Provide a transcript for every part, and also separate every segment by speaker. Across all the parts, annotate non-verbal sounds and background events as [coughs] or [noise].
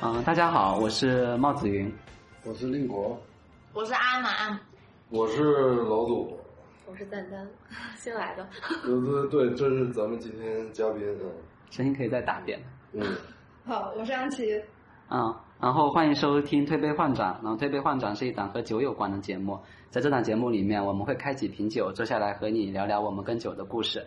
Speaker 1: 啊大家好，我是帽子云。
Speaker 2: 我是令国，
Speaker 3: 我是阿满，
Speaker 2: 我是老祖，
Speaker 4: 我是蛋蛋，新来的。
Speaker 2: 对对对，这是咱们今天嘉宾，
Speaker 1: 声音可以再大点。
Speaker 2: 嗯嗯，
Speaker 4: 好，我是安琪。
Speaker 1: 嗯，然后欢迎收听《推杯换盏》。然后，《推杯换盏》是一档和酒有关的节目，在这档节目里面，我们会开几瓶酒，坐下来和你聊聊我们跟酒的故事。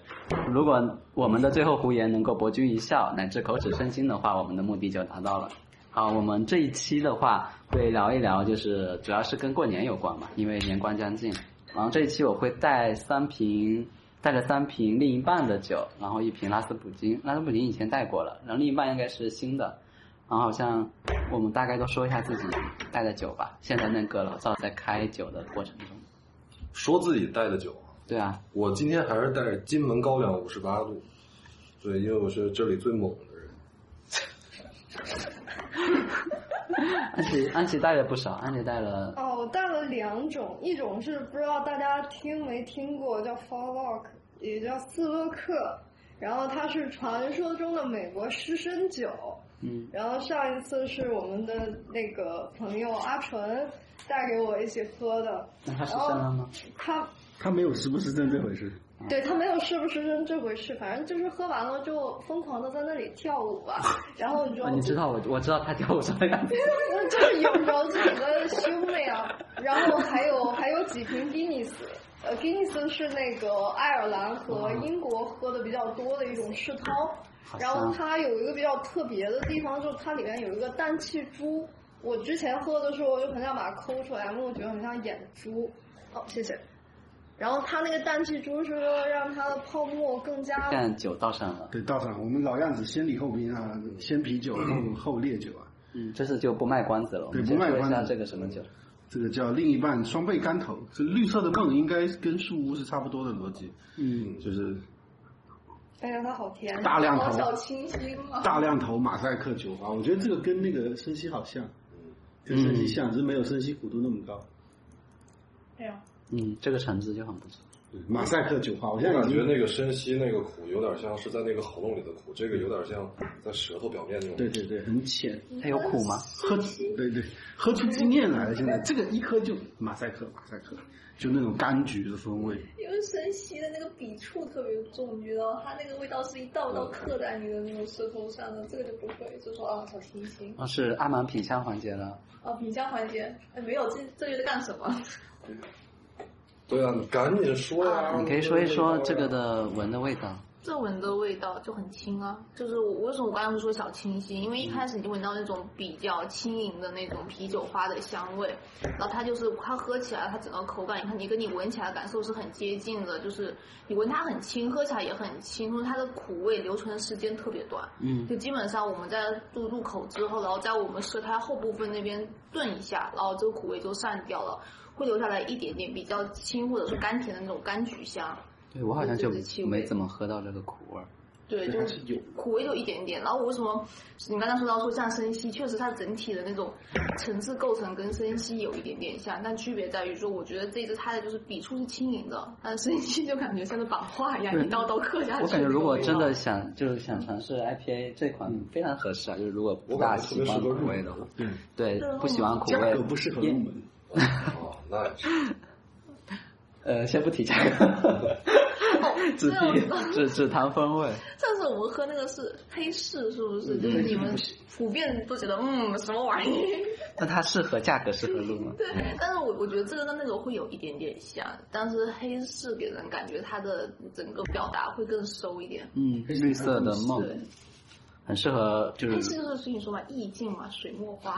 Speaker 1: 如果我们的最后胡言能够博君一笑，乃至口齿清新的话，我们的目的就达到了。好，我们这一期的话会聊一聊，就是主要是跟过年有关嘛，因为年关将近。然后这一期我会带三瓶，带着三瓶另一半的酒，然后一瓶拉斯普京，拉斯普京以前带过了，然后另一半应该是新的。然后好像我们大概都说一下自己带的酒吧。现在那个老赵在开酒的过程中，
Speaker 2: 说自己带的酒，
Speaker 1: 对啊，
Speaker 2: 我今天还是带着金门高粱五十八度，对，因为我是这里最猛的人，
Speaker 1: 安 [laughs] 琪安琪带了不少，安琪带了
Speaker 5: 哦，我带了两种，一种是不知道大家听没听过，叫 Far Walk，也叫斯洛克，然后它是传说中的美国狮身酒。
Speaker 1: 嗯，
Speaker 5: 然后上一次是我们的那个朋友阿纯带给我一起喝的，
Speaker 1: 那他是真了吗？
Speaker 5: 他
Speaker 6: 他没有是不是真这回事，
Speaker 1: 嗯
Speaker 5: 对他没有是不是真这回事，反正就是喝完了就疯狂的在那里跳舞
Speaker 1: [laughs]
Speaker 5: 吧，然后你就
Speaker 1: 啊，你知道我我知道他跳舞什么样子。
Speaker 5: 那就是有揉自己的胸那样，然后还有还有几瓶 Guinness，呃，Guinness 是那个爱尔兰和英国喝的比较多的一种世涛，
Speaker 1: 好
Speaker 5: 然后
Speaker 1: 香
Speaker 5: 它有一个比较特别的地方，就是它里面有一个氮气珠，我之前喝的时候我就很想把它抠出来，因为我觉得很像眼珠。哦，谢谢。然后它那个氮气珠是为了让它的泡沫更加
Speaker 1: 现在酒倒上了，
Speaker 6: 对，道上我们老样子，先礼后兵啊，先啤酒后后烈酒啊，
Speaker 1: 嗯，这次就不卖关子了，我
Speaker 6: 对
Speaker 1: 们
Speaker 6: 不
Speaker 1: 先
Speaker 6: 卖
Speaker 1: 说一
Speaker 6: 关
Speaker 1: 下
Speaker 6: 子
Speaker 1: 这个什么酒。
Speaker 6: 这个叫另一半双倍干头，这绿色的梦应该跟树屋是差不多的逻辑，
Speaker 1: 嗯，
Speaker 6: 就是
Speaker 5: 哎呀，它好甜，
Speaker 6: 大量
Speaker 4: 好小
Speaker 6: 头
Speaker 4: 清新啊！
Speaker 6: 大量头马赛克酒啊花，我觉得这个跟那个生西好像，跟生西像，只是没有生西苦度那么高。
Speaker 5: 哎呀，
Speaker 1: 嗯，这个橙子就很不错。
Speaker 6: 对马赛克酒啊花，我
Speaker 2: 我
Speaker 6: 现在
Speaker 2: 感
Speaker 6: 已
Speaker 2: 觉
Speaker 6: 经
Speaker 2: 那个深吸那个苦有点像是在那个喉咙里的苦，这个有点像在舌头表面那种。
Speaker 6: 对对对，很浅，
Speaker 1: 它有苦吗？
Speaker 6: 喝对对，喝出经验来了。现在这个一喝就马赛克，马赛克，就那种柑橘的风味。
Speaker 4: 因为深吸的那个笔触特别重，你知道，它那个味道是一道道刻在你的那种舌头上的，这个就不会，就说啊小清新
Speaker 1: 那是阿满品香环节了。
Speaker 4: 啊品香环节，哎没有这这又在干什么？
Speaker 2: 对啊，你赶紧说啊呀！
Speaker 1: 你可以说一说这个的闻的味道。
Speaker 3: 这闻的味道就很轻啊，就是我为什么我刚刚说小清新，因为一开始你就闻到那种比较轻盈的那种啤酒花的香味，然后它就是它喝起来，它整个口感，你看你跟你闻起来的感受是很接近的，就是你闻它很轻，喝起来也很轻，因为它的苦味留存的时间特别短，
Speaker 1: 嗯
Speaker 3: 就基本上我们在入入口之后，然后在我们舌苔后部分那边炖一下，然后这个苦味就散掉了，会留下来一点点比较轻或者是甘甜的那种柑橘香。
Speaker 1: 对我好像就
Speaker 3: 这个气味
Speaker 1: 没怎么喝到这个苦味儿。
Speaker 3: 对，就
Speaker 6: 对还是有
Speaker 3: 苦味就一点点。然后我为什么你刚才说到说像生西，确实它整体的那种层次构成跟生西有一点点像，但区别在于说，我觉得这一支它的就是笔触是轻盈的，但是生西就感觉像是版画一样，
Speaker 1: 对
Speaker 3: 一刀刀刻下去。
Speaker 1: 我感觉如果真的，想就是想尝试 IPA 这款非常合适啊，就是如果不
Speaker 2: 我
Speaker 1: 大
Speaker 2: 感觉特
Speaker 1: 喜
Speaker 2: 别适
Speaker 1: 欢
Speaker 2: 合
Speaker 1: 苦
Speaker 2: 入
Speaker 1: 味
Speaker 2: 门
Speaker 1: 的
Speaker 2: 的
Speaker 1: 话，对
Speaker 6: 对，
Speaker 3: 对
Speaker 1: 不喜欢苦
Speaker 6: 价
Speaker 1: 味
Speaker 6: 格，不适合入门。
Speaker 2: 哦，那也是
Speaker 1: 呃，先不提价格，只
Speaker 3: 这样
Speaker 1: 提
Speaker 3: 子吗
Speaker 1: 只只谈风味。
Speaker 3: 上次我们喝那个是黑市，是不
Speaker 1: 嗯
Speaker 3: 是？就是你们普遍都觉得嗯什么玩
Speaker 1: [laughs]
Speaker 3: 意儿？
Speaker 1: 那它适合价格适合入吗？
Speaker 3: 对，但是我我觉得这个跟那个会有一点点像，但是黑市给人感觉它的整个表达会更收一点。
Speaker 1: 嗯，绿色的梦
Speaker 3: 对，
Speaker 1: 很适合，就
Speaker 3: 黑市
Speaker 1: 是
Speaker 3: 就是跟你说嘛，意境
Speaker 1: [laughs]
Speaker 3: 嘛，水墨画。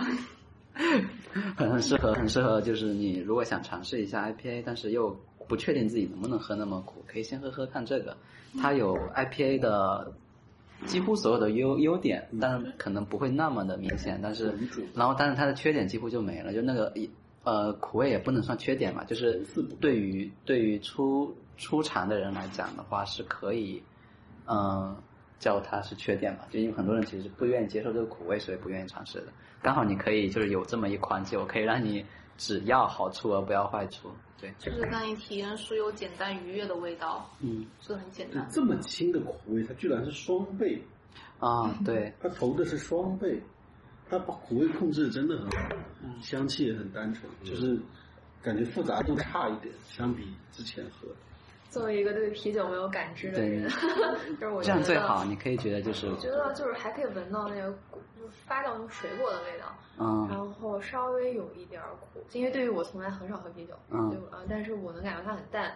Speaker 1: 很很适合，很适合，就是你如果想尝试一下 IPA，但是又不确定自己能不能喝那么苦，可以先喝喝看这个。它有 IPA 的几乎所有的优优点，但可能不会那么的明显，但是然后但是它的缺点几乎就没了，就那个呃苦味也不能算缺点吧，就是对于对于初初尝的人来讲的话是可以，嗯、叫它是缺点吧，就因为很多人其实不愿意接受这个苦味，所以不愿意尝试的。刚好你可以就是有这么一款酒，可以让你只要好处而不要坏处，对，
Speaker 3: 就是让你体验出有简单愉悦的味道，
Speaker 1: 嗯
Speaker 3: 这很简
Speaker 6: 对
Speaker 3: 单。
Speaker 6: 这么轻的苦味，它居然是双倍，
Speaker 7: [laughs]
Speaker 1: 啊、对，
Speaker 6: 它投的是双倍，它把苦味控制的真的很
Speaker 1: 嗯
Speaker 6: 好，香气也很单纯，就是感觉复杂度差一点，相比之前喝的。
Speaker 7: 作为一个对啤酒没有感知的人， [laughs] 就是我
Speaker 1: 这
Speaker 7: 觉
Speaker 1: 样最
Speaker 7: 得，
Speaker 1: 好。你可以觉得就是
Speaker 7: 我，觉得就是还可以闻到那个果就是发酵那种水果的味道，
Speaker 1: 嗯
Speaker 7: 然后稍微有一点儿苦，因为对于我从来很少喝啤酒，
Speaker 1: 嗯
Speaker 7: 对，呃，但是我能感觉它很淡，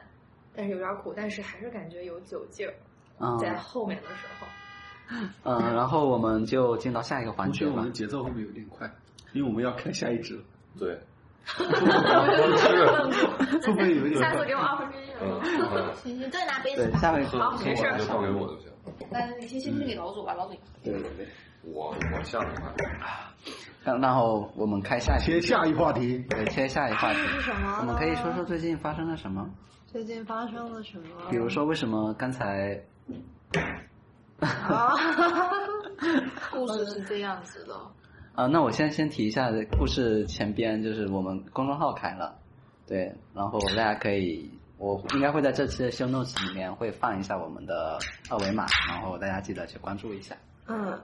Speaker 7: 但是有点儿苦，但是还是感觉有酒劲儿，
Speaker 1: 嗯
Speaker 7: 在后面的时
Speaker 1: [laughs]
Speaker 7: 候，
Speaker 1: 嗯，然后我们就进到下一个环
Speaker 6: 我觉
Speaker 1: 节
Speaker 6: 得我
Speaker 1: 吧
Speaker 6: 们的。节奏会不会有点快？因为我们要开下一
Speaker 1: [laughs]
Speaker 6: 支了，
Speaker 2: 对， [laughs]
Speaker 6: 会不会有
Speaker 1: 嗯
Speaker 6: 一点
Speaker 7: 下次
Speaker 6: 快？
Speaker 7: 给我二分之一了。
Speaker 2: 嗯，嗯
Speaker 3: 行行，再拿杯子
Speaker 1: 对，
Speaker 3: 吧。
Speaker 1: 下位
Speaker 7: 好
Speaker 2: 喝
Speaker 7: 没事
Speaker 2: 完
Speaker 7: 儿
Speaker 2: 就倒给我就行。
Speaker 1: 嗯
Speaker 3: 来，你先先去给老祖吧，老祖。
Speaker 1: 对对对。
Speaker 2: 我我下一款，
Speaker 1: 然然后我们开下一
Speaker 6: 切
Speaker 1: 个
Speaker 6: 下一话题，
Speaker 1: 对，切下一话题。
Speaker 7: 是什么？
Speaker 1: 我们可以说说最近发生了什么，
Speaker 7: 最近发生了什么？
Speaker 1: 比如说为什么刚才
Speaker 7: 啊，
Speaker 3: 故事是这样子的，
Speaker 1: 啊，那我先先提一下故事前边，就是我们公众号开了，对，然后大家可以，我应该会在这期的 show notes 里面会放一下我们的二维码，然后大家记得去关注一下。
Speaker 5: [laughs] 嗯，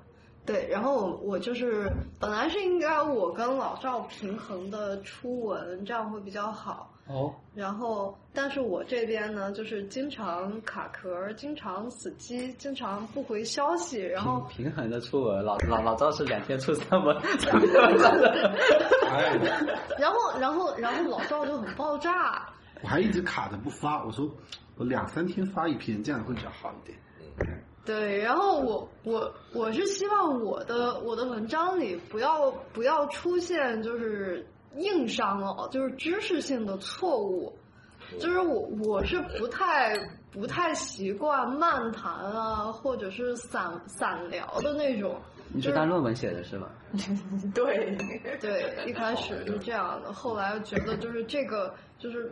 Speaker 5: 对，然后我我就是本来是应该我跟老赵平衡的初吻，这样会比较好。
Speaker 1: 哦，
Speaker 5: 然后，但是我这边呢，就是经常卡壳，经常死机，经常不回消息，然后
Speaker 1: 平衡的出额，老老老赵是两天出三文，三文
Speaker 2: 哎，
Speaker 5: 然后，然后，然后老赵就很爆炸，
Speaker 6: 我还一直卡着不发。我说我两三天发一篇，这样会比较好一点。
Speaker 5: 对，然后我我我是希望我的我的文章里不要不要出现就是硬伤哦，就是知识性的错误，就是我我是不太不太习惯漫谈啊，或者是散散聊的那种。
Speaker 1: [laughs] 你是当论文写的是吧？嗯
Speaker 3: [laughs]
Speaker 7: 对，
Speaker 5: 对，一开始是这样的，后来觉得就是这个就是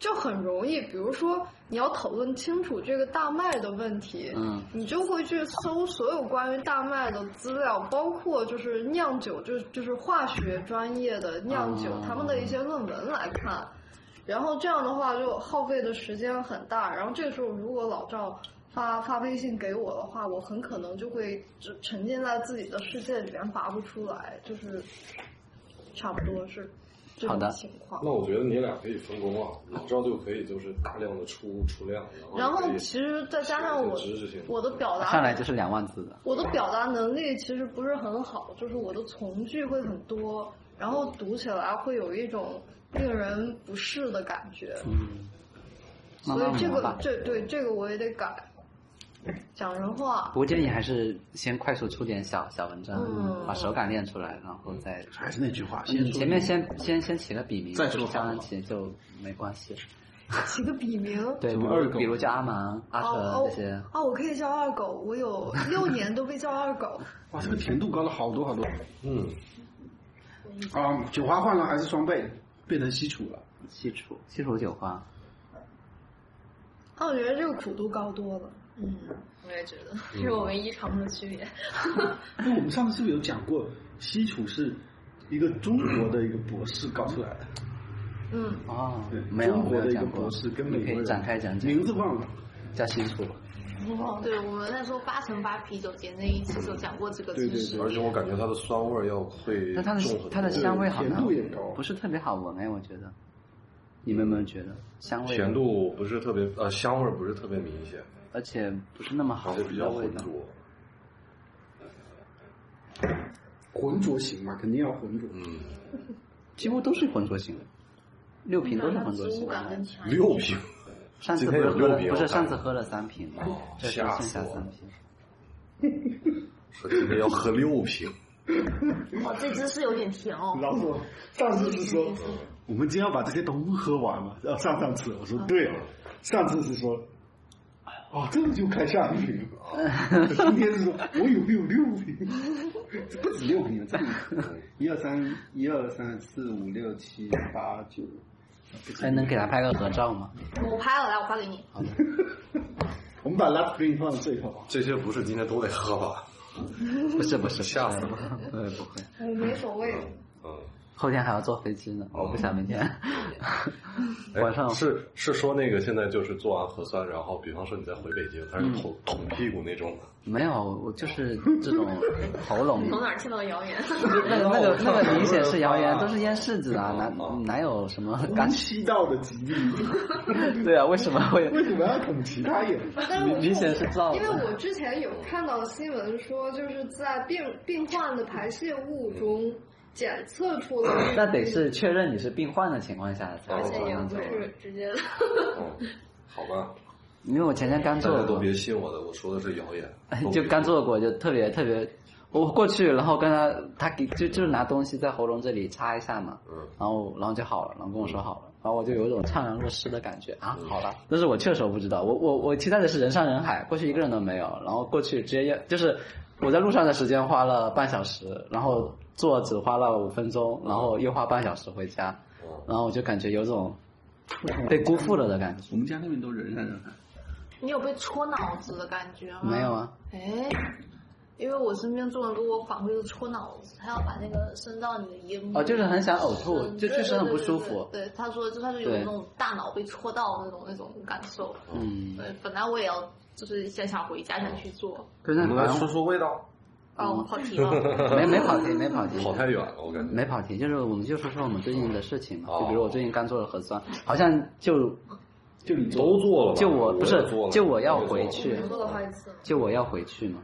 Speaker 5: 就很容易，比如说你要讨论清楚这个大麦的问题，
Speaker 1: 嗯
Speaker 5: 你就会去搜所有关于大麦的资料，包括就是酿酒，就是就是化学专业的酿酒、
Speaker 1: 哦
Speaker 5: 他们的一些论文来看。然后这样的话就耗费的时间很大，然后这个时候如果老赵发发微信给我的话，我很可能就会只沉浸在自己的世界里面拔不出来，就是差不多是这
Speaker 1: 好的
Speaker 5: 种情况。
Speaker 2: 那我觉得你俩可以分工啊，老赵就可以就是大量的出出量，
Speaker 5: 然
Speaker 2: 然后
Speaker 5: 后
Speaker 2: 你可以
Speaker 5: 其实再加上我
Speaker 2: 写一些知识性的
Speaker 5: 我的表达
Speaker 1: 上来就是两万字的。
Speaker 5: 我的表达能力其实不是很好，就是我的从句会很多，然后读起来会有一种令人不适的感觉，
Speaker 6: 嗯，
Speaker 1: 慢
Speaker 5: 所
Speaker 1: 慢
Speaker 5: 以这
Speaker 1: 磨
Speaker 5: 个
Speaker 1: 吧。
Speaker 5: 这对这个我也得改。讲人话，
Speaker 1: 不过建议还是先快速出点小小文章，
Speaker 5: 嗯
Speaker 1: 把手感练出来，然后再
Speaker 6: 还嗯是那句话，先
Speaker 1: 你嗯
Speaker 6: 说
Speaker 1: 前面先先先起个笔名，
Speaker 6: 再说
Speaker 1: 叫
Speaker 6: 话
Speaker 1: 人起就没关系。
Speaker 5: 起个笔名。
Speaker 1: 对，
Speaker 6: 什
Speaker 1: 比
Speaker 6: 么
Speaker 1: 如
Speaker 6: 二狗
Speaker 1: 比如叫阿芒、阿
Speaker 5: 哦
Speaker 1: 成
Speaker 5: 哦
Speaker 1: 这些。
Speaker 5: 哦，我可以叫二狗，
Speaker 1: [laughs]
Speaker 5: 我有六年都被叫二狗。
Speaker 6: 哇，这个甜度高了好多好多
Speaker 2: 嗯，
Speaker 6: 啊！酒花换了还是双倍，变成西楚了。
Speaker 1: 西楚，西楚酒花，
Speaker 5: 啊，我觉得这个苦度高多了。
Speaker 7: 嗯，我也觉得
Speaker 1: 嗯
Speaker 7: 这是我唯一常的区别。
Speaker 6: 那我们上次是不是有讲过，西楚是一个中国的一个博士搞出来的？
Speaker 5: 嗯，
Speaker 1: 哦
Speaker 6: 对，，
Speaker 1: 没有
Speaker 6: 中
Speaker 1: 没
Speaker 6: 国
Speaker 1: 有
Speaker 6: 的一个
Speaker 1: 讲过
Speaker 6: 博士，跟美
Speaker 1: 你可
Speaker 6: 国
Speaker 1: 以
Speaker 6: 人
Speaker 1: 展开讲讲。
Speaker 6: 名字忘了，
Speaker 1: 叫西楚，
Speaker 3: 对，我们那时候八乘八啤酒节那一期就讲过这个知识。
Speaker 2: 而且我感觉它的酸味儿要会
Speaker 1: 但它的
Speaker 2: 重很多，
Speaker 1: 它的香味好
Speaker 6: 甜
Speaker 1: 像
Speaker 6: 度也高
Speaker 1: 不是特别好闻哎，我觉得。你们有没有觉得香味？
Speaker 2: 甜，度不是特别，呃，香味儿不是特别明显，
Speaker 1: 而且不是那么好
Speaker 2: 还是
Speaker 1: 闻
Speaker 2: 比
Speaker 1: 的
Speaker 2: 较
Speaker 1: 味
Speaker 2: 浑
Speaker 1: 道
Speaker 2: 浊。。
Speaker 6: 浑浊型嘛，肯定要浑浊。
Speaker 2: 嗯，
Speaker 1: 几乎都是浑浊型的，六瓶都是
Speaker 3: 它
Speaker 1: 浑
Speaker 3: 植
Speaker 1: 浊
Speaker 3: 物
Speaker 1: 型
Speaker 3: 感
Speaker 1: 的哎
Speaker 3: 更。强。
Speaker 2: 六瓶，
Speaker 1: 上次
Speaker 2: 今
Speaker 1: 不
Speaker 2: 天
Speaker 1: 是
Speaker 2: 有
Speaker 1: 喝
Speaker 2: 六
Speaker 1: 了，
Speaker 2: 瓶，
Speaker 1: 不是
Speaker 2: 我看哦
Speaker 1: 上次喝了三瓶吗？这次
Speaker 2: 吓
Speaker 1: 剩
Speaker 2: 死
Speaker 1: 下
Speaker 2: 我
Speaker 1: 三
Speaker 2: 了
Speaker 1: 瓶。
Speaker 2: 我今天要喝六瓶，
Speaker 3: 哦，这支是有点甜哦。
Speaker 6: 老总上次是说，我们今天要把这些都喝完嘛？呃，上上次我说对，啊上次是说，啊，这么就开下一瓶了。今天是说我有没有六瓶？这不止六瓶，这一二三一二三四五六七八九，
Speaker 1: 还哎能给他拍个合照吗？
Speaker 3: 我拍了，来，我发给你。
Speaker 6: 我们把 last green 放到最后。
Speaker 2: 这些不是今天都得喝吧？
Speaker 1: 不是不是，
Speaker 2: 吓死我了！
Speaker 1: 呃，不会。
Speaker 5: 哎我没所谓。
Speaker 2: 嗯，
Speaker 1: 后天还要坐飞机呢，我不想明天
Speaker 2: 哎
Speaker 1: 晚上
Speaker 2: 是是说那个现在就是做完核酸，然后比方说你在回北京，
Speaker 1: 嗯
Speaker 2: 它是捅、捅屁股那种的。
Speaker 1: [laughs] 没有，我就是这种喉 [laughs] 咙。
Speaker 8: 从哪儿听到谣言？
Speaker 1: 那个那个那个明显是谣言，都是
Speaker 2: 烟。
Speaker 1: 烟柿子啊，哪哪有什么
Speaker 6: 呼
Speaker 1: 感觉？
Speaker 6: 吸道的疾病，
Speaker 1: 对啊，为什么会？
Speaker 6: 为什么要捅其他人？
Speaker 5: 但是我
Speaker 1: 明显是造的，
Speaker 5: 因为我之前有看到新闻说，就是在病病患的排泄物中检测出了
Speaker 1: 那得是确认你是病患的情况下才
Speaker 3: 而
Speaker 1: 会
Speaker 3: 且
Speaker 1: 这
Speaker 3: 也
Speaker 1: 样
Speaker 3: 不
Speaker 1: 做。
Speaker 3: 哎是直接的。 [laughs]
Speaker 2: 嗯好吧，
Speaker 1: 因为我前天刚
Speaker 2: 大
Speaker 1: 做
Speaker 2: 家都
Speaker 1: 过，。
Speaker 2: 别信我的，我说的是谣言
Speaker 1: [laughs] 就刚做过，就特别特别。我过去，然后跟他，他给就就是拿东西在喉咙这里插一下嘛，
Speaker 2: 嗯，
Speaker 1: 然后然后就好了，然后跟我说好了，然后我就有一种怅然若失的感觉啊，好了。但是我确实我不知道，我我我期待的是人山人海，过去一个人都没有，然后过去直接要就是我在路上的时间花了半小时，然后坐只花了五分钟，然后又花半小时回家，
Speaker 2: 嗯
Speaker 1: 然后我就感觉有种被辜负了的感觉。
Speaker 9: 我们家那边都人山人海。
Speaker 3: 你有被戳脑子的感觉吗？
Speaker 1: 没有。啊，
Speaker 3: 哎，因为我身边做人给我反馈是戳脑子，他要把那个伸到你的咽部。
Speaker 1: 哦就是很想呕吐
Speaker 3: 嗯
Speaker 1: 就
Speaker 3: 对
Speaker 1: 确实很
Speaker 3: 对对
Speaker 1: 不舒服
Speaker 3: 对，对他说就他就有
Speaker 1: 对
Speaker 3: 那种大脑被戳到那种那种感受。
Speaker 1: 嗯，
Speaker 3: 对，本来我也要就是想想回家想去做，
Speaker 1: 可是
Speaker 2: 我
Speaker 1: 那好
Speaker 2: 们来
Speaker 1: 像
Speaker 2: 说说味道，
Speaker 3: 哦，我跑
Speaker 1: [laughs]
Speaker 3: 题了。
Speaker 1: 没没跑题，没跑题，
Speaker 2: 跑太远了，我感觉。
Speaker 1: 没跑题，就是我们就说说我们最近的事情嘛，
Speaker 2: 哦
Speaker 1: 就比如我最近刚做了核酸，好像就
Speaker 9: 就你做
Speaker 2: 都做了吧，
Speaker 1: 就我不是
Speaker 2: 也做了
Speaker 1: 就我要回
Speaker 2: 也做了
Speaker 1: 去
Speaker 8: 我做了好几次。
Speaker 1: 就我要回去嘛，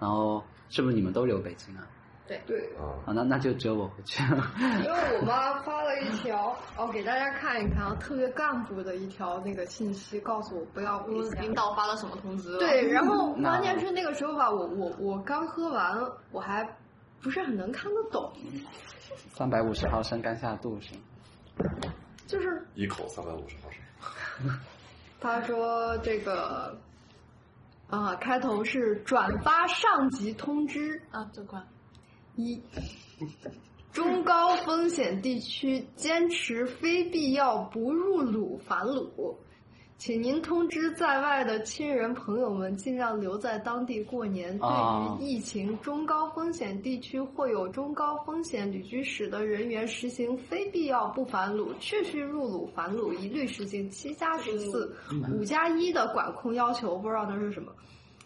Speaker 1: 然后是不是你们都留北京啊？
Speaker 5: 对，
Speaker 2: 啊，
Speaker 1: 啊，那那就只有我回去 [laughs] 了。
Speaker 5: 因为我妈发了一条，哦，给大家看一看啊，特别干部的一条那个信息，告诉我不要回
Speaker 3: 我
Speaker 5: 家。
Speaker 3: 领导发了什么通知了？
Speaker 5: 对，然后
Speaker 1: 那
Speaker 5: 关键是那个时候吧，我我我刚喝完，我还不是很能看得懂，
Speaker 1: 三百五十毫升甘下肚是吗？
Speaker 5: 就是
Speaker 2: 一口三百五十毫升，
Speaker 5: 他说这个，啊、开头是转发上级通知
Speaker 3: 啊，这款
Speaker 5: 一，中高风险地区坚持非必要不入鲁反鲁，请您通知在外的亲人朋友们尽量留在当地过年。
Speaker 1: 啊
Speaker 5: 对于疫情中高风险地区或有中高风险旅居史的人员，实行非必要不返鲁，确需入鲁返鲁，一律实行七加十四、
Speaker 1: 嗯
Speaker 5: 五加一的管控要求。不知道那是什么。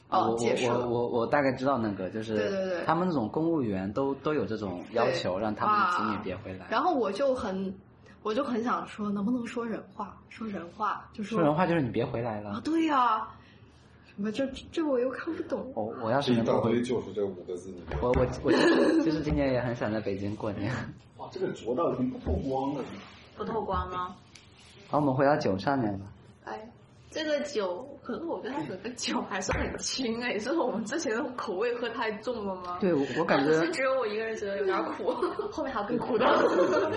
Speaker 1: 啊，我
Speaker 5: 哦，解释
Speaker 1: 我我
Speaker 5: 了。
Speaker 1: 我我大概知道那个，就是
Speaker 5: 对对对
Speaker 1: 他们那种公务员都都有这种要求，
Speaker 5: 对
Speaker 1: 让他们的子
Speaker 5: 哇
Speaker 1: 女别回来。
Speaker 5: 然后我就很，我就很想说，能不能说人话？说人话，就说
Speaker 1: 说人话就是你别回来
Speaker 5: 啊
Speaker 1: 了，。
Speaker 5: 对呀、什么这这我又看不懂。
Speaker 1: 我我要是
Speaker 2: 这一
Speaker 1: 能
Speaker 2: 大
Speaker 1: 够
Speaker 2: 堆
Speaker 1: 回，
Speaker 2: 就是这五个字，你
Speaker 1: 我我我就是就是今年也很想在北京过年。 [laughs]
Speaker 6: 哇，这个浊到已经不透光了。
Speaker 3: 不透光吗？
Speaker 1: 然后我们回到酒上面吧。
Speaker 3: 哎，这个酒，可是我觉得它整个酒还是很轻哎，是我们之前的口味喝太重了吗？
Speaker 1: 对，我我感觉
Speaker 5: [laughs]
Speaker 3: 是只有我一个人觉得有点苦， [laughs] 后面还有更苦的。 [laughs]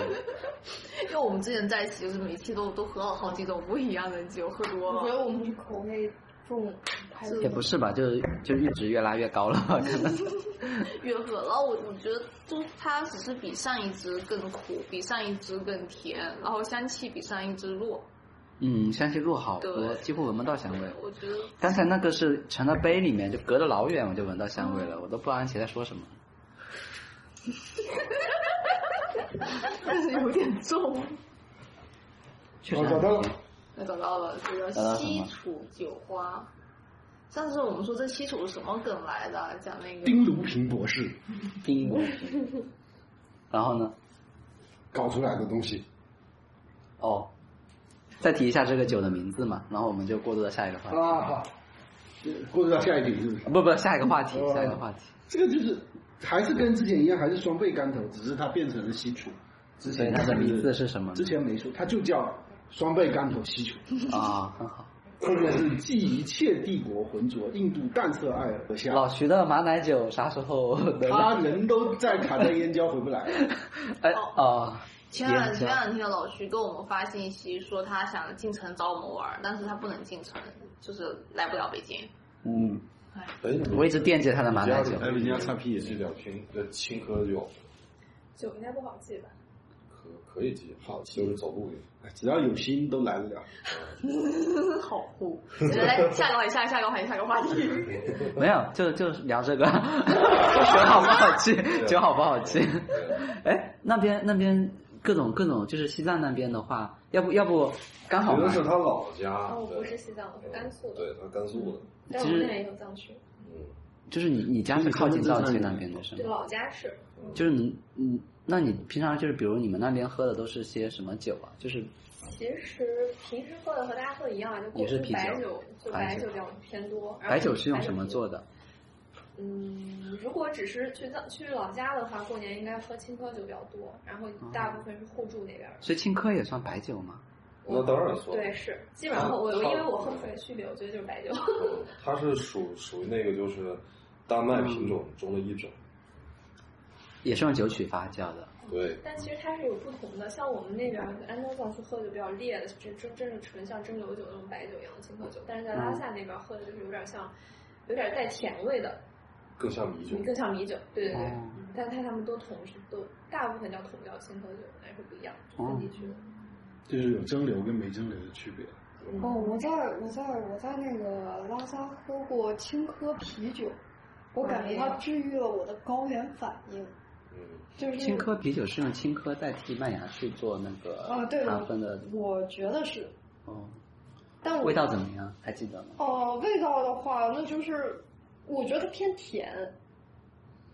Speaker 3: 因为我们之前在一起，就是每一期都都喝了好几种不一样的酒，喝多
Speaker 5: 我觉
Speaker 3: 了。
Speaker 5: 得我们是口味重，还是
Speaker 1: 也不是吧，就是就阈值越拉越高了，可能。
Speaker 3: 越喝，然后我我觉得就是它只是比上一支更苦，比上一支更甜，然后香气比上一支弱。
Speaker 1: 嗯，香气入好多，
Speaker 3: 对
Speaker 1: 几乎闻不到香味。
Speaker 3: 我觉得
Speaker 1: 刚才那个是盛到杯里面，就隔着老远我就闻到香味了，我都不知道安琪在说什么。
Speaker 3: 但是有点重。
Speaker 1: 确实啊
Speaker 6: 我
Speaker 1: 很
Speaker 6: 找哦到了
Speaker 1: 甜，
Speaker 3: 我找到了，这个
Speaker 1: 找到什
Speaker 3: 西
Speaker 1: 么
Speaker 3: 楚酒花。上次我们说这西楚是什么梗来的啊？讲那个
Speaker 6: 丁如平博士
Speaker 1: 冰果。然后呢？
Speaker 6: 搞出来的东西，
Speaker 1: 哦，再提一下这个酒的名字嘛，然后我们就过渡到下一个话题。
Speaker 6: 啊，过渡到下一点是不是？
Speaker 1: 不不，下一个话题，
Speaker 6: 哦
Speaker 1: 下一个话题。
Speaker 6: 这个就是还是跟之前一样，还是双倍干头，只是它变成了西楚。之
Speaker 1: 所以
Speaker 6: 前
Speaker 1: 它的
Speaker 6: 就是
Speaker 1: 名字是什么呢
Speaker 6: 之前没说，它就叫双倍干头西楚。
Speaker 1: 啊，很好。
Speaker 6: 后面是寄一切帝国浑浊，印度淡色爱而下。
Speaker 1: 老徐的马奶酒啥时候能？
Speaker 6: 他人都在卡在燕郊回
Speaker 1: [laughs]
Speaker 6: 不来，
Speaker 1: 哎哦，
Speaker 3: 前两
Speaker 1: 岩
Speaker 3: 前
Speaker 1: 浆
Speaker 3: 两天老徐跟我们发信息说他想进城找我们玩儿，但是他不能进城，就是来不了北京。
Speaker 6: 嗯，
Speaker 2: 哎，你
Speaker 1: 我一直惦记他的马奶酒。
Speaker 2: 哎，人
Speaker 9: 人
Speaker 2: 家
Speaker 9: 家
Speaker 2: 擦
Speaker 9: 擦
Speaker 2: 屁
Speaker 9: 屁
Speaker 2: 也
Speaker 9: 眼
Speaker 2: 是两瓶呃青稞酒，
Speaker 10: 酒应该不好记吧？
Speaker 2: 可可以记，好，就是走路
Speaker 1: [laughs]
Speaker 2: 的。
Speaker 6: 只要有心都来得了。
Speaker 3: 好酷！ [laughs] 来来，下一个话题，下一个话题，下一个话题。
Speaker 1: 没有， [laughs] 就就聊这个，酒好不好记？酒好不好记？哎，那边那边各种各种，就是西藏那边的话，要不要不刚好
Speaker 2: 觉
Speaker 1: 嘛
Speaker 2: 得是他老家，
Speaker 4: 哦，我
Speaker 2: 对
Speaker 4: 不是西藏，我是甘肃的，
Speaker 2: 对他甘肃的，
Speaker 4: 但我
Speaker 1: 其
Speaker 4: 们
Speaker 1: 实
Speaker 4: 那边也有藏区，
Speaker 2: 嗯，
Speaker 1: 就是你你家是靠近藏区那边的是
Speaker 4: 对，
Speaker 1: 吗？
Speaker 4: 老家是，
Speaker 1: 就是你嗯，那你平常就是比如你们那边喝的都是些什么酒啊？就是
Speaker 4: 其实平时喝的和大家喝的一样啊，就果
Speaker 1: 也是
Speaker 4: 汁
Speaker 1: 啤酒
Speaker 4: 白酒，就
Speaker 1: 白
Speaker 4: 白
Speaker 1: 酒
Speaker 4: 酒比较偏多。然后
Speaker 1: 白酒是用什么
Speaker 4: 啤酒
Speaker 1: 做的？
Speaker 4: 嗯，如果只是去藏去老家的话，过年应该喝青稞酒比较多，然后大部分是互助那边儿。
Speaker 1: 所以青稞也算白酒吗？
Speaker 2: 那当然
Speaker 1: 哦
Speaker 2: 算。
Speaker 4: 对，是基本上我我
Speaker 2: 嗯
Speaker 4: 因为我喝不出来区别，我觉得就是白酒。
Speaker 2: 嗯它是属属于那个就是丹麦品种中的一种，
Speaker 1: 也是用酒曲发酵的。
Speaker 2: 对，
Speaker 4: [laughs] 但其实它是有不同的，像我们那边儿安东藏区喝的就比较烈的，就真真是纯像蒸馏酒那种白酒一样的青稞酒，但是在拉萨那边儿喝的就是有点像，有点带甜味的，
Speaker 2: 更像米酒。
Speaker 4: 更像米酒。对对对，
Speaker 1: 哦
Speaker 4: 嗯但是它他们都统是都大部分叫统叫青稞酒，但是不一样，就分地区的。
Speaker 11: 就是有蒸馏跟没蒸馏的区别。
Speaker 5: 哦，我在我在我在那个拉萨喝过青稞啤酒，我感觉它治愈了我的高原反应，
Speaker 2: 嗯，
Speaker 5: 就是
Speaker 1: 青稞啤酒是用青稞代替麦芽去做那个
Speaker 4: 哦
Speaker 5: 啊，对
Speaker 1: 糖
Speaker 5: 了
Speaker 1: 分的，
Speaker 5: 我觉得是，
Speaker 1: 哦，
Speaker 5: 但我
Speaker 1: 味道怎么样？还记得吗？
Speaker 5: 哦，味道的话，那就是我觉得偏甜，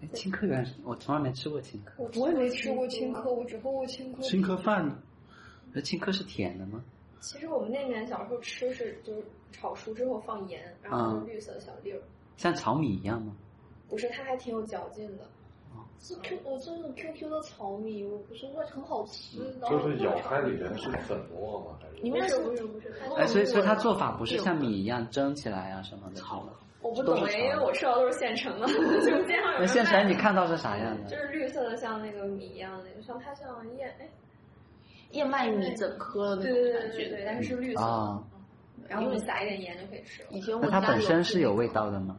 Speaker 1: 哎，青稞原来是我从来没吃过青稞。
Speaker 5: 我也没吃过青稞，我只喝过青稞。
Speaker 11: 青稞饭呢？
Speaker 1: 那青稞是甜的吗？
Speaker 4: 其实我们那边小时候吃是就是炒熟之后放盐，然后
Speaker 1: 嗯
Speaker 4: 绿色的小粒儿，
Speaker 1: 像炒米一样吗？
Speaker 4: 不是它还挺有嚼劲的。
Speaker 5: 是 Q，我是那种 QQ 的糙米，我不是会很好吃的。
Speaker 2: 就是咬开里面是粉末吗？还是？
Speaker 4: 你们是不是不是？
Speaker 1: 哎，所以所以它做法不是像米一样蒸起来啊什么的，是吗？
Speaker 4: 我不懂
Speaker 1: 都是
Speaker 4: 哎，
Speaker 1: 长
Speaker 4: 因为我吃到都是现成
Speaker 5: [laughs]
Speaker 4: 的，就是街上有人
Speaker 1: 那现在
Speaker 4: 卖
Speaker 1: 你看到是啥样
Speaker 4: 就
Speaker 1: 的？
Speaker 4: 是绿色的，像那个米一样的，像它像燕哎，
Speaker 3: 燕麦米整颗的
Speaker 4: 对
Speaker 3: 那种
Speaker 4: 对对
Speaker 3: 感
Speaker 4: 对
Speaker 3: 觉。
Speaker 4: 对，但是是绿色的，
Speaker 1: 啊，
Speaker 4: 然后你撒一点盐就可以吃了。
Speaker 3: 以前我
Speaker 1: 那
Speaker 3: 们
Speaker 1: 它
Speaker 3: 家
Speaker 1: 本
Speaker 3: 有
Speaker 1: 身
Speaker 3: 自
Speaker 1: 是
Speaker 3: 己
Speaker 1: 有味道的吗？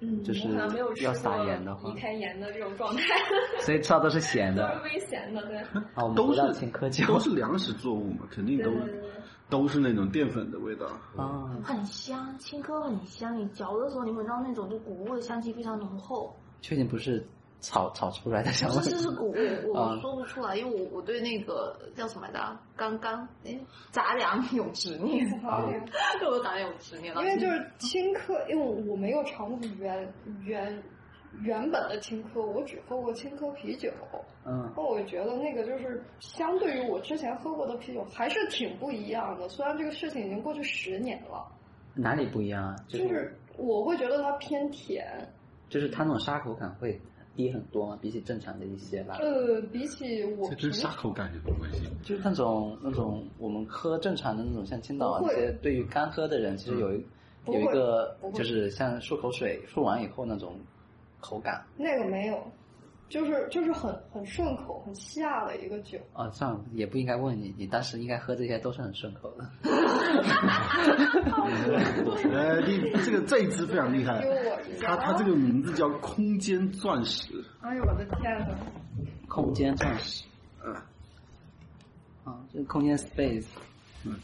Speaker 5: 嗯
Speaker 1: 就是
Speaker 4: 我好像没有吃
Speaker 1: 要
Speaker 4: 过
Speaker 1: 撒盐的话
Speaker 4: 离，开盐的这种状态， [laughs]
Speaker 1: 所以吃到都是咸
Speaker 4: 都
Speaker 1: 的
Speaker 4: 是。微咸的，对。
Speaker 1: 啊，我们
Speaker 6: 都
Speaker 1: 不
Speaker 6: 是
Speaker 1: 要青稞酒
Speaker 6: 都是粮食作物嘛，肯定都
Speaker 4: 对对对
Speaker 6: 都是那种淀粉的味道。
Speaker 1: 啊，
Speaker 3: 很香，青稞很香。你嚼的时候，你闻到那种就谷物的香气非常浓厚。
Speaker 1: 确定不是炒炒出来的香
Speaker 3: 这
Speaker 1: 味。
Speaker 3: 这是谷物，
Speaker 1: 啊
Speaker 3: 我说不出来，因为我我对那个叫什么来着，刚刚哎杂粮 [laughs] 有执念，对我杂粮有执念了。
Speaker 5: 啊因为就是青稞，因为我没有尝过原原原本的青稞，我只喝过青稞啤酒。
Speaker 1: 嗯，
Speaker 5: 那我觉得那个就是相对于我之前喝过的啤酒，还是挺不一样的。虽然这个事情已经过去十年了，
Speaker 1: 哪里不一样啊？就
Speaker 5: 就是我会觉得它偏甜。
Speaker 1: 就是它那种沙口感会低很多嘛，比起正常的一些辣，
Speaker 5: 呃，比起我
Speaker 11: 这
Speaker 5: 平
Speaker 11: 跟
Speaker 5: 时
Speaker 11: 沙口感有什么关系？
Speaker 1: 就是那种那种我们喝正常的那种像青岛啊
Speaker 5: 不
Speaker 1: 那
Speaker 5: 会嗯
Speaker 1: 些，对于干喝的人其实有一
Speaker 5: 不
Speaker 1: 有一
Speaker 5: 会
Speaker 1: 个
Speaker 5: 不会
Speaker 1: 就是像漱口水漱完以后那种口感
Speaker 5: 那个没有，就是就是很很顺口、很下的一个酒。
Speaker 1: 啊，算了，也不应该问你，你当时应该喝这些都是很顺口的。
Speaker 6: 哎，这这个这一支非常厉害
Speaker 1: 哎
Speaker 5: 丢我一，下
Speaker 6: 它它这个名字叫空间钻石，
Speaker 5: 哎呦我的天呐！
Speaker 1: 空间钻石，
Speaker 6: 嗯
Speaker 1: 啊，这个空间 space，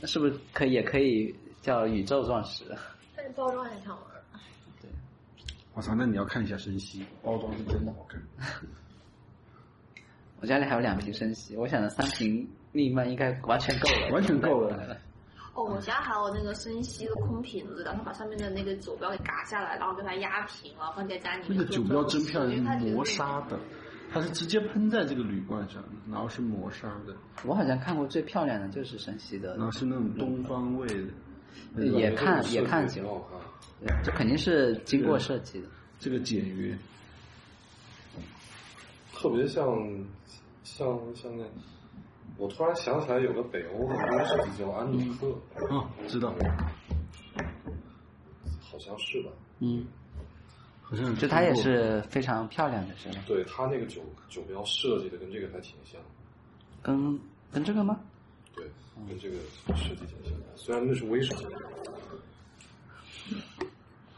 Speaker 1: 那是不是可以也可以叫宇宙钻石？
Speaker 3: 但是包装很好玩。
Speaker 6: 我操，那你要看一下生西，包装是真的好看。
Speaker 1: 我家里还有两瓶生西，我想着三瓶另一半应该完全够了，
Speaker 6: 完全够了。
Speaker 3: 哦，我家还有那个生吸的空瓶子，打算把上面的那个酒标给嘎下来，然后给它压平了，放在家里
Speaker 6: 那
Speaker 3: 面。
Speaker 6: 个酒标真漂亮，
Speaker 3: 因为它
Speaker 6: 是
Speaker 3: 觉得
Speaker 6: 磨砂的，它是直接喷在这个铝罐上，然后是磨砂的，
Speaker 1: 我好像看过最漂亮的就是生西的
Speaker 6: 然，
Speaker 11: 嗯
Speaker 6: 后是那种东方味的。
Speaker 1: 也看也看
Speaker 2: 挺
Speaker 1: 酒，
Speaker 2: 好看。
Speaker 1: 对这肯定是经过设计的。
Speaker 6: 这个简约，
Speaker 2: 特别像像像那，我突然想起来有个北欧的威士忌叫安
Speaker 1: 嗯
Speaker 2: 努克，
Speaker 6: 哦，知道，
Speaker 2: 好像是吧？
Speaker 1: 嗯，
Speaker 6: 好像
Speaker 1: 就它也是非常漂亮的，是吗？
Speaker 2: 对，它那个酒酒标设计的跟这个还挺像，
Speaker 1: 跟跟这个吗？
Speaker 2: 对，
Speaker 1: 嗯
Speaker 2: 跟这个设计挺像的。虽然那是威士忌，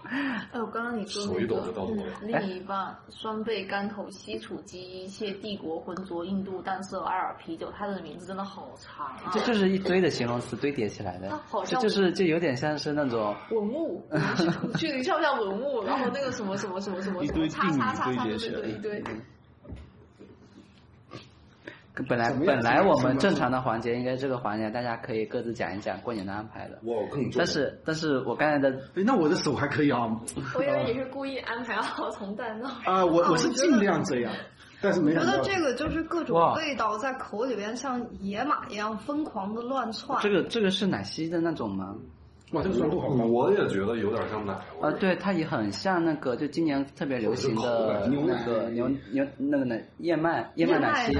Speaker 3: 哎，我刚刚你说
Speaker 2: 手一
Speaker 3: 那
Speaker 2: 抖
Speaker 1: 嗯
Speaker 2: 就
Speaker 3: 个
Speaker 2: 到头了。
Speaker 3: 另一半双倍干口西楚鸡一切帝国浑浊印度淡色艾尔啤酒，它的名字真的好长啊！
Speaker 1: 这就是一堆的形容词堆叠起来的
Speaker 3: 它好，
Speaker 1: 这
Speaker 3: 像
Speaker 1: 就是就有点像是那种
Speaker 3: 文物，我去你像不像文物？然后那个什么什么什么什么
Speaker 6: 一
Speaker 3: 什
Speaker 6: 堆
Speaker 3: 么，叉
Speaker 6: 定
Speaker 3: 叉
Speaker 6: 语
Speaker 3: 叉叉，
Speaker 6: 堆叠
Speaker 3: 对
Speaker 6: 起
Speaker 3: 对
Speaker 6: 来
Speaker 3: 对，一堆。
Speaker 1: 本来
Speaker 11: 怎么样
Speaker 1: 本来我
Speaker 11: 怎么
Speaker 1: 们
Speaker 11: 样
Speaker 1: 正常的环节应该这个环节大家可以各自讲一讲过年的安排的，
Speaker 2: 我更重要
Speaker 1: 但是但是我刚才的
Speaker 11: 哎，那我的手还可以啊，
Speaker 4: 我以为你是故意安排好从蛋到
Speaker 11: 啊，我我是尽量这样，但是没
Speaker 5: 我觉
Speaker 11: 想
Speaker 5: 得
Speaker 11: 到
Speaker 5: 这个就是各种
Speaker 1: 哇
Speaker 5: 味道在口里边像野马一样疯狂的乱窜。
Speaker 1: 这个这个是奶昔的那种吗？
Speaker 11: 哇，这个酸度好高，
Speaker 2: 我也觉得有点像奶
Speaker 1: 啊
Speaker 2: 味儿，，
Speaker 1: 对，它也很像那个就今年特别流行的
Speaker 11: 牛奶
Speaker 1: 那个牛牛那个奶燕麦燕麦奶昔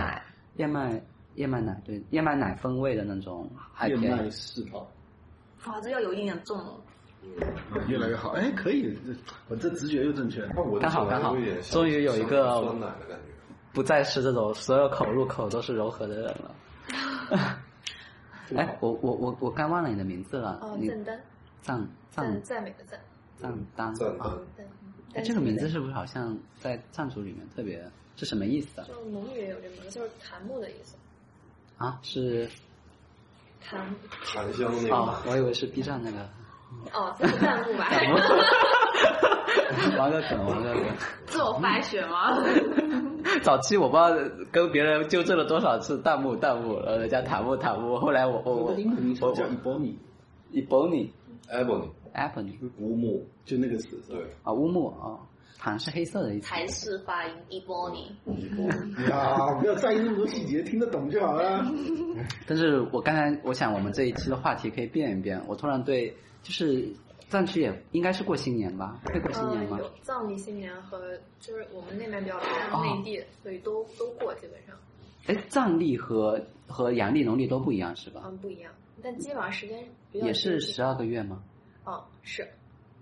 Speaker 5: 燕麦奶，
Speaker 1: 燕麦燕麦奶对燕麦奶风味的那种
Speaker 11: 燕
Speaker 1: IPA
Speaker 11: 麦。世泡
Speaker 12: 哇，这要有一点重哦。
Speaker 11: 越来越好，哎，可以，这我这直觉又正确。
Speaker 2: 那我
Speaker 1: 刚好刚好终于有一个
Speaker 2: 酸奶的感觉。
Speaker 1: 不再是这种所有口入口都是柔和的人
Speaker 11: [laughs]
Speaker 1: 了。哎，我我我我刚忘了你的名字了，
Speaker 4: 哦，
Speaker 1: 你
Speaker 4: 赞丹，
Speaker 1: 藏藏
Speaker 4: 赞赞美的赞，
Speaker 1: 藏丹
Speaker 2: 赞
Speaker 1: 啊
Speaker 2: 的，
Speaker 4: 对。
Speaker 1: 哎，这个名字是不是好像在藏族里面特别是什么意思啊？
Speaker 4: 就蒙语也有这名字，就是檀木的意思。
Speaker 1: 啊，是
Speaker 4: 檀
Speaker 2: 檀香那
Speaker 1: 哦
Speaker 2: 个，，
Speaker 1: 我以为是 B 站
Speaker 11: [laughs]
Speaker 1: 那个。
Speaker 4: 哦，这是弹幕吧？
Speaker 12: [laughs]
Speaker 1: 玩个梗，玩个梗。
Speaker 12: 自我发掘
Speaker 3: [laughs]
Speaker 12: 吗？
Speaker 1: [laughs] 早期我不知道跟别人纠正了多少次弹幕弹幕，呃然后人家弹幕弹幕，后来我
Speaker 11: 哦
Speaker 1: 我我
Speaker 11: 英文名
Speaker 1: 我
Speaker 11: 叫 Ebony，
Speaker 1: Ebony
Speaker 2: ebony
Speaker 1: Ebony
Speaker 2: 乌木，
Speaker 11: 就那个词，
Speaker 2: 对，
Speaker 1: 啊乌木啊，糖是黑色的意思。
Speaker 12: 台式发音 Ebony，
Speaker 11: 呀，不要在意那么多细节，听得懂就好了。
Speaker 1: 但是我刚才我想我们这一期的话题可以变一变，我突然对就是藏区也应该是过新年吧？会过新年吗
Speaker 4: 嗯，？有藏历新年和就是我们那边比较偏内
Speaker 1: 哦
Speaker 4: 地，所以都都过基本上，
Speaker 1: 哎，藏历和和阳历农历都不一样是吧？
Speaker 4: 嗯，不一样，但基本上时间比较
Speaker 1: 也是
Speaker 4: 接近
Speaker 1: 十二个月吗？
Speaker 4: 哦，是，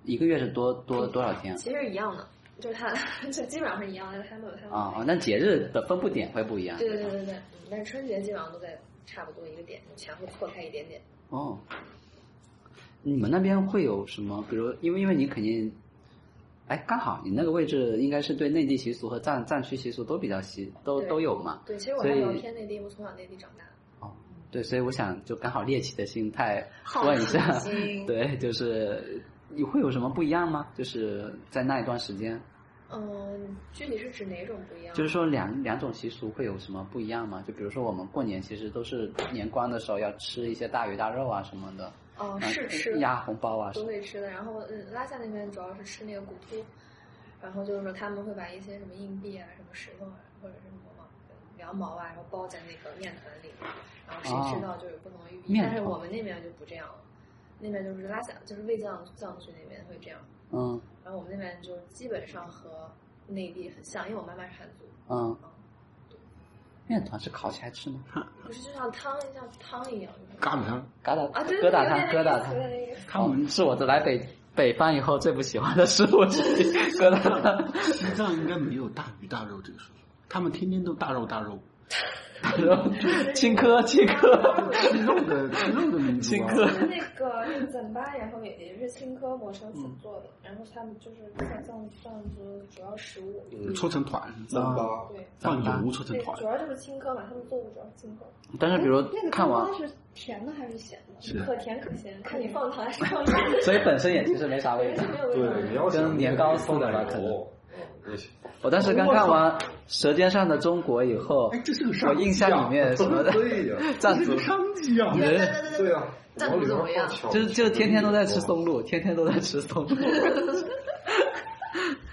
Speaker 1: 一个月是多多多少天啊？
Speaker 4: 其实是一样的，就是它就基本上是一样的，他们有他们的
Speaker 1: 啊、哦，那节日的分布点会不一样。
Speaker 4: 对对
Speaker 1: 吧
Speaker 4: 对对对，嗯但是春节基本上都在差不多一个点前后错开一点点。
Speaker 1: 哦，你们那边会有什么？比如，因为因为你肯定，哎，刚好你那个位置应该是对内地习俗和藏藏区习俗都比较习都
Speaker 4: 对
Speaker 1: 都有嘛。
Speaker 4: 对，其实我
Speaker 1: 所
Speaker 4: 还
Speaker 1: 以
Speaker 4: 比较偏内地，我从小内地长大的。
Speaker 1: 哦，对，所以我想就刚好猎奇的心态
Speaker 12: 好
Speaker 1: 问一
Speaker 12: 奇
Speaker 1: 下， [laughs]
Speaker 12: 心
Speaker 1: 对，就是你会有什么不一样吗？就是在那一段时间，
Speaker 4: 嗯，具体是指哪种不一样？
Speaker 1: 就是说两两种习俗会有什么不一样吗？就比如说我们过年其实都是年关的时候要吃一些大鱼大肉啊什么的，
Speaker 4: 哦，
Speaker 1: 啊
Speaker 4: 是吃
Speaker 1: 压红包啊什
Speaker 4: 都
Speaker 1: 么的。
Speaker 4: 会吃的。然后嗯，拉萨那边主要是吃那个骨秃，然后就是说他们会把一些什么硬币啊、什么石头啊，或者是什么毛羊毛啊，然后包在那个面团里，然后谁吃到就是不同的寓意。
Speaker 1: 哦面
Speaker 4: 但是
Speaker 1: 团
Speaker 4: 我们那边就不这样了，那边就是拉萨，就是卫藏藏区那边会这样。
Speaker 1: 嗯
Speaker 4: 然后我们那边就基本上和内地很像，因为我妈妈是汉族，
Speaker 1: 嗯，面团是烤起来吃吗？
Speaker 4: 不是就像汤像汤一样。
Speaker 11: 嘎子汤，
Speaker 1: 疙瘩
Speaker 4: 啊，对
Speaker 1: 疙瘩
Speaker 4: 对对，
Speaker 1: 汤，疙瘩汤
Speaker 4: 有点那个意思。
Speaker 1: 哦是我来北北方以后最不喜欢的食物之一， [laughs] 疙瘩汤。
Speaker 11: 西藏应该没有大鱼大肉这个说法，他们天天都大肉大肉，
Speaker 1: 然后青稞，青稞，
Speaker 11: 吃肉的吃肉的民族
Speaker 1: 青
Speaker 11: 啊。
Speaker 1: 稞。
Speaker 4: 那个那个糌粑，然后也也是青稞磨成粉做的，然后他们就是在藏藏族主要食物，
Speaker 2: 嗯，
Speaker 11: 搓成团，
Speaker 2: 三八，
Speaker 4: 对，
Speaker 11: 放油搓成
Speaker 4: 对，主
Speaker 11: 团，
Speaker 4: 要就是青稞嘛，他们做的主要是青稞，哎
Speaker 1: 但是比如
Speaker 5: 那个
Speaker 1: 看完
Speaker 5: 地，方是甜的还是咸的？
Speaker 11: 是
Speaker 4: 可甜可咸，看你放糖还是放盐，
Speaker 1: 所以本身也其实没啥味
Speaker 4: 也
Speaker 1: 道
Speaker 4: 是。没有味道
Speaker 2: 对，你
Speaker 4: 的。
Speaker 2: 要想
Speaker 1: 跟年糕似的吧可能
Speaker 2: 油，嗯，也行
Speaker 1: 我当时刚看完《舌尖上的中国》以后
Speaker 11: 哎，这是个，啥
Speaker 1: 我印象里面 [laughs] 什么的
Speaker 2: [laughs]
Speaker 1: [laughs]
Speaker 2: 对呀，
Speaker 1: 藏
Speaker 11: 这
Speaker 4: [laughs]
Speaker 1: 族
Speaker 11: 个商机啊！
Speaker 1: 人
Speaker 2: 对呀，往里边放巧克
Speaker 1: 就
Speaker 2: 力
Speaker 1: 是
Speaker 2: 哦
Speaker 1: 就天天都在吃松露，天天都在吃松露。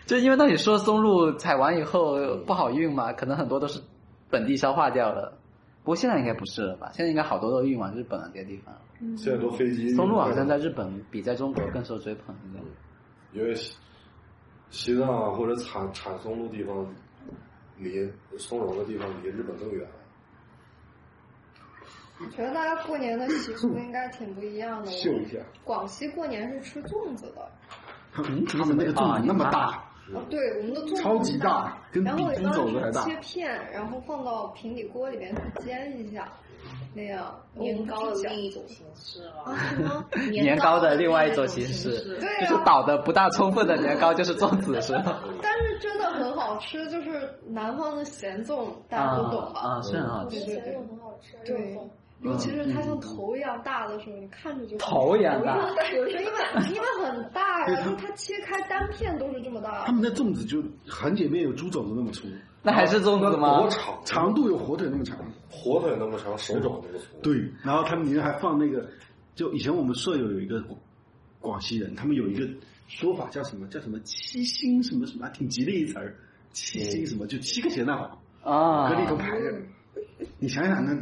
Speaker 1: 就因为那你说松露采完以后不好运嘛，可能很多都是本地消化掉了。不过现在应该不是了吧？现在应该好多都运往日本了这些地方。
Speaker 2: 现在都飞机
Speaker 1: 松露好像在日本比在中国更受追捧一点。
Speaker 2: 因为西西藏啊或者产产松露地方离松茸的地方离日本更远。
Speaker 5: 我觉得大家过年的习俗应该挺不一样的。
Speaker 11: 秀一下，
Speaker 5: 广西过年是吃粽子的，
Speaker 11: 嗯他们那个粽子那么大，
Speaker 5: 哦，对，我们的粽子
Speaker 11: 超级大
Speaker 5: 大，
Speaker 11: 跟
Speaker 5: 然后
Speaker 11: 比
Speaker 5: 里
Speaker 11: 猪肘子还
Speaker 5: 边
Speaker 11: 大
Speaker 5: 切片，然后放到平底锅里边去煎一下，那样
Speaker 12: 年糕的
Speaker 5: 饺
Speaker 12: 另一种形式了。
Speaker 5: 啊什 [laughs] 么？
Speaker 1: 年糕的另外一种形式，
Speaker 5: 对
Speaker 1: 就
Speaker 5: 啊
Speaker 1: 是倒的不大充分的年糕，就是粽子，是吧？
Speaker 5: 但是真的很好吃，就是南方的咸粽，大家都懂吧？
Speaker 1: 啊，是很好
Speaker 4: 我
Speaker 1: 吃
Speaker 4: 觉。得
Speaker 5: 对
Speaker 4: 咸
Speaker 5: 对
Speaker 4: 肉很好吃，肉
Speaker 5: 对
Speaker 4: 粽，
Speaker 5: 尤其是它像头一样大的时候，你看着就
Speaker 1: 头一样大
Speaker 5: 有时候因为因为很大呀，就是它切开单片都是这么大
Speaker 11: 他。们那粽子就很姐妹有猪肘子那么粗，
Speaker 1: 那还是粽子吗
Speaker 2: 多？长？啊
Speaker 6: 长度有火腿那么长。
Speaker 2: 火腿那么长，手掌那么粗。
Speaker 6: 对，然后他们里面还放那个，就以前我们舍友有一个广西人，他们有一个说法叫什么？叫什么七星什么什么，挺吉利一词儿。七星什么？就七个咸蛋黄，
Speaker 1: 啊
Speaker 6: 搁，里头排着。你想想那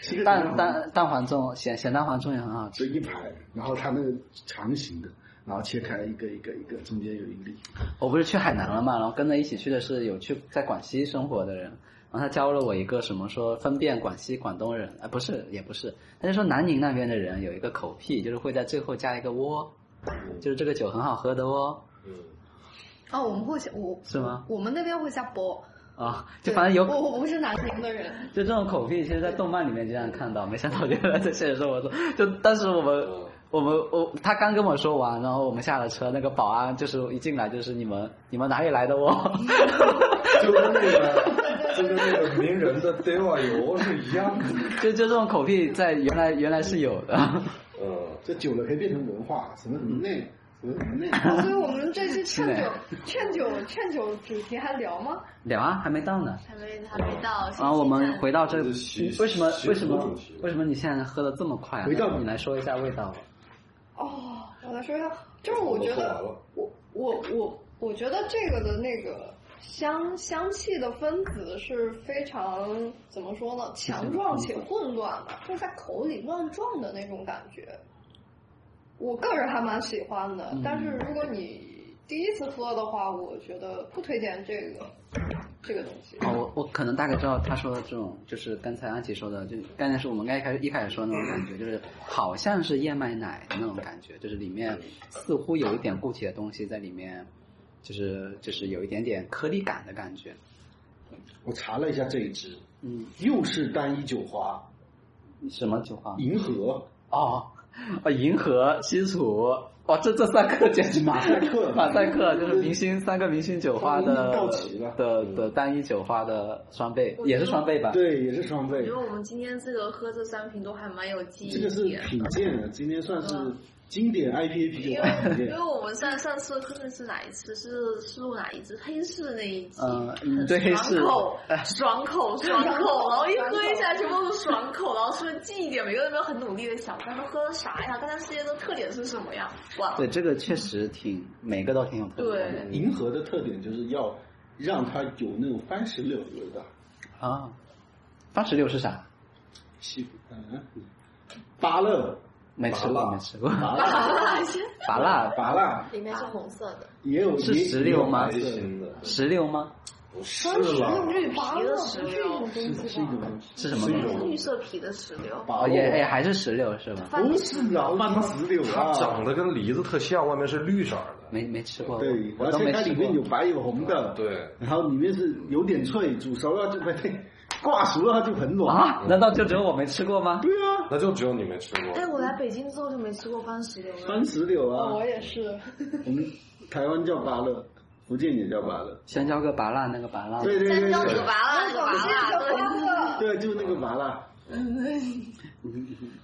Speaker 6: 七个咸
Speaker 1: 蛋
Speaker 6: 黄
Speaker 1: 蛋蛋黄粽，咸咸蛋黄粽也很好吃。
Speaker 6: 这一排，然后它那个长形的，然后切开一个一个一个，中间有一粒。
Speaker 1: 我不是去海南了嘛，然后跟着一起去的是有去在广西生活的人，然后他教了我一个什么说分辨广西广东人，啊、不是也不是，他就说南宁那边的人有一个口癖，就是会在最后加一个窝，就是这个酒很好喝的哦，
Speaker 2: 嗯，
Speaker 5: 啊，我们会下我
Speaker 1: 是吗？
Speaker 5: 我们那边会下播，
Speaker 1: 啊，就反正有
Speaker 5: 我我不是南宁
Speaker 1: [laughs]
Speaker 5: 的人，
Speaker 1: 就这种口癖，其实，在动漫里面经常看到，没想到原来在现实生活中，就当时我们我们我他刚跟我说完，然后我们下了车，那个保安就是一进来就是你们你们哪里来的哦， [laughs]
Speaker 2: 就跟那个就跟那个名人的 d e v a 油是一样的。
Speaker 1: 就就这种口癖在原来原来是有的。
Speaker 2: 嗯，
Speaker 6: 这久了可以变成文化，什么什么那，什么什么那。
Speaker 5: 所
Speaker 1: [laughs]
Speaker 5: 以我们这期劝
Speaker 1: 是
Speaker 5: 酒
Speaker 1: 的
Speaker 5: 劝酒劝酒主题还聊吗？
Speaker 1: 聊啊，还没到呢。
Speaker 3: 还没还没到。
Speaker 1: 然啊后我们回到这，
Speaker 2: 这是习
Speaker 1: 为什么
Speaker 2: 习俗
Speaker 1: 为什么
Speaker 2: 主题
Speaker 1: 为什么你现在喝的这么快、啊？
Speaker 6: 回到
Speaker 1: 你来说一下味道吧。
Speaker 5: 哦，我来说一下，就是我觉
Speaker 2: 说
Speaker 5: 得
Speaker 2: 完了
Speaker 5: 我我我我觉得这个的那个香香气的分子是非常怎么说呢，强壮且混乱的，就是在口里乱撞的那种感觉。我个人还蛮喜欢的，
Speaker 1: 嗯
Speaker 5: 但是如果你第一次喝的话，我觉得不推荐这个这个东西。
Speaker 1: 哦，我我可能大概知道他说的这种，就是刚才安琪说的，就刚才是我们刚一开始一开始说的那种感觉，就是好像是燕麦奶的那种感觉，就是里面似乎有一点固体的东西在里面，就是就是有一点点颗粒感的感觉。
Speaker 6: 我查了一下这一支，
Speaker 1: 嗯，
Speaker 6: 又是单一酒花，
Speaker 1: 什么酒花？
Speaker 6: 银河。
Speaker 1: 哦，哦，银河、西楚，哇，这这三
Speaker 6: [laughs]
Speaker 1: 个简直
Speaker 6: 马赛克
Speaker 1: 马赛克就是明星三个明星酒花的
Speaker 6: 到齐了
Speaker 1: 的的单一酒花的双倍，也是双倍吧？
Speaker 6: 嗯对，也是双
Speaker 3: 我
Speaker 6: 倍
Speaker 3: 觉。得我们今天这个喝这三瓶都还蛮有记忆
Speaker 6: 这个是 [laughs]
Speaker 3: 点，
Speaker 6: 品鉴的，今天算是经典 IPA 啤酒的品
Speaker 3: 因为
Speaker 6: 鉴。
Speaker 3: 我们上上次喝的是哪一次？是是录哪一次？黑市那一集，
Speaker 1: 嗯
Speaker 3: 很
Speaker 1: 对黑市
Speaker 3: 爽口，
Speaker 1: [laughs]
Speaker 3: 爽口，爽口，然后一喝一下全部都是爽口，然后是不是记忆点？每个人都很努力的想，刚才喝的啥呀？刚才世界的特点是什么呀？哇，
Speaker 1: 对，这个确实挺每个都挺有特点的 [laughs]
Speaker 3: 对 [laughs]
Speaker 6: 银河的特点就是要让它有那种番石榴的味道，
Speaker 1: 啊。八十六是啥？
Speaker 6: 西嗯，芭乐、
Speaker 1: 没吃过，
Speaker 6: 麻辣
Speaker 1: 没吃过。
Speaker 6: 麻辣、
Speaker 1: 拔蜡
Speaker 6: 芭辣
Speaker 13: 里面是红色的，
Speaker 6: 也有
Speaker 1: 是
Speaker 6: 也
Speaker 1: 石榴吗
Speaker 2: 开心的
Speaker 1: 石榴吗？
Speaker 2: 不是啦，
Speaker 5: 绿八
Speaker 3: 皮
Speaker 5: 乐
Speaker 3: 的
Speaker 5: 不
Speaker 3: 石
Speaker 5: 是一
Speaker 3: 榴
Speaker 5: 种东西
Speaker 6: 是一种
Speaker 5: 吧？
Speaker 1: 是什么
Speaker 6: 是
Speaker 1: 东
Speaker 6: 一
Speaker 1: 西？
Speaker 6: 种
Speaker 3: 绿色皮的石榴，
Speaker 6: 芭
Speaker 1: 哦，
Speaker 6: 乐，
Speaker 1: 也也还是石榴是吧？
Speaker 6: 不是啊，番石榴
Speaker 2: 它
Speaker 6: 啊，
Speaker 2: 长得跟梨子特像，外面是绿色的。
Speaker 1: 没没吃过，
Speaker 6: 对，
Speaker 1: 我
Speaker 6: 而
Speaker 1: 都
Speaker 6: 且
Speaker 1: 没
Speaker 6: 它
Speaker 1: 吃
Speaker 6: 里
Speaker 1: 过
Speaker 6: 面。有白有红的，
Speaker 2: 对，
Speaker 6: 然后里面是有点脆，煮熟了就会 [laughs] 挂熟了它就很软。
Speaker 1: 啊？难道就只有我没吃过吗？
Speaker 6: 对啊，
Speaker 2: 那就只有你没吃过。
Speaker 3: 哎，我来北京之后就没吃过番石榴了。
Speaker 6: 番石榴啊，
Speaker 5: 哦我也是。
Speaker 6: 我们台湾叫芭乐，福建也叫芭乐。
Speaker 1: 香蕉跟拔蜡那个拔蜡，
Speaker 6: 对对
Speaker 3: 三
Speaker 6: 对
Speaker 3: 椒那个
Speaker 6: 对，
Speaker 3: 娃
Speaker 5: 啊
Speaker 3: 娃，那个娃娃，对，
Speaker 6: 对，就是那个麻辣。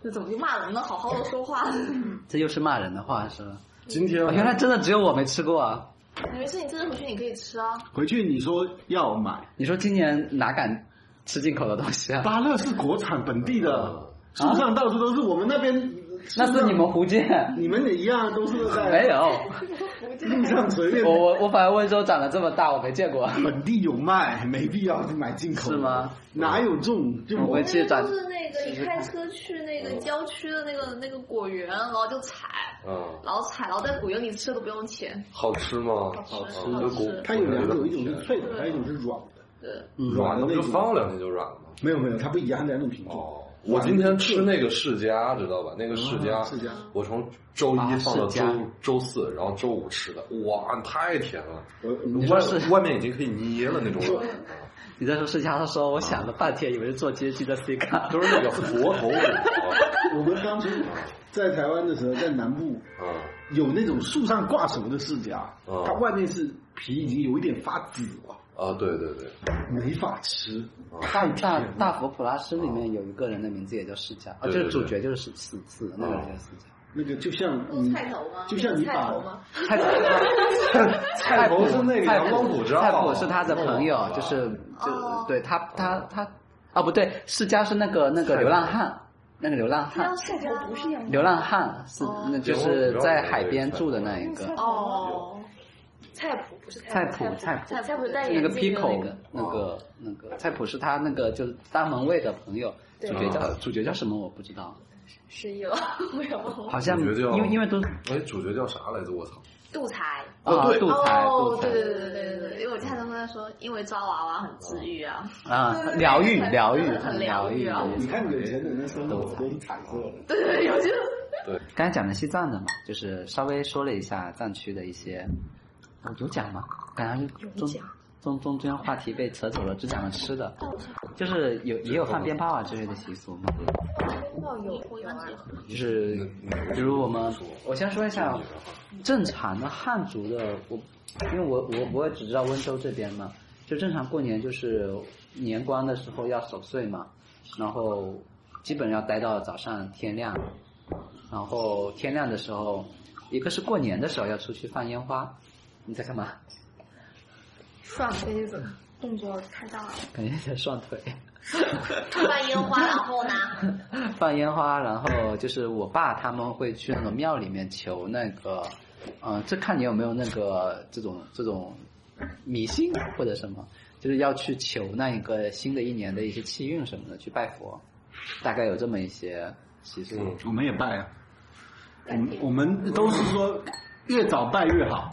Speaker 3: 这怎么就骂人呢？好好的说话。
Speaker 2: [laughs]
Speaker 3: 嗯
Speaker 1: 这又是骂人的话是吧？
Speaker 2: 今天
Speaker 1: 哦原来真的只有我没吃过啊！
Speaker 3: 没事，你这次回去你可以吃啊。
Speaker 6: 回去你说要买，
Speaker 1: 你说今年哪敢吃进口的东西啊？
Speaker 6: 芭乐是国产本地的，树上到处都是，我们那边
Speaker 1: 那是你们福建，
Speaker 6: [laughs] 你们也一样，都是在
Speaker 1: 没有。哦
Speaker 6: 路上随便
Speaker 1: 我我我反正温州长得这么大，我没见过。
Speaker 6: 本地有卖，没必要去买进口的
Speaker 1: 是吗？哦
Speaker 6: 哪有这种？就
Speaker 1: 我
Speaker 6: 我
Speaker 1: 回去长
Speaker 3: 就是那个一开车去那个郊区的那个那个果园，然后就采，
Speaker 2: 嗯，
Speaker 3: 然后采，然后在果园里吃都不用钱。
Speaker 2: 好吃吗？
Speaker 3: 好吃
Speaker 2: 嗯
Speaker 3: 好吃
Speaker 2: 就果
Speaker 6: 它有两种，一种是脆的，还有一种是软的。
Speaker 3: 对，
Speaker 2: 软的，
Speaker 6: 的
Speaker 2: 不
Speaker 6: 那
Speaker 2: 是
Speaker 6: 种
Speaker 2: 放两天就软了吗？
Speaker 6: 没有没有，它不一样两种品种。
Speaker 2: 哦，我今天吃那个世家，知道吧？那个世家，
Speaker 6: 世家
Speaker 2: 我从周
Speaker 1: 啊
Speaker 2: 一放到
Speaker 1: 世
Speaker 2: 周
Speaker 1: 家
Speaker 2: 周四，然后周五吃的，哇，太甜了，
Speaker 6: 我
Speaker 1: 你说是
Speaker 2: 外外面已经可以捏了那种软了，
Speaker 1: 你在说释迦的时候，我想了半天，以为是做街机的 C 卡。
Speaker 2: 就是那个佛 [laughs] 头乳
Speaker 6: 我们当初在台湾的时候，在南部
Speaker 2: 啊，嗯
Speaker 6: 有那种树上挂熟的释迦，
Speaker 2: 哦
Speaker 6: 它外面是皮已经有一点发紫了，
Speaker 2: 啊，对对对，
Speaker 6: 没法吃，
Speaker 1: 大大大佛普拉斯里面有一个人的名字也叫释迦，啊，就
Speaker 2: 对对哦
Speaker 1: 是主
Speaker 2: 对
Speaker 1: 角就是释释次，那个人叫释迦。
Speaker 6: 那个就像
Speaker 3: 不
Speaker 6: 你
Speaker 3: 菜头吗？
Speaker 6: 就像你
Speaker 4: 菜
Speaker 6: 把
Speaker 4: 头吗？
Speaker 1: 菜谱，
Speaker 6: 嗯
Speaker 2: 菜头是那个
Speaker 1: 菜
Speaker 2: 阳光普照，
Speaker 1: 菜谱是他的朋友
Speaker 2: 哦，
Speaker 1: 就是就
Speaker 3: 哦
Speaker 1: 对他他他啊不对，世家是那个那个流浪汉，那个流浪汉，
Speaker 5: 菜头不是阳
Speaker 1: 流浪汉是那就是在海边住的那一个
Speaker 3: 哦，
Speaker 4: 菜谱不是
Speaker 1: 菜
Speaker 4: 谱
Speaker 1: 谱，菜谱。
Speaker 4: 菜谱
Speaker 3: 戴
Speaker 1: 那
Speaker 3: 眼
Speaker 1: 个
Speaker 3: 镜的
Speaker 1: Pico
Speaker 3: 个
Speaker 1: 那个那个菜谱是他那个就是当门卫的朋友，主
Speaker 4: 对
Speaker 1: 角叫
Speaker 2: 啊
Speaker 1: 主角叫什么我不知道，
Speaker 4: 失忆了，没有
Speaker 3: [laughs] 哦
Speaker 4: 忘了。
Speaker 1: 好像
Speaker 2: 主
Speaker 1: 因
Speaker 2: 角叫
Speaker 1: 为因为都
Speaker 2: 哎，主角叫啥来着？我操！
Speaker 3: 杜才。
Speaker 1: 啊
Speaker 2: 对
Speaker 1: 杜才
Speaker 3: 哦
Speaker 1: 杜，
Speaker 3: 对
Speaker 1: 才
Speaker 3: 对对对对对对，因为我看他们在说，因为抓娃娃很治愈啊。 [laughs]
Speaker 1: 啊
Speaker 3: 对对对
Speaker 1: 疗愈
Speaker 3: 很
Speaker 1: 疗愈
Speaker 3: 很疗愈啊
Speaker 1: 疗愈
Speaker 11: 你看有钱人的生活都是彩色的。
Speaker 3: 对对，有些
Speaker 1: 刚才讲的西藏的嘛，就是稍微说了一下藏区的一些，哦有讲吗？感觉中中中间话题被扯走了，只讲了吃的，就是有也有放鞭炮啊之类的习俗嘛，
Speaker 4: 哦，有有啊，
Speaker 1: 就是比如我们，我先说一下正常的汉族的，我因为我我我也只知道温州这边嘛，就正常过年就是年关的时候要守岁嘛，然后基本要待到早上天亮，然后天亮的时候，一个是过年的时候要出去放烟花，你在干嘛？
Speaker 4: 涮杯子，
Speaker 12: 动作太大了，
Speaker 1: 感觉在涮腿。
Speaker 3: 放烟花，然后 [laughs] 呢？
Speaker 1: 放烟花，然后就是我爸他们会去那种庙里面求那个，嗯、这看你有没有那个这种这种迷信或者什么，就是要去求那一个新的一年的一些气运什么的，去拜佛，大概有这么一些习俗。
Speaker 2: 嗯
Speaker 6: 我们也拜啊，我们我们都是说越早拜越好，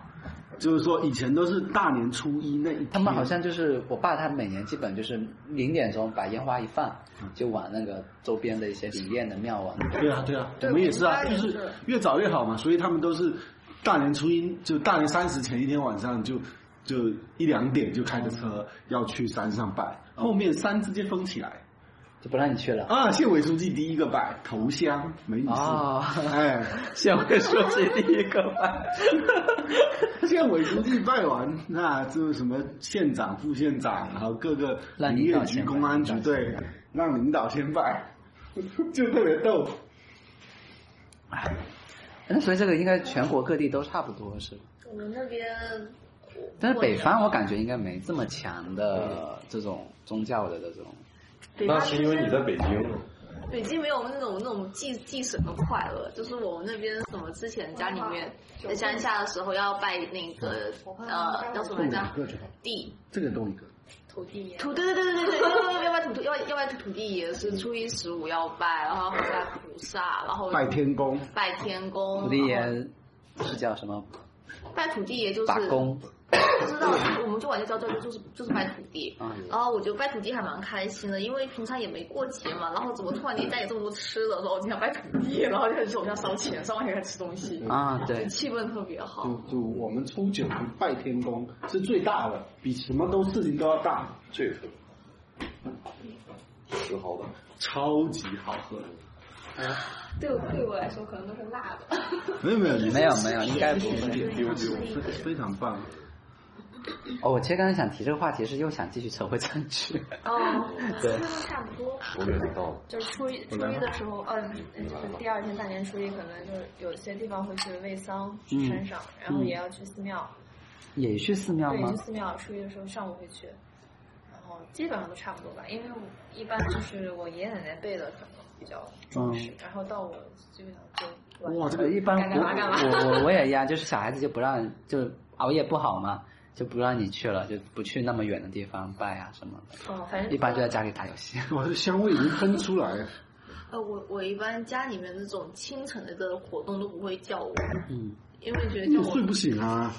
Speaker 6: 就是说以前都是大年初一那一天，
Speaker 1: 他们好像就是我爸，他每年基本就是零点钟把烟花一放，就往那个周边的一些灵验的庙往那边
Speaker 6: 对啊对啊，我们也是啊，就是越早越好嘛，所以他们都是大年初一就大年三十前一天晚上就。就一两点就开着车要去山上拜，
Speaker 1: 哦
Speaker 6: 后面山直接封起来
Speaker 1: 就不让你去了。
Speaker 6: 啊！县委书记第一个拜头香美女寺，
Speaker 1: [laughs] 哦
Speaker 6: 哎，
Speaker 1: 县委书记第一个拜，
Speaker 6: [laughs] 县委书记拜完，那就是什么县长、副县长，然后各个
Speaker 1: 让
Speaker 6: 林
Speaker 1: 领导
Speaker 6: 业
Speaker 1: 先
Speaker 6: 局、
Speaker 1: 拜
Speaker 6: 公安局
Speaker 1: 领导先
Speaker 6: 对，让领导先拜， [laughs] 就特别逗。
Speaker 1: 那 [laughs] 所以这个应该全国各地都差不多是吧？
Speaker 4: 我们那边
Speaker 1: 但是北方我感觉应该没这么强的这种宗教的这种，
Speaker 3: 北
Speaker 2: 那
Speaker 3: 方
Speaker 2: 是因为你在北京，
Speaker 3: 北京没有那种那种祭祭神的快乐，就是我们那边什么之前家里面在乡下的时候要拜那个呃叫什么来着
Speaker 6: 动一个就好？
Speaker 3: 地
Speaker 6: 这个动一个，
Speaker 4: 土地爷，
Speaker 3: 土，对对对对对对，要要拜土土要要拜土地爷是初一十五要拜，然后拜菩萨，然后
Speaker 6: 拜天公，
Speaker 3: 拜天公，
Speaker 4: 哦
Speaker 1: 土地爷是叫什么？
Speaker 3: 然后拜土地爷就是
Speaker 1: 把公
Speaker 3: 不知道，我们就晚就知道这就是就是拜土地。
Speaker 1: 啊，
Speaker 3: 然后哦我觉得拜土地还蛮开心的，因为平常也没过节嘛，然后怎么突然间家里这么多吃的，然后我经常拜土地，然后就开始我们要烧钱，烧完钱开始吃东西，
Speaker 1: 啊，对，
Speaker 3: 气氛特别好
Speaker 6: 就。就我们初九拜天公是最大的，比什么都事情都要大，
Speaker 2: 这个石好吧，
Speaker 6: 超级好喝。
Speaker 4: 对我对我来说可能都是辣的。
Speaker 6: 没有没有
Speaker 1: 没有没有，应该不
Speaker 6: 丢
Speaker 1: 会。
Speaker 6: 丢非非常棒。
Speaker 1: 哦，我其实刚才想提这个话题，是又想继续扯回藏区。
Speaker 4: 哦，
Speaker 1: [laughs] 对
Speaker 4: 差不多。
Speaker 2: 我给你到了。
Speaker 4: 就是初一初一的时候，嗯，就是第二天大年初一，可能就是有些地方会去喂桑，去山上，然后也要去寺庙，
Speaker 1: 也去寺庙
Speaker 4: 对，
Speaker 1: 吗
Speaker 4: 去？寺庙。初一的时候上午会去，然后基本上都差不多吧，因为我一般就是我爷爷奶奶辈的可能比较
Speaker 1: 嗯
Speaker 4: 重视，然后到我基本上就晚
Speaker 6: 哇，这
Speaker 1: 呃
Speaker 6: 个
Speaker 1: 一般
Speaker 4: 该干
Speaker 1: 我
Speaker 4: 嘛干嘛
Speaker 1: 我我我也一样，就是小孩子就不让，就熬夜不好嘛，就不让你去了，就不去那么远的地方拜啊什么的，
Speaker 4: 哦，反正
Speaker 1: 一般就在家里打游戏。 [laughs]
Speaker 6: 哇，这香味已经喷出来了。
Speaker 3: [laughs] 呃，我我一般家里面那种清晨的这个活动都不会叫我，
Speaker 1: 嗯，
Speaker 3: 因为觉得
Speaker 6: 你
Speaker 3: 叫我
Speaker 6: 睡不醒啊，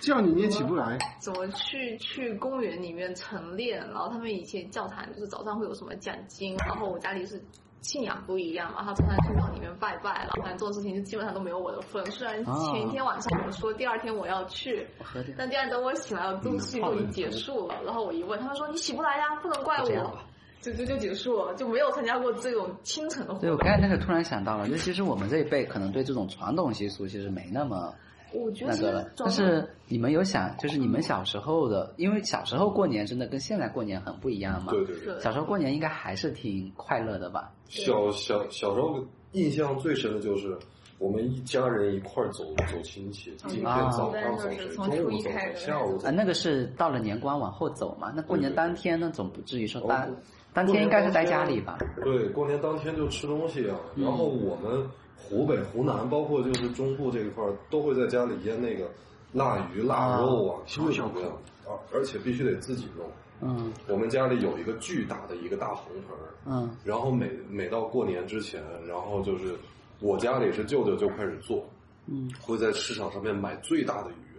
Speaker 6: 叫你你也起不来。
Speaker 3: 怎么去去公园里面晨练，然后他们以前教堂就是早上会有什么讲经，然后我家里是信仰不一样嘛，他常常去往里面拜拜，然后反正做事情就基本上都没有我的份。虽然
Speaker 1: 啊
Speaker 3: 前一天晚上我说第二天我要去，
Speaker 1: 我喝点。
Speaker 3: 但第二天等我醒来，我这个事情都已经结束了，然后我一问，他们说你起不来呀，不能怪
Speaker 1: 就这样
Speaker 3: 我
Speaker 1: 吧，
Speaker 3: 就就就结束了，就没有参加过这种清晨的活
Speaker 1: 对，我
Speaker 3: 动。
Speaker 1: 刚才那个突然想到了，就其实我们这一辈可能对这种传统习俗其实没那么
Speaker 3: 我觉得
Speaker 1: 那
Speaker 3: 其
Speaker 1: 个
Speaker 3: 实
Speaker 1: 了，但是你们有想，就是你们小时候的，因为小时候过年真的跟现在过年很不一样嘛。
Speaker 2: 对对对，
Speaker 3: 对
Speaker 1: 小时候过年应该还是挺快乐的吧？
Speaker 2: 小小小时候印象最深的就是我们一家人一块儿走走亲戚，今天早上走谁，中午走谁，下午走
Speaker 1: 啊，
Speaker 2: 谁。
Speaker 1: 那个是到了年关往后走嘛？那过年当天那总不至于说
Speaker 2: 哦
Speaker 1: 当
Speaker 2: 不
Speaker 1: 当天应该是在家里吧？
Speaker 2: 对，过年当天就吃东西啊。然后我们湖北、湖南，包括就是中部这一块儿，都会在家里腌那个腊鱼、腊肉啊，各种各样啊，而且必须得自己弄。
Speaker 1: 嗯
Speaker 2: 我们家里有一个巨大的一个大红盆儿，
Speaker 1: 嗯
Speaker 2: 然后每每到过年之前，然后就是我家里是舅舅就开始做，
Speaker 1: 嗯，
Speaker 2: 会在市场上面买最大的鱼，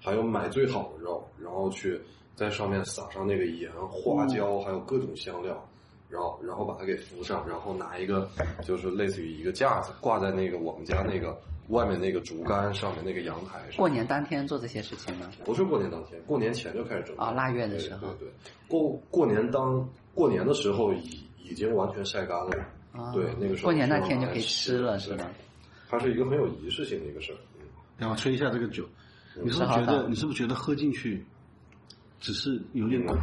Speaker 2: 还有买最好的肉，然后去在上面撒上那个盐、
Speaker 1: 嗯
Speaker 2: 花椒，还有各种香料，然后然后把它给敷上，然后拿一个就是类似于一个架子挂在那个我们家那个外面那个竹竿上面那个阳台上。
Speaker 1: 过年当天做这些事情吗？
Speaker 2: 不是过年当天，过年前就开始整
Speaker 1: 啊腊月的时候
Speaker 2: 对对对，过过年当过年的时候已已经完全晒干了。
Speaker 1: 啊，
Speaker 2: 对那个时候
Speaker 1: 过年那天就可以吃了，
Speaker 2: 是
Speaker 1: 是
Speaker 2: 吧
Speaker 1: 吧？
Speaker 2: 它是一个很有仪式性的一个事儿。嗯
Speaker 6: 然后吹一下这个酒，
Speaker 2: 嗯
Speaker 6: 你是
Speaker 1: 是
Speaker 6: 不是
Speaker 1: 好
Speaker 6: 觉得
Speaker 1: 的
Speaker 6: 你是不是觉得喝进去只是有点苦，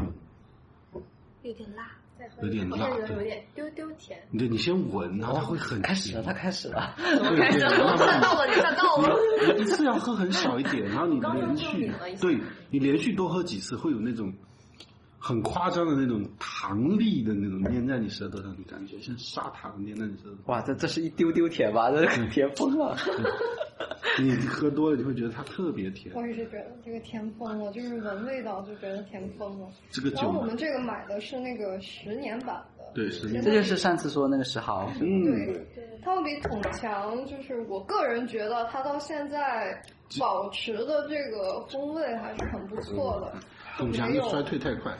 Speaker 12: 有点辣。
Speaker 4: 再喝
Speaker 6: 有点
Speaker 4: 我
Speaker 6: 辣
Speaker 4: 感觉有
Speaker 6: 对
Speaker 4: 点丢丢甜。
Speaker 6: 你对你先闻，然后它会很
Speaker 1: 开始了，他啊开始了。
Speaker 6: 对对对
Speaker 12: 我
Speaker 3: [laughs]
Speaker 6: 慢慢
Speaker 12: 看到了，你看到了。
Speaker 5: [laughs]
Speaker 6: 你一次要喝很少一点，然后你连续，啊对你连续多喝几次，会有那种很夸张的那种糖粒的那种粘在你舌头上，你感觉像砂糖粘在你舌头
Speaker 1: 哇，这这是一丢丢甜吧？这甜疯了。
Speaker 6: 上，你喝多了你会觉得它特别甜。
Speaker 5: 我也是觉得这个甜疯了，就是闻味道就觉得甜疯了。
Speaker 6: 这个
Speaker 5: 然后我
Speaker 6: 酒啊
Speaker 5: 们，这个买的是那个十年版的，
Speaker 6: 对，是
Speaker 1: 这就是上次说那个石壕，
Speaker 6: 嗯，
Speaker 5: 它要比桶强，就是我个人觉得它到现在保持的这个风味还是很不错的。
Speaker 6: 董嗯强
Speaker 5: 没有
Speaker 6: 衰退太快，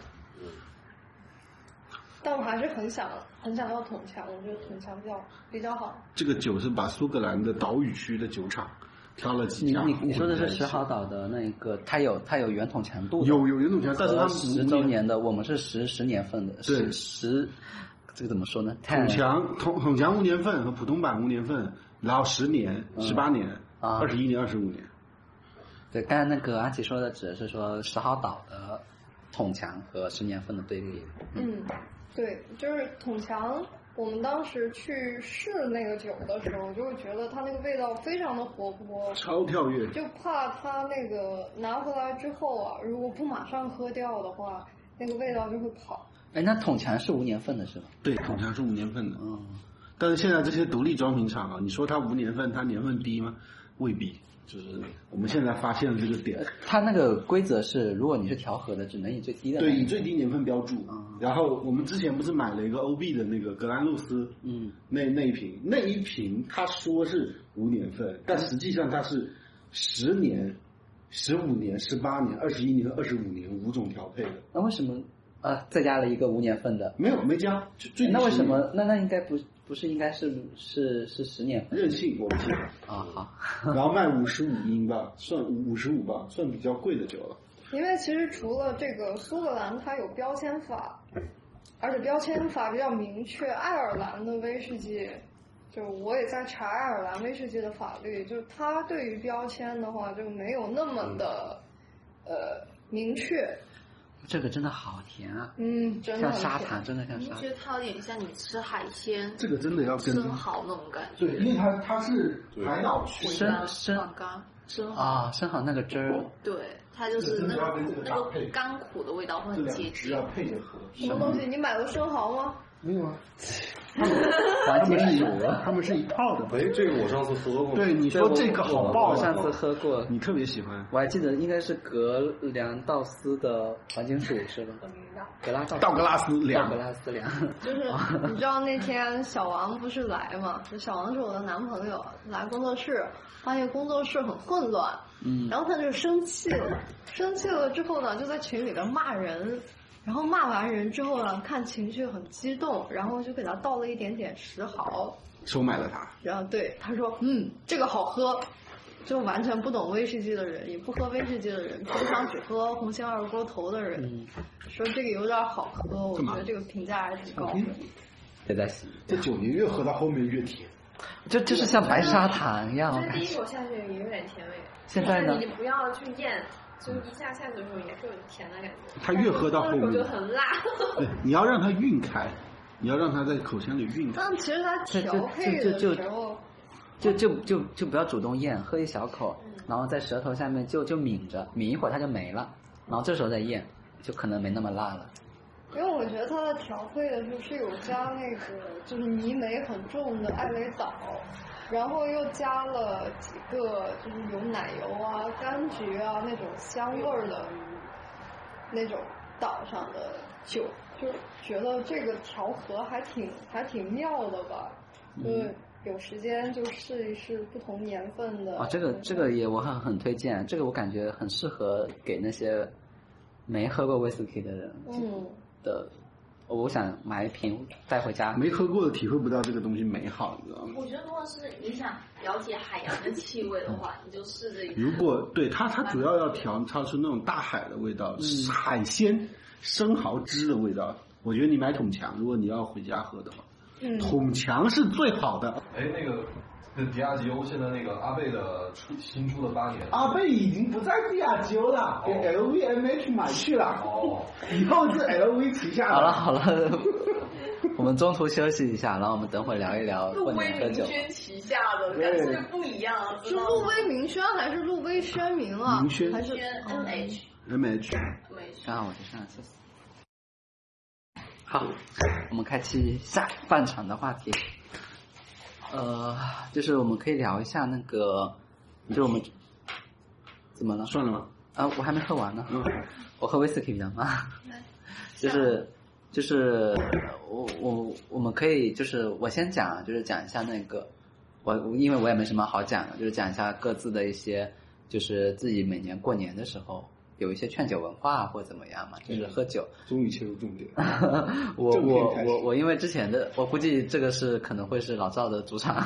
Speaker 5: 但我还是很想很想要桶强，我觉得桶强比较比较好。
Speaker 6: 这个酒是把苏格兰的岛屿区的酒厂挑了几
Speaker 1: 你
Speaker 6: 家，
Speaker 1: 你你说的是石壕岛的那个，它有它有圆筒强度的，
Speaker 6: 有有有种强，但是他们
Speaker 1: 十周年的，我们是十十年份的，十
Speaker 6: 对
Speaker 1: 十这个怎么说呢？
Speaker 6: 统
Speaker 1: 10
Speaker 6: 强统统强无年份和普通版无年份，然后十年、十八年、
Speaker 1: 嗯啊
Speaker 6: 二十一年、二十五年，
Speaker 1: 对，刚才那个安琪说的只是说十号岛的统强和十年份的对比。
Speaker 5: 嗯，对，就是桶强。我们当时去试那个酒的时候，就会觉得它那个味道非常的活泼，
Speaker 6: 超跳跃。
Speaker 5: 就怕它那个拿回来之后啊，如果不马上喝掉的话，那个味道就会跑。
Speaker 1: 哎，那统强是无年份的是吧？
Speaker 6: 对，统强是无年份的，
Speaker 1: 嗯，
Speaker 6: 但是现在这些独立装瓶厂啊，你说它无年份，它年份低吗？未必，就是我们现在发现了这个点。
Speaker 1: 它那个规则是，如果你是调和的，只能以最低的那
Speaker 6: 对，
Speaker 1: 一啊
Speaker 6: 以
Speaker 1: 种
Speaker 6: 最低年份标注。然后我们之前不是买了一个 OB 的那个格兰露丝，
Speaker 1: 嗯，
Speaker 6: 那那一瓶，那一瓶他说是无年
Speaker 1: 嗯
Speaker 6: 份，但实际上它是十年、十五年、十八年、二十一年、二十五年五种调配的，
Speaker 1: 那为什么啊再加了一个无年份的？哎
Speaker 6: 没有没加，就最低
Speaker 1: 嗯那为
Speaker 6: 10
Speaker 1: 什
Speaker 6: 年
Speaker 1: 么？那那应该不不是应该是是是十年份
Speaker 6: 任性？我不记
Speaker 1: [laughs]
Speaker 6: 得，
Speaker 1: 啊？好，
Speaker 6: 然后卖五十五英镑，算五十五吧，算比较贵的酒了。
Speaker 5: 因为其实除了这个苏格兰，它有标签法，而且标签法比较明确。爱尔兰的威士忌，就我也在查爱尔兰威士忌的法律，就是它对于标签的话就没有那么的、呃明确。
Speaker 1: 这个真的好甜啊，
Speaker 5: 嗯，真的
Speaker 1: 像
Speaker 5: 很
Speaker 1: 砂
Speaker 5: 甜
Speaker 1: 糖，真的像
Speaker 12: 你
Speaker 1: 砂糖
Speaker 12: 觉。得它有点像你吃海鲜、
Speaker 6: 这个真的要跟
Speaker 12: 生蚝那种感觉，
Speaker 6: 对，因为它它是
Speaker 2: 对
Speaker 6: 海岛区，
Speaker 12: 回
Speaker 1: 生
Speaker 12: 甘、
Speaker 1: 生
Speaker 12: 放干、生蚝，
Speaker 1: 啊，生蚝那个汁儿，
Speaker 12: 对，它就是那个苦那个甘苦的味道会
Speaker 1: 嗯
Speaker 6: 这
Speaker 12: 很
Speaker 6: 两
Speaker 12: 接
Speaker 6: 只
Speaker 12: 近
Speaker 6: 要。配着喝。
Speaker 5: 什么东西？你买过生蚝吗？
Speaker 6: 没
Speaker 1: [laughs]
Speaker 6: 有啊，
Speaker 1: 完
Speaker 6: 他
Speaker 1: 全
Speaker 6: 们
Speaker 1: 是
Speaker 6: 是一
Speaker 1: 有了。
Speaker 6: 他们是一套的。
Speaker 2: 哎，这个我上次喝过。
Speaker 6: 对，你说这个好爆
Speaker 1: 我
Speaker 6: 啊！
Speaker 1: 上次喝过，
Speaker 6: 你特别喜欢，
Speaker 1: 我还记得应该是格良道斯的环境署是吧？格拉道
Speaker 6: 道格拉斯
Speaker 1: 道
Speaker 6: 两
Speaker 1: 格拉斯良，
Speaker 5: 就是
Speaker 6: 啊
Speaker 5: 你知道那天小王不是来嘛？就小王是我的男朋友，来工作室，发现工作室很混乱，
Speaker 1: 嗯，
Speaker 5: 然后他就生气了，生气了之后呢，就在群里边骂人，然后骂完人之后呢，看情绪很激动，然后就给他倒了一点点石蚝，
Speaker 6: 收买了他。
Speaker 5: 然后对他说，嗯，这个好喝。就完全不懂威士忌的人，也不喝威士忌的人，平常只喝红星二锅头的人，
Speaker 1: 嗯
Speaker 5: 说这个有点好喝，我
Speaker 6: 嗯干嘛
Speaker 5: 觉得这个评价还挺高的。
Speaker 1: 别再洗，
Speaker 6: 这酒你越喝到后面越甜，
Speaker 1: 就就是像白砂糖一样，我感
Speaker 4: 就是第一
Speaker 1: 觉。
Speaker 4: 口下去也有点甜味，
Speaker 1: 现在呢
Speaker 4: 但是你不要去咽，就是一下下去的时候也是有甜的感觉。
Speaker 6: 它越喝到后面
Speaker 4: 那口就很辣。
Speaker 6: 对，你要让它晕开，你要让它在口腔里熨它。
Speaker 5: 但其实它调配
Speaker 1: 就就
Speaker 5: 的
Speaker 1: 就就
Speaker 5: 时候，
Speaker 1: 就就就就不要主动咽，喝一小口，然后在舌头下面就就抿着，抿一会儿它就没了，然后这时候再咽，就可能没那么辣了。
Speaker 5: 因为我觉得它的调配的时候是有加那个就是泥煤很重的艾雷岛，然后又加了几个就是有奶油啊、柑橘啊那种香味儿的那种岛上的酒，就觉得这个调和还挺还挺妙的吧，
Speaker 1: 嗯
Speaker 5: 就是有时间就试一试不同年份的。
Speaker 1: 啊，这个这个也我很很推荐，这个我感觉很适合给那些没喝过威士忌的人
Speaker 5: 嗯。
Speaker 1: 的，我想买一瓶带回家。
Speaker 6: 没喝过的体会不到这个东西美好，你知道吗？
Speaker 3: 我觉得，如果是你想了解海洋的气味的话，你就试着一
Speaker 6: 如果对它，它主要要调调出那种大海的味道，
Speaker 3: 嗯
Speaker 6: 海鲜生蚝汁的味道。我觉得你买桶强，如果你要回家喝的话，
Speaker 5: 嗯
Speaker 6: 桶强是最好的。
Speaker 2: 哎，那个，那迪亚吉欧现在那个阿贝的出新出的八年
Speaker 6: 啊
Speaker 11: 阿贝已经不在地亚欧了，
Speaker 6: 哦
Speaker 11: 给 LVMH 买去了，
Speaker 2: 哦，
Speaker 11: 以后是 LV 旗下的。
Speaker 1: [laughs] 好了好了，我们中途休息一下，然后我们等会儿聊一聊
Speaker 3: 陆
Speaker 1: 过
Speaker 3: 威
Speaker 1: 年喝
Speaker 3: 明
Speaker 1: 酒。
Speaker 3: 轩旗下的，但是不一样啊，知
Speaker 5: 是
Speaker 3: 道
Speaker 5: 路
Speaker 3: 吗？
Speaker 5: 威明轩还是路威宣明啊？
Speaker 6: 明轩
Speaker 5: 还是
Speaker 3: 轩 N H
Speaker 6: M H，
Speaker 3: 没事。
Speaker 1: 刚好我就上了，谢谢。好，我们开启下半场的话题。呃，就是我们可以聊一下那个，就是我们怎么了？
Speaker 6: 算了吧。
Speaker 1: 啊，我还没喝完呢。 [laughs] 我喝威士忌比较慢。就是就是我我我们可以就是我先讲啊，就是讲一下那个我因为我也没什么好讲的，就是讲一下各自的一些就是自己每年过年的时候有一些劝酒文化或者怎么样嘛，就是喝酒。
Speaker 6: 终于切入重点。
Speaker 1: [laughs] 我
Speaker 6: 正片
Speaker 1: 我
Speaker 6: 开始
Speaker 1: 我我因为之前的，我估计这个是可能会是老赵的主
Speaker 6: [laughs]
Speaker 1: 场，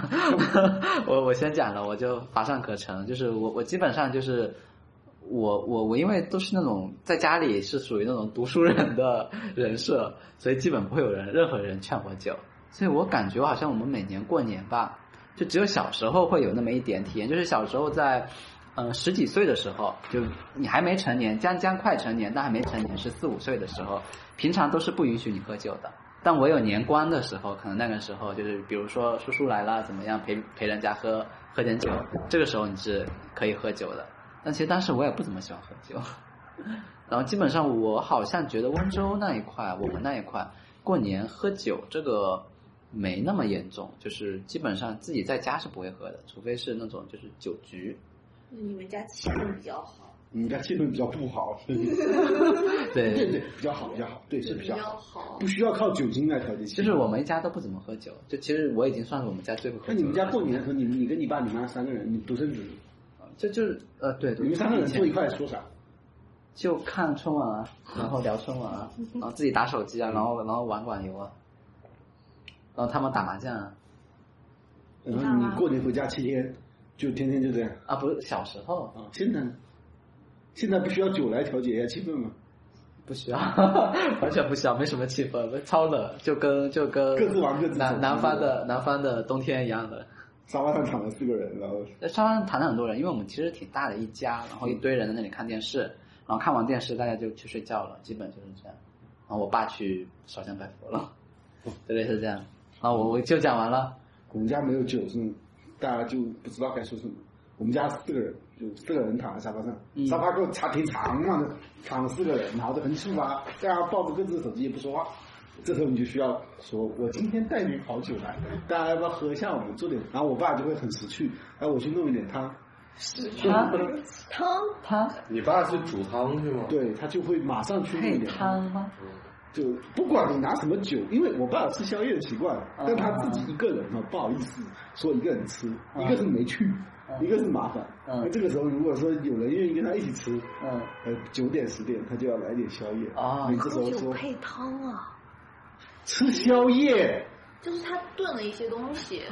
Speaker 1: 我我先讲了，我就乏善可陈，就是我我基本上就是。我我我因为都是那种在家里是属于那种读书人的人设，所以基本不会有人任何人劝我酒，所以我感觉好像我们每年过年吧，就只有小时候会有那么一点体验，就是小时候在，呃十几岁的时候，就你还没成年，将将快成年，但还没成年，十四五岁的时候，平常都是不允许你喝酒的。但我有年关的时候，可能那个时候就是，比如说叔叔来了，怎么样陪陪人家喝喝点酒，这个时候你是可以喝酒的。但其实当时我也不怎么喜欢喝酒，然后基本上我好像觉得温州那一块，我们那一块过年喝酒这个没那么严重，就是基本上自己在家是不会喝的，除非是那种就是酒局，
Speaker 3: 你们家气氛比较好，
Speaker 6: 你家气氛比较不好， [laughs] 对对
Speaker 1: 对，
Speaker 6: 对，比较好，比较好，对是比
Speaker 3: 比
Speaker 6: 较
Speaker 3: 较
Speaker 6: 好，
Speaker 3: 好
Speaker 6: 不。需要靠酒精来调节气氛。
Speaker 1: 就是我们一家都不怎么喝酒，就其实我已经算是我们家最不喝酒
Speaker 6: 那
Speaker 1: 的。
Speaker 6: 你们家过年的时候，你你跟你爸你妈三个人，你独生子，
Speaker 1: 就就是呃对，
Speaker 6: 你们三个人坐一块说啥？
Speaker 1: 就看春晚啊，然后聊春晚啊，然后自己打手机啊，然后然后玩网游啊，然后他们打麻将啊，
Speaker 6: 然后你过年回家七天，就天天就这样
Speaker 1: 啊不是小时候
Speaker 6: 啊。现在呢？现在不需要酒来调节一下气氛吗？
Speaker 1: 不需要， [laughs] 完全不需要，没什么气氛，超冷，就跟就跟
Speaker 6: 各自玩各自
Speaker 1: 南
Speaker 6: 走
Speaker 1: 南方的南方的冬天一样的。
Speaker 6: 沙发上躺了四个人，然后
Speaker 1: 在沙发上躺了很多人，因为我们其实挺大的一家，然后一堆人在那里看电视，然后看完电视大家就去睡觉了，基本就是这样。然后我爸去烧香拜佛了，
Speaker 6: 哦
Speaker 1: 就类似这样。然后我我就讲完了，
Speaker 6: 我们家没有酒，是大家就不知道该说什么。我们家四个人，就四个人躺在沙发上，
Speaker 1: 嗯
Speaker 6: 沙发够长挺长嘛，躺了四个人，然后都很触发，大家抱着各自的手机也不说话。这时候你就需要说，我今天带点好酒来，大家要不要喝一下？我们做点，然后我爸就会很识趣，哎，我去弄一点汤，
Speaker 1: 他他
Speaker 2: 你爸是煮汤去吗？，
Speaker 6: 对他就会马上去弄一
Speaker 1: 配
Speaker 6: 点
Speaker 1: 汤吗？
Speaker 6: 就不管你拿什么酒，因为我爸有吃宵夜的习惯，
Speaker 1: 嗯
Speaker 6: 但他自己一个人嘛，不好意思说一个人吃，一个是没趣，一个是麻烦。
Speaker 1: 嗯
Speaker 6: 那这个时候如果说有人愿意跟他一起吃，
Speaker 1: 嗯，
Speaker 6: 呃，九点十点他就要来点宵夜
Speaker 1: 哦
Speaker 6: 你这时候说
Speaker 12: 配汤啊，
Speaker 6: 吃宵夜，
Speaker 3: 就是他炖了一些东西，比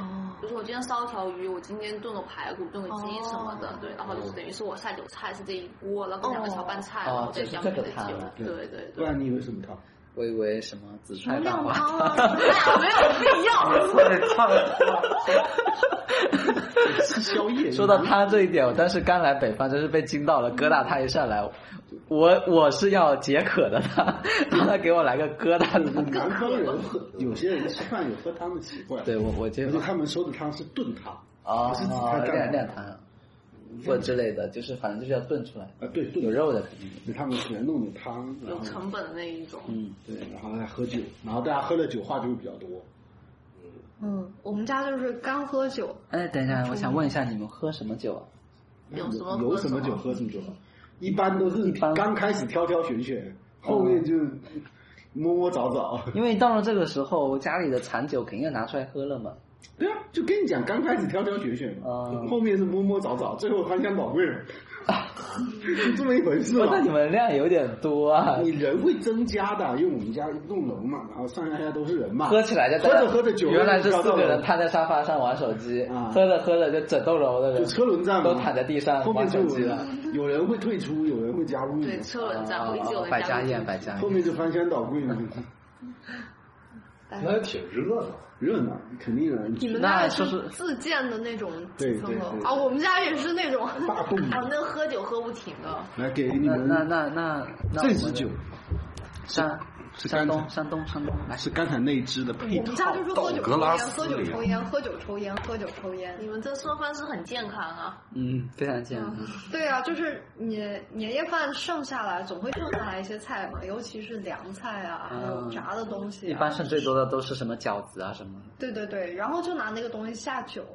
Speaker 3: 如说我今天烧条鱼，我今天炖了排骨，炖了鸡什么的，对，然后就是等于是我下酒菜是这一锅，然后跟两个小拌菜，然后再
Speaker 1: 哦
Speaker 3: 加杯
Speaker 1: 这
Speaker 3: 酒
Speaker 1: 是这个汤啊，
Speaker 3: 对对
Speaker 6: 不
Speaker 3: 对，
Speaker 6: 然你以为什么汤？
Speaker 1: 我以为什么紫菜蛋
Speaker 12: 亮
Speaker 1: 花。
Speaker 12: 汤
Speaker 1: 哈
Speaker 12: 啊，
Speaker 1: 哈
Speaker 3: 没有必要。
Speaker 6: [laughs] 吃宵夜。
Speaker 1: 说到汤这一点，我当时刚来北方，真是被惊到了，疙瘩他一上来，我我是要解渴的，他让他给我来个疙瘩。
Speaker 6: 南方人喝，有些人吃饭有喝汤的习惯。
Speaker 1: [laughs] 对我我觉
Speaker 6: 比
Speaker 1: 得
Speaker 6: 如说他们说的汤是炖汤
Speaker 1: 啊
Speaker 6: 不是紫菜蛋
Speaker 1: 亮亮汤或之类的，就是反正就是要炖出来，
Speaker 6: 啊，对，炖
Speaker 1: 有肉的肯定。
Speaker 6: 对，他们全弄的汤，然
Speaker 3: 有
Speaker 6: 后
Speaker 3: 成本的那一种。
Speaker 1: 嗯，
Speaker 6: 对，然后再喝酒，然后大家喝的酒话就会比较多。
Speaker 5: 嗯，我们家就是干喝酒，
Speaker 1: 哎，等一下，我想问一下你们喝什么酒啊？
Speaker 3: 有什么
Speaker 6: 有
Speaker 3: 喝
Speaker 6: 什
Speaker 3: 什
Speaker 6: 么
Speaker 3: 么
Speaker 6: 酒喝什么酒，一般都是
Speaker 1: 般
Speaker 6: 刚开始挑挑选选，后面就摸摸找找。 [laughs]
Speaker 1: 因为到了这个时候，家里的残酒肯定要拿出来喝了嘛。
Speaker 6: 对啊，就跟你讲，刚开始挑挑选选嘛，
Speaker 1: 嗯
Speaker 6: 后面是摸摸找找，最后翻箱倒柜
Speaker 1: [laughs]
Speaker 6: 了，就这么一回事嘛。
Speaker 1: 哦那你们量有点多啊。
Speaker 6: 你人会增加的，因为我们家一栋楼嘛，然后上上下下都是人嘛，
Speaker 1: 喝起来就
Speaker 6: 啊喝着喝着酒，
Speaker 1: 原来是四个人
Speaker 6: 他
Speaker 1: 瘫在沙发上玩手机，
Speaker 6: 啊
Speaker 1: 喝着喝着就整栋楼的人
Speaker 6: 就车轮战嘛
Speaker 1: 都躺在地上
Speaker 6: 后面
Speaker 1: 玩
Speaker 6: 就
Speaker 1: 手机
Speaker 6: 有
Speaker 1: 了。
Speaker 6: 人有人会退出，有人会加入，
Speaker 3: 对，车轮战，我一直有人
Speaker 1: 哦百家
Speaker 3: 加入
Speaker 1: 宴，百家
Speaker 6: 后
Speaker 1: 宴。
Speaker 6: 面就翻箱倒柜嘛，
Speaker 2: 那还挺热闹。
Speaker 6: 热闹肯定的，
Speaker 5: 你们
Speaker 1: 那
Speaker 5: 家也
Speaker 1: 就是
Speaker 5: 是自建的那种
Speaker 6: 对
Speaker 5: 几层
Speaker 6: 对
Speaker 5: 楼
Speaker 6: 对
Speaker 5: 啊？我们家也是那种，
Speaker 6: 大动
Speaker 3: 啊， [laughs] 那个喝酒喝不停的，
Speaker 6: 来给你
Speaker 1: 那那
Speaker 6: 们
Speaker 1: 那那那
Speaker 6: 这
Speaker 1: 我
Speaker 6: 支
Speaker 1: 们
Speaker 6: 酒
Speaker 1: 山
Speaker 6: 是
Speaker 1: 山
Speaker 6: 甘
Speaker 1: 东
Speaker 6: 蔗啊
Speaker 1: 山东山东来，
Speaker 6: 哎是刚才那一支的配
Speaker 5: 我
Speaker 6: 套
Speaker 5: 们，家就是喝酒
Speaker 2: 倒格
Speaker 5: 抽
Speaker 2: 拉
Speaker 5: 烟，
Speaker 2: 斯
Speaker 5: 喝酒抽烟，喝酒抽烟，喝酒抽烟。
Speaker 3: 你们这做饭是很健康啊。
Speaker 1: 嗯，非常健康。
Speaker 5: 对啊，就是你年夜饭剩下来，总会剩下来一些菜嘛，尤其是凉菜啊，还有
Speaker 1: 嗯
Speaker 5: 炸的东西、啊。
Speaker 1: 一般剩最多的都是什么饺子啊什么的。
Speaker 5: 对对对，然后就拿那个东西下酒，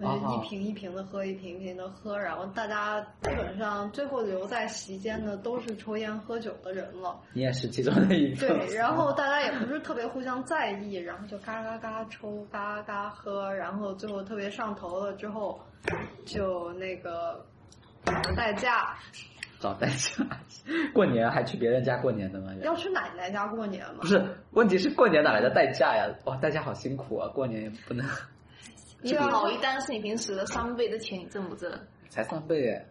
Speaker 5: 呃
Speaker 1: 啊
Speaker 5: 一瓶一瓶的喝，一瓶一瓶的喝，然后大家基本上最后留在席间的都是抽烟喝酒的人了。
Speaker 1: 你也是其中的一个。
Speaker 5: 对，然后大家也不是特别互相在意，然后就嘎嘎嘎抽，嘎嘎嘎喝，然后最后特别上头了之后，就那个代驾
Speaker 1: [laughs] 找代驾，过年还去别人家过年的吗？
Speaker 5: 要去奶奶家过年嘛
Speaker 1: 不，是，问题是过年哪来的代驾呀？哇，代驾好辛苦啊，过年也不能
Speaker 3: 你跑一单是你平时的三倍的钱，你挣不挣？
Speaker 1: 才三倍哎。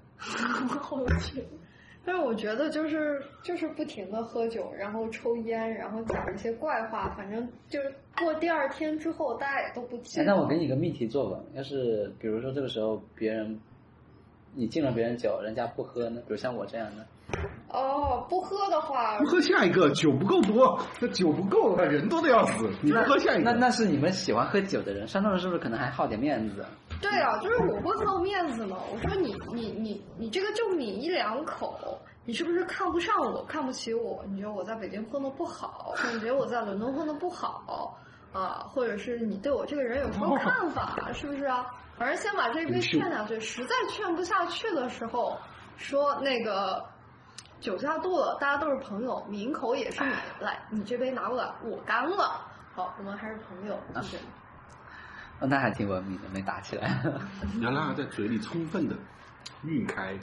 Speaker 5: 但是我觉得就是就是不停的喝酒，然后抽烟，然后讲一些怪话，反正就是过第二天之后，大家也都不记
Speaker 1: 哎，那
Speaker 5: 得。
Speaker 1: 我
Speaker 11: 哦
Speaker 1: 给你个命题作文，要是比如说这个时候别人，你敬了别人酒，人家不喝呢，比如像我这样的，
Speaker 5: 哦，不喝的
Speaker 1: [laughs]
Speaker 5: 话
Speaker 11: 不，喝下一个，酒不够多，那酒不够，那人多的要死，你不喝下一个，
Speaker 1: 那那是你们喜欢喝酒的人，山东人是不是可能还好点面子？
Speaker 5: 对啊，就是我不好面子嘛。我说你你你你这个就抿一两口，你是不是看不上我，看不起我？你觉得我在北京混的不好，或者你觉得我在伦敦混的不好啊？或者是你对我这个人有什么看法，是不是啊？反正先把这杯劝下去，实在劝不下去的时候，说那个酒下肚了，大家都是朋友，抿口也是你，来，你这杯拿过来，我干了。好，我们还是朋友，就是。
Speaker 1: 哦那还挺文明的，没打起来。 [laughs]
Speaker 6: 你要让它在嘴里充分的晕开，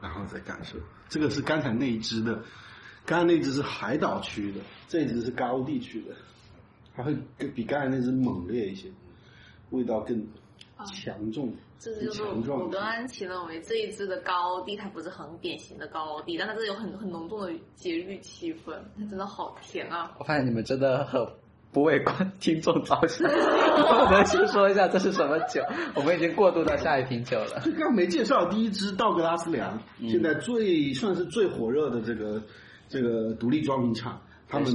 Speaker 6: 然后再感受。这个是刚才那一只的，刚才那只是海岛区的，这一只是高地区的，它会更比刚才那只猛烈一些，味道更强重、
Speaker 3: 啊这
Speaker 6: 更
Speaker 3: 就是
Speaker 6: 强
Speaker 3: 古
Speaker 6: 壮
Speaker 3: 德。安奇认为这一支的高地，它不是很典型的高地，但它这有很很浓重的节日气氛，它真的好甜
Speaker 1: [laughs]
Speaker 3: 啊！
Speaker 1: 我发现你们真的很不为观听众着想。 [laughs] 我们先说一下这是什么酒，我们已经过渡到下一瓶酒了。
Speaker 6: 就刚没介绍第一支道格拉斯粮，现在最算是最火热的这个这个独立装瓶厂，他们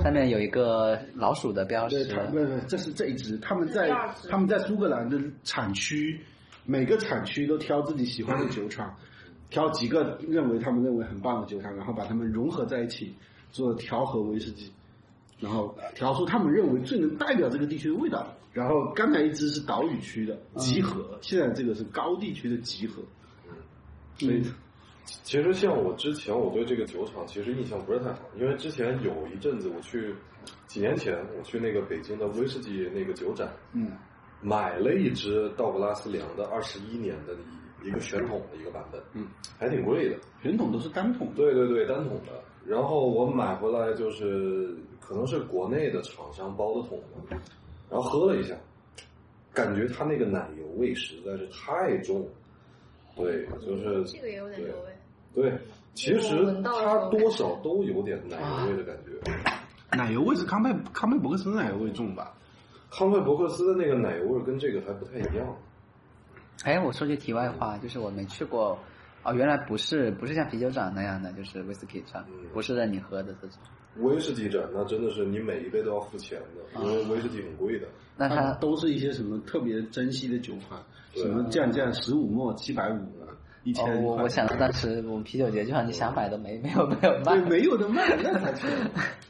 Speaker 1: 上面有一个老鼠的标
Speaker 6: 对，
Speaker 1: 识，
Speaker 6: 他不不，这是这一支，他们在
Speaker 3: 第二支
Speaker 6: 他们在苏格兰的产区，每个产区都挑自己喜欢的酒厂，挑几个认为他们认为很棒的酒厂，然后把它们融合在一起做调和威士忌，然后调出他们认为最能代表这个地区的味道。然后刚才一支是岛屿区的集合，现在这个是高地区的集合，所以
Speaker 2: 其实像我之前，我对这个酒厂其实印象不是太好，因为之前有一阵子我去，几年前我去那个北京的威士忌那个酒展，
Speaker 6: 嗯，
Speaker 2: 买了一支道格拉斯良的二十一年的一一个选桶的一个版本，
Speaker 6: 嗯，
Speaker 2: 还挺贵的，
Speaker 6: 圆桶都是单桶的，
Speaker 2: 对对对，单桶的。然后我买回来就是可能是国内的厂商包的桶嘛，然后喝了一下，感觉它那个奶油味实在是太重了，对，就是
Speaker 4: 嗯这个也有点
Speaker 2: 对
Speaker 4: 油味。
Speaker 2: 对，其实
Speaker 3: 我闻到的时
Speaker 2: 它
Speaker 3: 候
Speaker 2: 多少都有点奶油味的感觉。
Speaker 6: 奶油味是康贝康贝伯克斯的奶油味重吧？
Speaker 2: 康贝伯克斯的那个奶油味跟这个还不太一样。
Speaker 1: 哎，我说句题外话，就是我没去过哦，原来不是不是像啤酒展那样的，就是 whisky 展，
Speaker 2: 嗯
Speaker 1: 不是让你喝的这种。
Speaker 2: 威士忌展那真的是你每一杯都要付钱的，因为威士忌很贵的。
Speaker 1: 那哦
Speaker 6: 它
Speaker 1: 它
Speaker 6: 都是一些什么特别珍惜的酒款，
Speaker 2: 对
Speaker 6: 什么降价十五墨七百五啊，一千
Speaker 1: 哦，
Speaker 6: 块。
Speaker 1: 我我想到当时我们啤酒节就像你想买都没没有没有卖
Speaker 6: 对，没有的卖，那才是。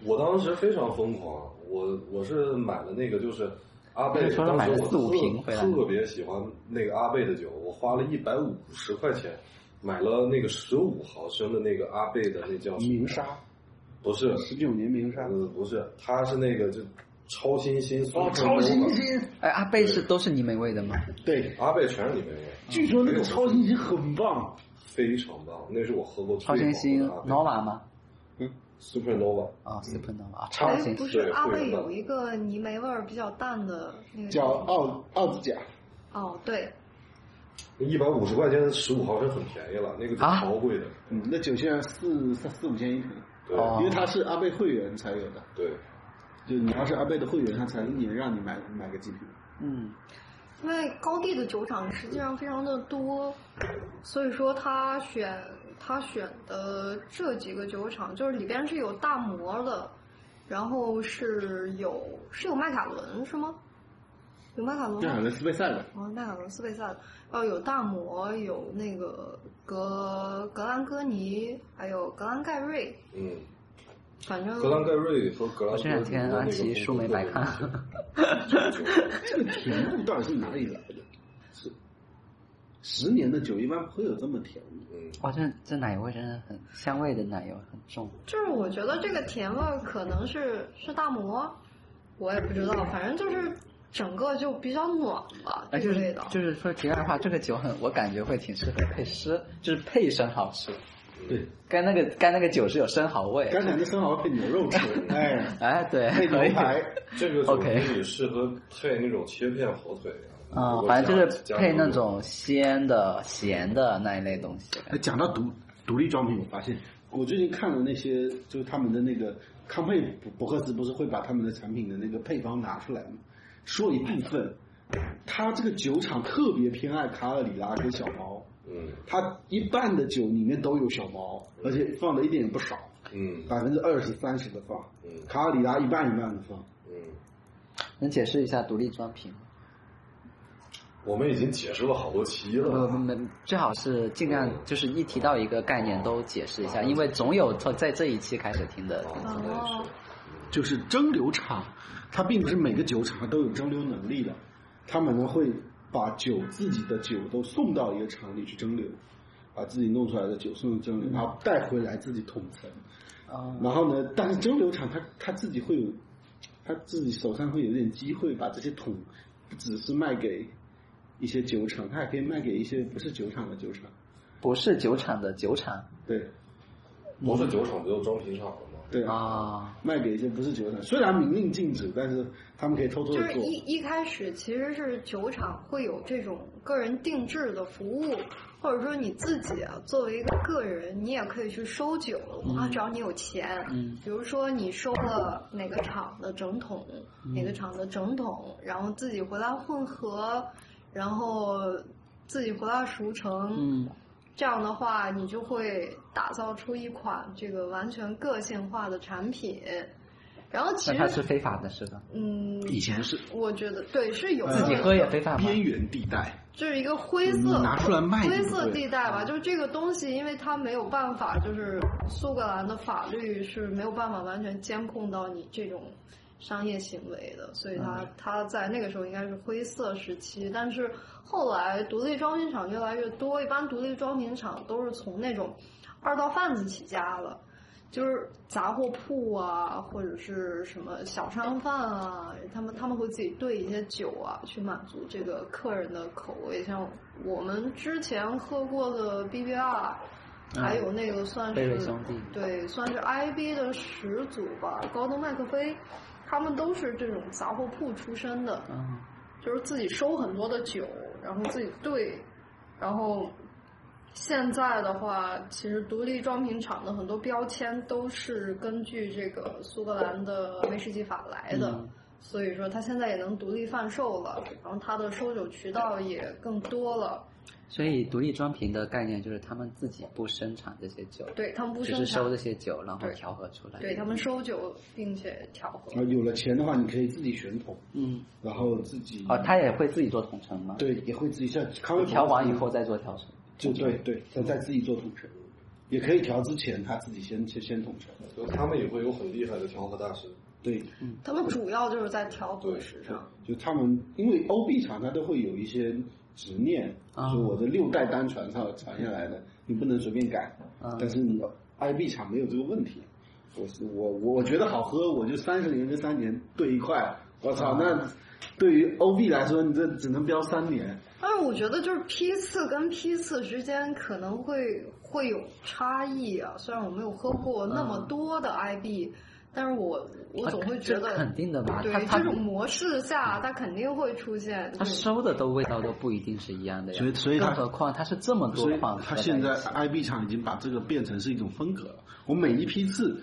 Speaker 2: 我当时非常疯狂，我我是买了那个就是阿贝，
Speaker 1: 你说了
Speaker 2: 当时
Speaker 1: 买了
Speaker 2: 我
Speaker 1: 四五瓶回
Speaker 2: 特
Speaker 1: 来
Speaker 2: 特别喜欢那个阿贝的酒，我花了一百五十块钱买了那个十五毫升的那个阿贝的那叫什么
Speaker 6: 鸣沙，
Speaker 2: 不是，
Speaker 6: 十九年鸣沙，
Speaker 2: 呃，不是，它是那个就超新星苏
Speaker 6: 哦，
Speaker 2: 克
Speaker 6: 超新
Speaker 2: 罗
Speaker 6: 星，
Speaker 1: 哎，阿贝是都是泥煤味的吗？
Speaker 6: 对，
Speaker 2: 阿贝全是你们的，
Speaker 6: 据说那个超新星很棒，
Speaker 2: 非常棒，那是我喝过最
Speaker 1: 超
Speaker 2: 好的
Speaker 1: 新星
Speaker 2: 阿贝
Speaker 1: Nova 吗？
Speaker 2: Supernova，
Speaker 1: 啊，Super Nova 啊，
Speaker 2: 超
Speaker 1: 超
Speaker 2: 新
Speaker 1: 新
Speaker 2: 星
Speaker 5: 哎
Speaker 6: 嗯
Speaker 5: 不
Speaker 1: 星。
Speaker 5: 是
Speaker 2: 对
Speaker 5: 阿
Speaker 2: 会
Speaker 5: 贝
Speaker 2: 有
Speaker 5: 有一个泥煤味儿比较淡的那个
Speaker 6: 叫奥奥兹甲，
Speaker 5: 哦，对，
Speaker 2: 一百五十块钱十五毫升很便宜了，那个酒
Speaker 1: 啊
Speaker 2: 超贵的，
Speaker 6: 嗯，那酒现在四三四五千一瓶，
Speaker 2: 对、
Speaker 1: 哦
Speaker 6: 因为它是阿贝会员才有的，
Speaker 2: 对，
Speaker 6: 就你要是阿贝的会员，他才一年让你买买个几瓶。
Speaker 1: 嗯，
Speaker 5: 因为高地的酒厂实际上非常的多，所以说他选他选的这几个酒厂，就是里边是有大摩的，然后是有是有麦卡伦是吗？有麦卡伦
Speaker 6: 这
Speaker 5: 吗
Speaker 6: 好？像是贝塞的，
Speaker 5: 哦，麦卡伦斯贝塞的，哦，有大摩，有那个格格兰哥尼，还有格兰盖瑞，
Speaker 2: 嗯，
Speaker 5: 反正
Speaker 2: 格兰盖瑞和格
Speaker 1: 我
Speaker 2: 兰
Speaker 1: 这
Speaker 2: 哥
Speaker 1: 两
Speaker 2: 尼
Speaker 1: 天啊
Speaker 2: 的
Speaker 1: 安
Speaker 2: 那
Speaker 1: 琪
Speaker 2: 个
Speaker 1: 书没白看。
Speaker 6: 这个甜度到底是哪里来的？是十年的酒一般不会有这么甜的。
Speaker 2: 嗯，
Speaker 1: 哇，这这奶味真的很香味的奶油很重。
Speaker 6: 嗯
Speaker 5: 就是我觉得这个甜味儿可能是是大摩，我也不知道，反正就是整个就比较暖吧，
Speaker 1: 嗯哎，
Speaker 5: 这
Speaker 1: 就
Speaker 5: 个味
Speaker 1: 是
Speaker 5: 道。
Speaker 1: 就是说题外话，这个酒很，我感觉会挺适合配诗，就是配生蚝吃。
Speaker 6: 对，
Speaker 1: 干那个干那个酒是有生蚝味。
Speaker 6: 刚才那生蚝配牛肉吃，哎，
Speaker 1: 哎，对，
Speaker 6: 配
Speaker 1: 可以
Speaker 6: 牛。排，
Speaker 2: 这个酒
Speaker 1: OK
Speaker 2: 可以适合配那种切片火腿
Speaker 1: 啊、反正就是配那种鲜的、咸的那一类东西。
Speaker 6: 哎，讲到独独立装瓶，我发现我最近看了那些，就是他们的那个康佩伯克斯不是会把他们的产品的那个配方拿出来吗？说一部分，他这个酒厂特别偏爱卡尔里拉跟小猫，
Speaker 2: 嗯
Speaker 6: 他一半的酒里面都有小猫，而且放的一点也不少，
Speaker 2: 嗯
Speaker 6: 百分之二十三十的放，
Speaker 2: 嗯
Speaker 6: 卡尔里拉一半一半的放。
Speaker 2: 嗯，
Speaker 1: 能解释一下独立装瓶吗？
Speaker 2: 我们已经解释了好多期
Speaker 1: 不不
Speaker 2: 了，
Speaker 1: 不，呃最好是尽量就是一提到一个概念都解释一
Speaker 6: 嗯
Speaker 1: 下，因为总有从在这一期开始听
Speaker 6: 哦
Speaker 1: 的。
Speaker 2: 啊，真的
Speaker 5: 哦
Speaker 2: 是，
Speaker 6: 就是蒸馏厂，它并不是每个酒厂都有蒸馏能力的，他们呢会把酒自己的酒都送到一个厂里去蒸馏，把自己弄出来的酒送到蒸馏，然后带回来自己统称。
Speaker 1: 啊、
Speaker 6: 然后呢，但是蒸馏厂它它自己会有，它自己手上会有点机会把这些桶，不只是卖给一些酒厂，它还可以卖给一些不是酒厂的酒厂。
Speaker 1: 不是酒厂的酒厂
Speaker 6: 对
Speaker 2: 不是酒厂不就装瓶厂了吗？
Speaker 6: 对
Speaker 1: 啊、，
Speaker 6: 卖给一些不是酒厂，虽然明令禁止，但是他们可以偷偷
Speaker 5: 就
Speaker 6: 的
Speaker 5: 是
Speaker 6: 做。
Speaker 5: 一一开始其实是酒厂会有这种个人定制的服务，或者说你自己啊作为一个个人，你也可以去收酒啊，只要你有钱。
Speaker 1: 嗯
Speaker 5: 比如说你收了哪个厂的整桶，哪个厂的整桶，然后自己回来混合，然后自己回来熟成，
Speaker 1: 嗯，
Speaker 5: 这样的话，你就会打造出一款这个完全个性化的产品。然后其
Speaker 1: 那它是
Speaker 5: 实，
Speaker 1: 非法的是吧？
Speaker 5: 嗯，
Speaker 6: 以前是
Speaker 5: 我觉得对是有
Speaker 1: 自己
Speaker 5: 这个
Speaker 1: 喝也非法吗？
Speaker 6: 边缘地带，
Speaker 5: 这是一个灰
Speaker 6: 你
Speaker 5: 色
Speaker 6: 拿出来卖就
Speaker 5: 灰
Speaker 6: 不
Speaker 5: 色
Speaker 6: 对啊
Speaker 5: 地带吧，就是这个东西，因为它没有办法，就是苏格兰的法律是没有办法完全监控到你这种商业行为的，所以
Speaker 6: 嗯
Speaker 5: 它它在那个时候应该是灰色时期。但是后来独立装瓶厂越来越多，一般独立装瓶厂都是从那种二道贩子起家了。就是杂货铺啊，或者是什么小商贩啊，他们他们会自己兑一些酒啊，去满足这个客人的口味。像我们之前喝过的 BBR，、还有那个
Speaker 1: 嗯
Speaker 5: 算
Speaker 1: 贝瑞
Speaker 5: 是
Speaker 1: 兄弟
Speaker 5: 对，算是 IB 的始祖吧，高登麦克菲，他们都是这种杂货铺出身的，
Speaker 1: 嗯，
Speaker 5: 就是自己收很多的酒，然后自己兑，然后现在的话，其实独立装瓶厂的很多标签都是根据这个苏格兰的威士忌法来的，
Speaker 1: 嗯
Speaker 5: 所以说它现在也能独立贩售了，然后它的收酒渠道也更多了。
Speaker 1: 所以独立装瓶的概念就是他们自己不生产这些酒，
Speaker 5: 对他们不
Speaker 1: 只
Speaker 5: 生
Speaker 1: 是收
Speaker 5: 产，
Speaker 1: 这些酒，然后
Speaker 5: 对
Speaker 1: 调和出来。
Speaker 5: 对他们收酒并且调和。
Speaker 11: 啊，有了钱的话，你可以自己选桶，
Speaker 1: 嗯，
Speaker 11: 然后自己
Speaker 1: 哦，他也会自己做统称吗？，
Speaker 11: 对也会自己像咖啡
Speaker 1: 调完以后再做调整。
Speaker 11: 就对对，他再自己做统称，也可以调之前他自己先先先统称，
Speaker 2: 就他们也会有很厉害的调和大师，
Speaker 11: 对，
Speaker 1: 嗯
Speaker 5: 他们主要就是在调和
Speaker 2: 对
Speaker 5: 市场，
Speaker 11: 就他们因为欧币厂它都会有一些执念，
Speaker 1: 啊
Speaker 11: 说我的六代单传上传下来的，你不能随便改。
Speaker 1: 啊
Speaker 11: 但是你 IB 厂没有这个问题，我是我我我觉得好喝，我就三十年跟三年兑一块，我
Speaker 1: 啊
Speaker 11: 操，那对于欧币来说，你这只能标三年。
Speaker 5: 但是我觉得就是批次跟批次之间可能会会有差异啊。虽然我没有喝过那
Speaker 1: 嗯
Speaker 5: 么多的 IB，、但是我我总会觉
Speaker 1: 啊这
Speaker 5: 得
Speaker 1: 肯定的嘛，他
Speaker 5: 对
Speaker 1: 他
Speaker 5: 这种模式下，它肯定会出现这
Speaker 1: 他
Speaker 5: 种。
Speaker 1: 收的都味道都不一定是一样的呀。
Speaker 6: 所以所以他
Speaker 1: 更何况他是这么多
Speaker 6: 所以
Speaker 1: 款合
Speaker 6: 它
Speaker 1: 在
Speaker 6: 现在
Speaker 1: 一起
Speaker 6: IB 厂已经把这个变成是一种风格了。我每一批次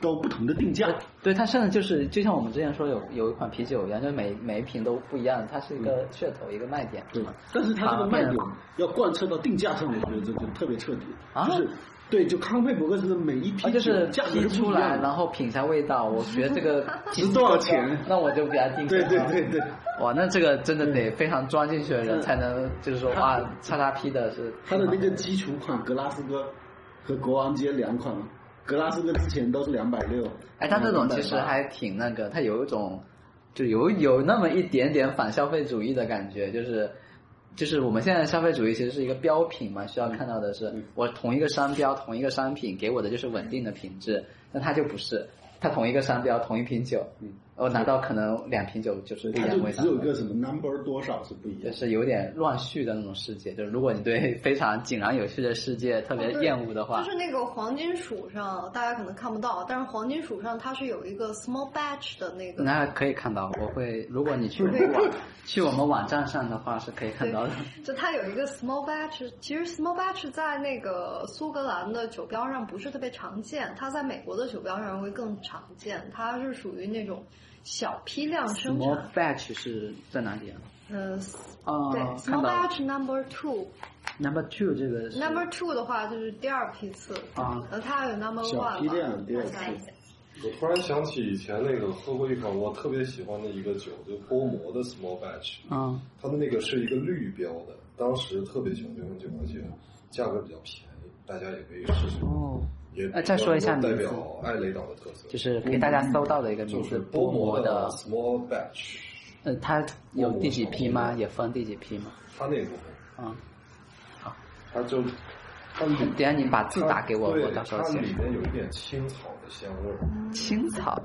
Speaker 6: 都不同的定价，
Speaker 1: 对它甚至就是就像我们之前说有有一款啤酒一样，就是每每一瓶都不一样，它是一个噱头、一个卖点。
Speaker 6: 嗯对吧？但是它这个卖点要贯彻到定价上，我觉得这就特别彻底，
Speaker 1: 啊
Speaker 6: 就是对，就康菲伯格森的每一批
Speaker 1: 它哦就是
Speaker 6: 价格
Speaker 1: 提
Speaker 6: 是
Speaker 1: 出
Speaker 6: 不一
Speaker 1: 来，
Speaker 6: 样的
Speaker 1: 然后品一下味道，我觉得这
Speaker 6: [laughs]
Speaker 1: 个
Speaker 6: 值多少钱
Speaker 1: 那我就给它定。
Speaker 6: 对对对对。
Speaker 1: 哇，那这个真的得非常钻进去的人才能，就是说
Speaker 6: [laughs]
Speaker 1: 哇，叉叉 P 的是
Speaker 6: 它的那个基础款格拉斯哥和国王街两款，格拉斯哥之前都是两百六，
Speaker 1: 哎，他这
Speaker 6: 嗯
Speaker 1: 种其实还挺那个，他有一种就有有那么一点点反消费主义的感觉，就是就是我们现在消费主义其实是一个标品嘛，需要看到的是
Speaker 6: 嗯
Speaker 1: 我同一个商标、同一个商品给我的就是稳定的品质，但他就不是，他同一个商标、同一瓶酒，我拿到可能两瓶酒就是不一
Speaker 6: 嗯它
Speaker 1: 样
Speaker 6: 就
Speaker 1: 味道
Speaker 6: 只。有一个什么 number 多少是不一
Speaker 1: 就
Speaker 6: 样。
Speaker 1: 是有点乱序的那种世界，就是如果你对非常井然有序的世界特
Speaker 6: 哦
Speaker 1: 别厌恶的话，
Speaker 5: 就是那个黄金鼠上，大家可能看不到，但是黄金鼠上它是有一个 small batch 的那个，
Speaker 1: 那可以看到，我会，如果你去我们网去我们网站上的话是可以看到的。
Speaker 5: 就它有一个 small batch。其实 small batch 在那个苏格兰的酒标上不是特别常见，它在美国的酒标上会更常见。它是属于那种小批量生
Speaker 1: Small
Speaker 5: 产，
Speaker 1: batch 是在哪里啊？
Speaker 5: 嗯，
Speaker 6: 啊
Speaker 1: 哦
Speaker 5: 对、s
Speaker 1: 看
Speaker 5: m a l l
Speaker 1: 到了
Speaker 5: batch number two。
Speaker 1: number two 这个是
Speaker 5: number two 的话就是第二批次，
Speaker 1: 啊
Speaker 5: 呃，它还有 number
Speaker 6: 小
Speaker 5: one
Speaker 6: 批
Speaker 5: 嘛，
Speaker 6: 量第二次，
Speaker 2: 我突然想起以前那个喝过一款我特别喜欢的一个酒，就波摩的 Small Batch，
Speaker 1: 嗯
Speaker 2: 它的那个是一个绿标的，当时特别喜欢这款酒，而且价格比较便宜，大家也可以试试。
Speaker 1: 哦，
Speaker 2: 也
Speaker 1: 呃再说一下
Speaker 2: 比较能
Speaker 1: 名字
Speaker 2: 代表爱雷岛的特色，
Speaker 1: 就是给大家搜到的一个名
Speaker 2: 就
Speaker 1: 字，
Speaker 2: 是
Speaker 1: 薄
Speaker 2: 波
Speaker 1: 膜
Speaker 2: 摩
Speaker 1: 的
Speaker 2: 的，Small Batch，
Speaker 1: 呃，它有第几批吗？也分第几批吗？
Speaker 2: 它那部分，
Speaker 1: 啊、
Speaker 2: 它就它里
Speaker 1: 等一下你把字打给我，
Speaker 2: 它对
Speaker 1: 我到时候嗯
Speaker 2: 它
Speaker 1: 写。
Speaker 2: 里面有一点青草的香味儿。
Speaker 1: 青草，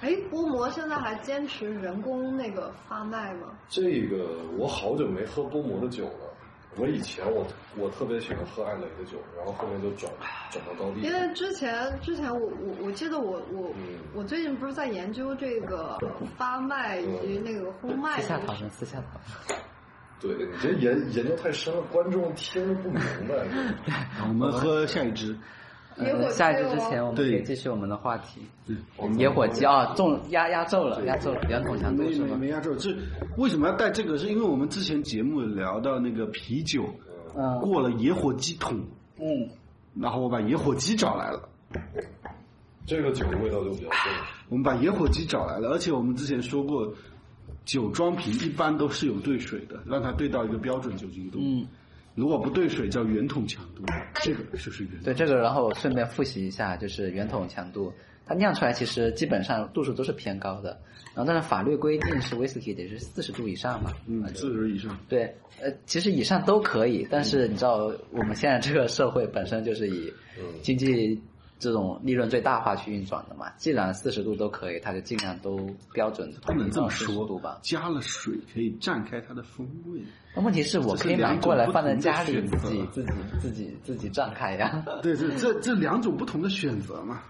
Speaker 5: 哎，薄膜现在还坚持人工那个发卖吗？
Speaker 2: 这个我好久没喝波摩的酒了。我以前我我特别喜欢喝艾雷的酒，然后后面就转转到高地。
Speaker 5: 因为之前之前我我我记得我我
Speaker 2: 嗯
Speaker 5: 我最近不是在研究这个发卖以及那个烘
Speaker 1: 私
Speaker 5: 麦这
Speaker 1: 下
Speaker 5: 个
Speaker 1: 讨
Speaker 5: 事，
Speaker 1: 论，私下讨论。
Speaker 2: 对你这研研究太深了，观众听着不明白。
Speaker 6: [laughs] 我们喝下一支，
Speaker 5: 野火
Speaker 1: 呃，下一
Speaker 5: 鸡
Speaker 1: 支之
Speaker 5: 哦
Speaker 1: 前我们可
Speaker 6: 对
Speaker 1: 以继续我们的话题。
Speaker 2: 我
Speaker 1: [laughs]
Speaker 2: 们
Speaker 1: 野火鸡啊，中压压轴了，压轴了，两桶强度
Speaker 6: 没
Speaker 1: 是
Speaker 6: 没
Speaker 1: 吗？
Speaker 6: 没压住。这为什么要带这个？是因为我们之前节目聊到那个啤酒
Speaker 1: 嗯
Speaker 6: 过了野火鸡桶，
Speaker 1: 嗯，
Speaker 6: 然后我把野火鸡找来了。
Speaker 2: 这个酒的味道就比较重，
Speaker 6: 我们把野火鸡找来了，而且我们之前说过，酒装瓶一般都是有兑水的，让它兑到一个标准酒精度。
Speaker 1: 嗯，
Speaker 6: 如果不兑水叫圆筒强度，这个就是圆。
Speaker 1: 对这个，然后我顺便复习一下，就是圆筒强度，它酿出来其实基本上度数都是偏高的，然后但是法律规定是 whisky 得是四十度以上嘛，呃
Speaker 6: 嗯，四十以上。
Speaker 1: 对，呃，其实以上都可以，但是你知道我们现在这个社会本身就是以
Speaker 6: 嗯
Speaker 1: 经济这种利润最大化去运转的嘛，既然四十度都可以，它就尽量都标准
Speaker 6: 不能这么
Speaker 1: 40
Speaker 6: 说
Speaker 1: 度吧。
Speaker 6: 加了水可以蘸开它的风味。
Speaker 1: 那问题是我
Speaker 6: 这是
Speaker 1: 可以买
Speaker 6: 两种
Speaker 1: 过来
Speaker 6: 不
Speaker 1: 放在
Speaker 6: 同的
Speaker 1: 家里
Speaker 6: 选
Speaker 1: 自己
Speaker 6: 择
Speaker 1: 自己自己自己绽开呀。
Speaker 6: 对对，这这两种不同的选择嘛。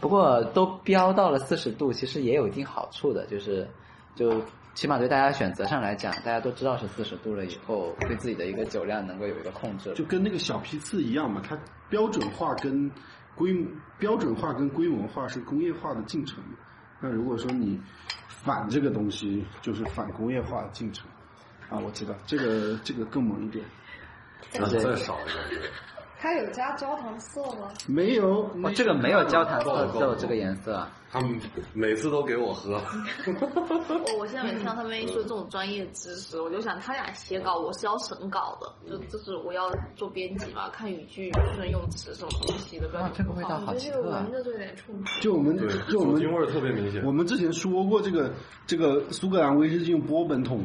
Speaker 1: 不过都飙到了四十度，其实也有一定好处的，就是就起码对大家选择上来讲，大家都知道是四十度了以后，对自己的一个酒量能够有一个控制。
Speaker 6: 就跟那个小批次一样嘛，它标准化跟规标准化跟规模化是工业化的进程。那如果说你反这个东西就是反工业化进程啊，我知道这个这个更猛一点，
Speaker 2: 然后再少一点是
Speaker 5: 它有加焦糖色吗？
Speaker 6: 没有，
Speaker 1: 哦，
Speaker 6: 没
Speaker 1: 这个没有焦糖色，
Speaker 2: 够
Speaker 1: 只有
Speaker 2: 了
Speaker 1: 这个颜色。
Speaker 2: 他们每次都给我喝，
Speaker 3: 哦我我现在每次听到他们一说这种专业知识，我就想他俩写稿，我是要审稿的，就就是我要做编辑嘛，看语句、标准用词什么东西的标
Speaker 1: 哇，啊
Speaker 3: 准
Speaker 1: 这个
Speaker 3: 符
Speaker 1: 味
Speaker 3: 号
Speaker 1: 道好奇特啊！
Speaker 5: 这就有点冲突。
Speaker 6: 就我们
Speaker 2: 对，
Speaker 6: 就我
Speaker 2: 酒
Speaker 6: 们
Speaker 2: 精味儿特别明显。
Speaker 6: 我们之前说过，这个这个苏格兰威士忌用波本桶、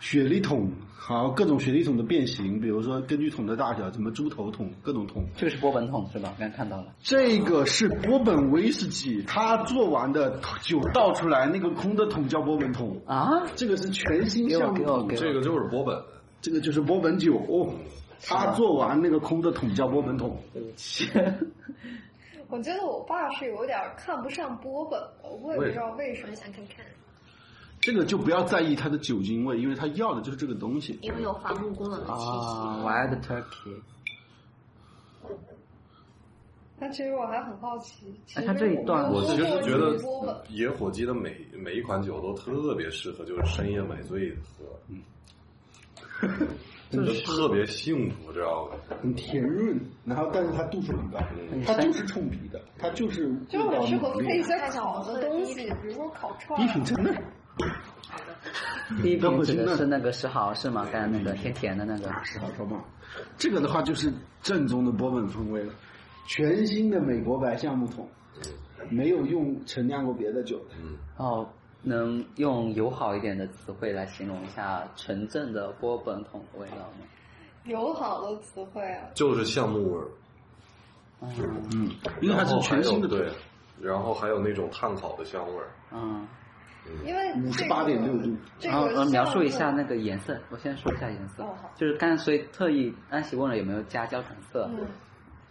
Speaker 6: 雪梨桶，还有各种雪梨桶的变形，比如说根据桶的大小，什么猪头桶、各种桶。
Speaker 1: 这个是波本桶是吧？刚刚看到了。
Speaker 6: 这个是波本威士忌，它做完的酒倒出来那个空的桶叫波本桶。
Speaker 1: 啊？
Speaker 6: 这个是全新
Speaker 1: 给我
Speaker 6: 项目
Speaker 1: 给我
Speaker 6: 桶，
Speaker 1: 给
Speaker 2: 这
Speaker 1: 我！
Speaker 2: 个就是波本，
Speaker 6: 这个就是波本酒。哦，它做完那个空的桶叫波本桶。
Speaker 5: 我觉得我爸是有点看不上波本的，我也不知道为什么。想看看。
Speaker 6: 这个就不要在意它的酒精味，因为它要的就是这个东西。
Speaker 3: 因为有伐木工人的气
Speaker 1: 啊
Speaker 3: 息。
Speaker 1: ，Wild Turkey。
Speaker 5: 但其实我还很好奇，其
Speaker 1: 哎
Speaker 5: 实
Speaker 1: 看这一段
Speaker 5: 没
Speaker 2: 我
Speaker 5: 有
Speaker 2: 其实
Speaker 5: 喝过
Speaker 2: 觉
Speaker 5: 这种波本
Speaker 2: 得嗯野火鸡的每每一款酒都特别适合，就是深夜买醉喝，
Speaker 6: 嗯
Speaker 2: [laughs]
Speaker 1: 这
Speaker 2: 就是特别幸福，知道吗？
Speaker 6: 很甜润，然后但是它度数很高，它就是冲鼻的，它就是味
Speaker 5: 就
Speaker 6: 道
Speaker 5: 很适合
Speaker 6: 浓
Speaker 5: 配一
Speaker 6: 烈。
Speaker 5: 些烤的东西，比如说烤串儿
Speaker 6: 低
Speaker 5: 啊。
Speaker 6: 品真的，
Speaker 1: 第一
Speaker 6: 等
Speaker 1: 瓶
Speaker 6: 会儿
Speaker 1: 指
Speaker 6: 行
Speaker 1: 的
Speaker 6: 了
Speaker 1: 是那个石蚝是吗？刚才那个甜甜的那个。
Speaker 6: 是好说嘛。这个的话就是正宗的波本风味了，全新的美国白橡木桶，没有用陈酿过别的酒的。
Speaker 1: 哦，能用友好一点的词汇来形容一下纯正的波本桶的味道吗？
Speaker 5: 友好的词汇啊，
Speaker 2: 就是橡木味儿，
Speaker 1: 嗯
Speaker 6: 嗯，因为它是全新
Speaker 2: 然后还有
Speaker 6: 的桶，
Speaker 2: 对，然后还有那种炭烤的香味儿，
Speaker 1: 嗯。
Speaker 5: 因为
Speaker 6: 五十
Speaker 5: 这
Speaker 6: 八
Speaker 5: 个
Speaker 6: 点六度。
Speaker 5: 这
Speaker 1: 然后
Speaker 5: 个
Speaker 1: 呃，描述一
Speaker 5: 项
Speaker 1: 下
Speaker 5: 目
Speaker 1: 那个颜色。我先说一下颜色
Speaker 5: 哦好，
Speaker 1: 就是刚才所以特意安琪问了有没有加焦糖色，
Speaker 5: 嗯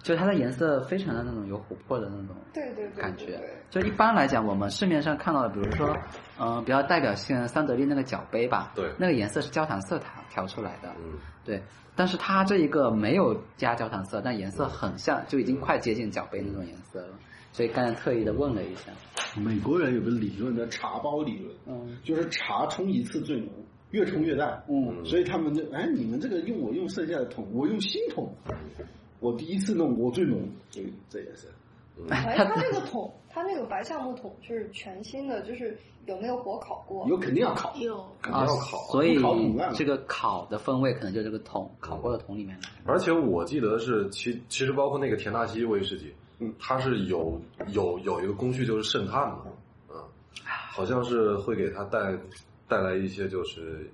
Speaker 1: 就是它的颜色非常的那种有琥珀的那种
Speaker 5: 对对对对
Speaker 1: 感觉
Speaker 5: 对。
Speaker 1: 就一般来讲，我们市面上看到的，比如说，嗯、比较代表性的三得利那个角杯吧，
Speaker 2: 对
Speaker 1: 那个颜色是焦糖色调调出来的，
Speaker 2: 嗯，
Speaker 1: 对。但是它这一个没有加焦糖色，但颜色很像，就已经快接近角杯那种颜色了。所以刚才特意的问了一下，
Speaker 6: 美国人有个理论叫茶包理论，
Speaker 1: 嗯
Speaker 6: 就是茶冲一次最浓，越冲越淡。
Speaker 1: 嗯
Speaker 6: 所以他们就哎，你们这个用我用剩下的桶，我用新桶，我第一次弄我最浓，对，嗯这也是。
Speaker 1: [laughs]
Speaker 5: 哎，它那个桶，它那个白橡木桶是全新的，就是有没有火烤过？
Speaker 6: 有肯定要烤，
Speaker 3: 有
Speaker 6: 肯定
Speaker 1: 啊
Speaker 6: 要烤，，
Speaker 1: 所以
Speaker 6: 不烤腐烂。
Speaker 1: 这个烤的风味可能就这个桶烤过的桶里面来。
Speaker 2: 而且我记得是，其其实包括那个田纳西威士忌，
Speaker 6: 嗯
Speaker 2: 它是有有有一个工序就是渗碳的，嗯，好像是会给它带带来一些就是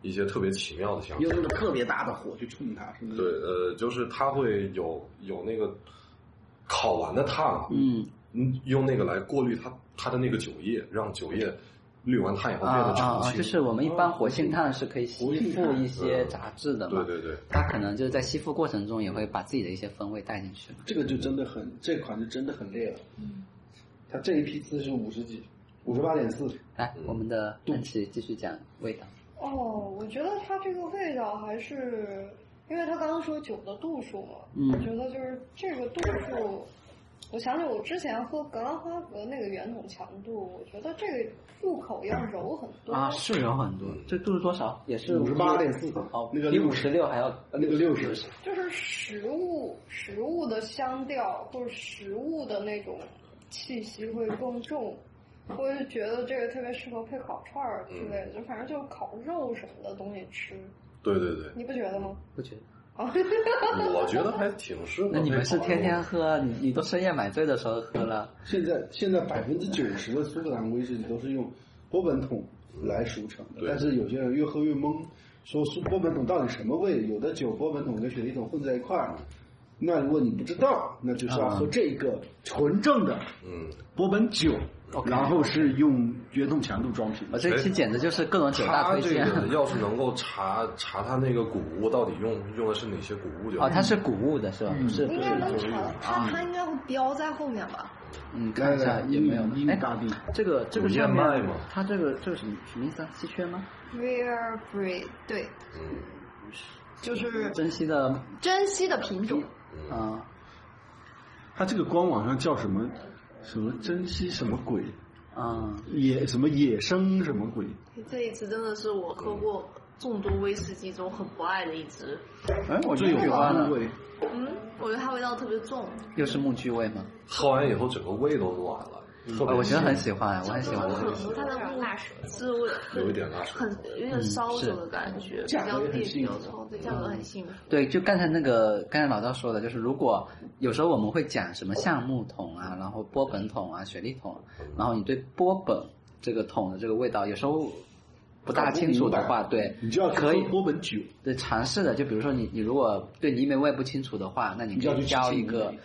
Speaker 2: 一些特别奇妙的香味
Speaker 6: 用。那个特别大的火去冲它，是不是？
Speaker 2: 对，，呃，就是它会有有那个烤完的碳，
Speaker 1: 嗯，
Speaker 2: 嗯，用那个来过滤它它的那个酒液，让酒液滤完碳以后变
Speaker 1: 啊
Speaker 2: 得
Speaker 1: 啊
Speaker 2: 澄
Speaker 1: 啊！
Speaker 2: 清。
Speaker 1: 就是我们一般活性炭是可以吸附一些杂质的嘛
Speaker 2: 对，对对，
Speaker 1: 它可能就是在吸附过程中也会把自己的一些风味带进去。
Speaker 6: 这个就真的很，这款就真的很烈了。嗯，它这一批次是五十几，五十八点四，
Speaker 1: 来，我们的安琪继续讲味道。
Speaker 5: 哦，我觉得它这个味道还是，因为他刚刚说酒的度数嘛，
Speaker 1: 嗯
Speaker 5: 我觉得就是这个度数，我想起我之前喝格兰花格那个圆筒强度，我觉得这个入口要柔很多。
Speaker 1: 啊，是有很多，这度数多少？也是
Speaker 6: 58.4
Speaker 1: 哦，
Speaker 6: 那个
Speaker 1: 比
Speaker 6: 60
Speaker 1: 五十六还要
Speaker 6: 呃那个六十，
Speaker 5: 就是食物食物的香调或者食物的那种气息会更重。我就觉得这个特别适合配烤串儿之类的，就反正就烤肉什么的东西吃，
Speaker 2: 对对对，
Speaker 5: 你不觉得吗？
Speaker 1: 不觉得？
Speaker 5: 啊，
Speaker 2: 我觉得还挺适合。
Speaker 1: 那你啊们是天天喝，你你都深夜买醉的时候喝了，
Speaker 6: 现在现在百分之九十的苏格兰威士忌都是用波本桶来熟成的，
Speaker 2: 对
Speaker 6: 但是有些人越喝越懵，说苏波本桶到底什么味？有的酒波本桶跟雪梨桶混在一块儿，那如果你不知道，那就是要喝这个纯正的
Speaker 2: 嗯，
Speaker 6: 波本酒，
Speaker 1: OK
Speaker 6: 然后是用圆筒强度装瓶
Speaker 1: 我。这期简直就是各种酒大
Speaker 2: 它
Speaker 1: 推
Speaker 2: 这
Speaker 1: 荐。
Speaker 2: 个要是能够查查它那个谷物到底用用的是哪些谷物就好
Speaker 1: 哦，它是谷物的是吧？不是不
Speaker 5: [laughs] 应
Speaker 1: 是
Speaker 5: 该能
Speaker 1: 谷
Speaker 5: 查
Speaker 1: 物
Speaker 5: 到，它它应该会标在后面吧？
Speaker 1: 嗯，看一下
Speaker 6: 来来
Speaker 1: 有没有
Speaker 6: 英英
Speaker 1: 哎
Speaker 6: 大地
Speaker 1: 这个这个
Speaker 2: 有
Speaker 1: 上面
Speaker 2: 燕麦吗
Speaker 1: 它这个这个什么什么意思啊？稀缺吗？
Speaker 5: Rare breed，对，
Speaker 2: 嗯
Speaker 5: 就是
Speaker 1: 珍惜的
Speaker 5: 珍稀的品种。
Speaker 2: 嗯，
Speaker 1: 啊，
Speaker 6: 它这个官网上叫什么什么珍惜什么鬼？
Speaker 1: 嗯，
Speaker 6: 野什么野生什么鬼？
Speaker 3: 这一支真的是我喝过众多威士忌中很不爱的一支。
Speaker 6: 哎，我觉
Speaker 1: 最
Speaker 6: 得
Speaker 1: 有
Speaker 6: 有
Speaker 1: 关的
Speaker 6: 风味。
Speaker 3: 嗯，我觉得它味道特别重，
Speaker 1: 又是木居味吗？
Speaker 2: 喝完以后整个胃都暖了，特
Speaker 1: 哎
Speaker 2: 别
Speaker 1: 我觉得很喜欢，我很喜欢
Speaker 3: 就
Speaker 1: 这
Speaker 3: 是
Speaker 1: 个。
Speaker 3: 很它的木
Speaker 4: 辣舌
Speaker 3: 滋味
Speaker 2: 有一点嗯辣舌
Speaker 3: 很有点烧
Speaker 1: 是
Speaker 3: 酒的感觉，比
Speaker 6: 价格
Speaker 3: 较
Speaker 6: 也很
Speaker 3: 烈，
Speaker 6: 幸
Speaker 3: 比较
Speaker 6: 福
Speaker 3: 冲，
Speaker 2: 嗯
Speaker 3: 对，价格很幸福。
Speaker 1: 对，就刚才那个，刚才老赵说的，就是如果有时候我们会讲什么橡木桶啊，然后波本桶啊、雪莉桶，然后你对波本这个桶的这个味道，有时候不大清楚的话，对，
Speaker 6: 你就要
Speaker 1: 可以
Speaker 6: 喝波本酒，
Speaker 1: 对尝试的，就比如说你你如果对泥煤味不清楚的话，那你可以挑一个。 [laughs]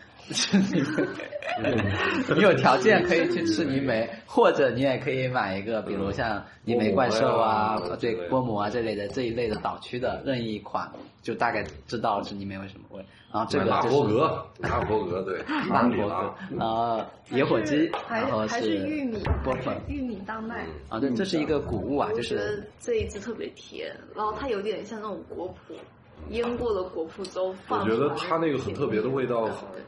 Speaker 1: 你有条件可以去吃泥煤，或者你也可以买一个，比如像泥煤怪兽啊
Speaker 2: 嗯，
Speaker 1: 对
Speaker 2: 之类的
Speaker 1: 波摩啊这类的这一类的岛区的任意一款，就大概知道是泥煤为什么味。然后这个
Speaker 2: 买马
Speaker 1: 就
Speaker 2: 伯
Speaker 1: 是 [laughs]
Speaker 2: 格，马伯格对，
Speaker 1: 大
Speaker 2: 马里
Speaker 1: 伯
Speaker 2: 拉
Speaker 1: 格，呃，野火鸡，
Speaker 3: 还
Speaker 1: 然后
Speaker 3: 还是玉米，
Speaker 1: 波
Speaker 3: 还是
Speaker 1: 粉
Speaker 3: 玉米大麦。
Speaker 1: 啊，对，这是一个谷物啊，
Speaker 3: 我
Speaker 1: 就
Speaker 3: 觉得
Speaker 1: 是
Speaker 3: 这一支特别甜，然后它有点像那种果脯，腌过的果脯粥
Speaker 2: 我
Speaker 3: 放出
Speaker 2: 觉
Speaker 3: 来的
Speaker 2: 得
Speaker 3: 种甜。
Speaker 2: 它那个很特别的味道
Speaker 3: 对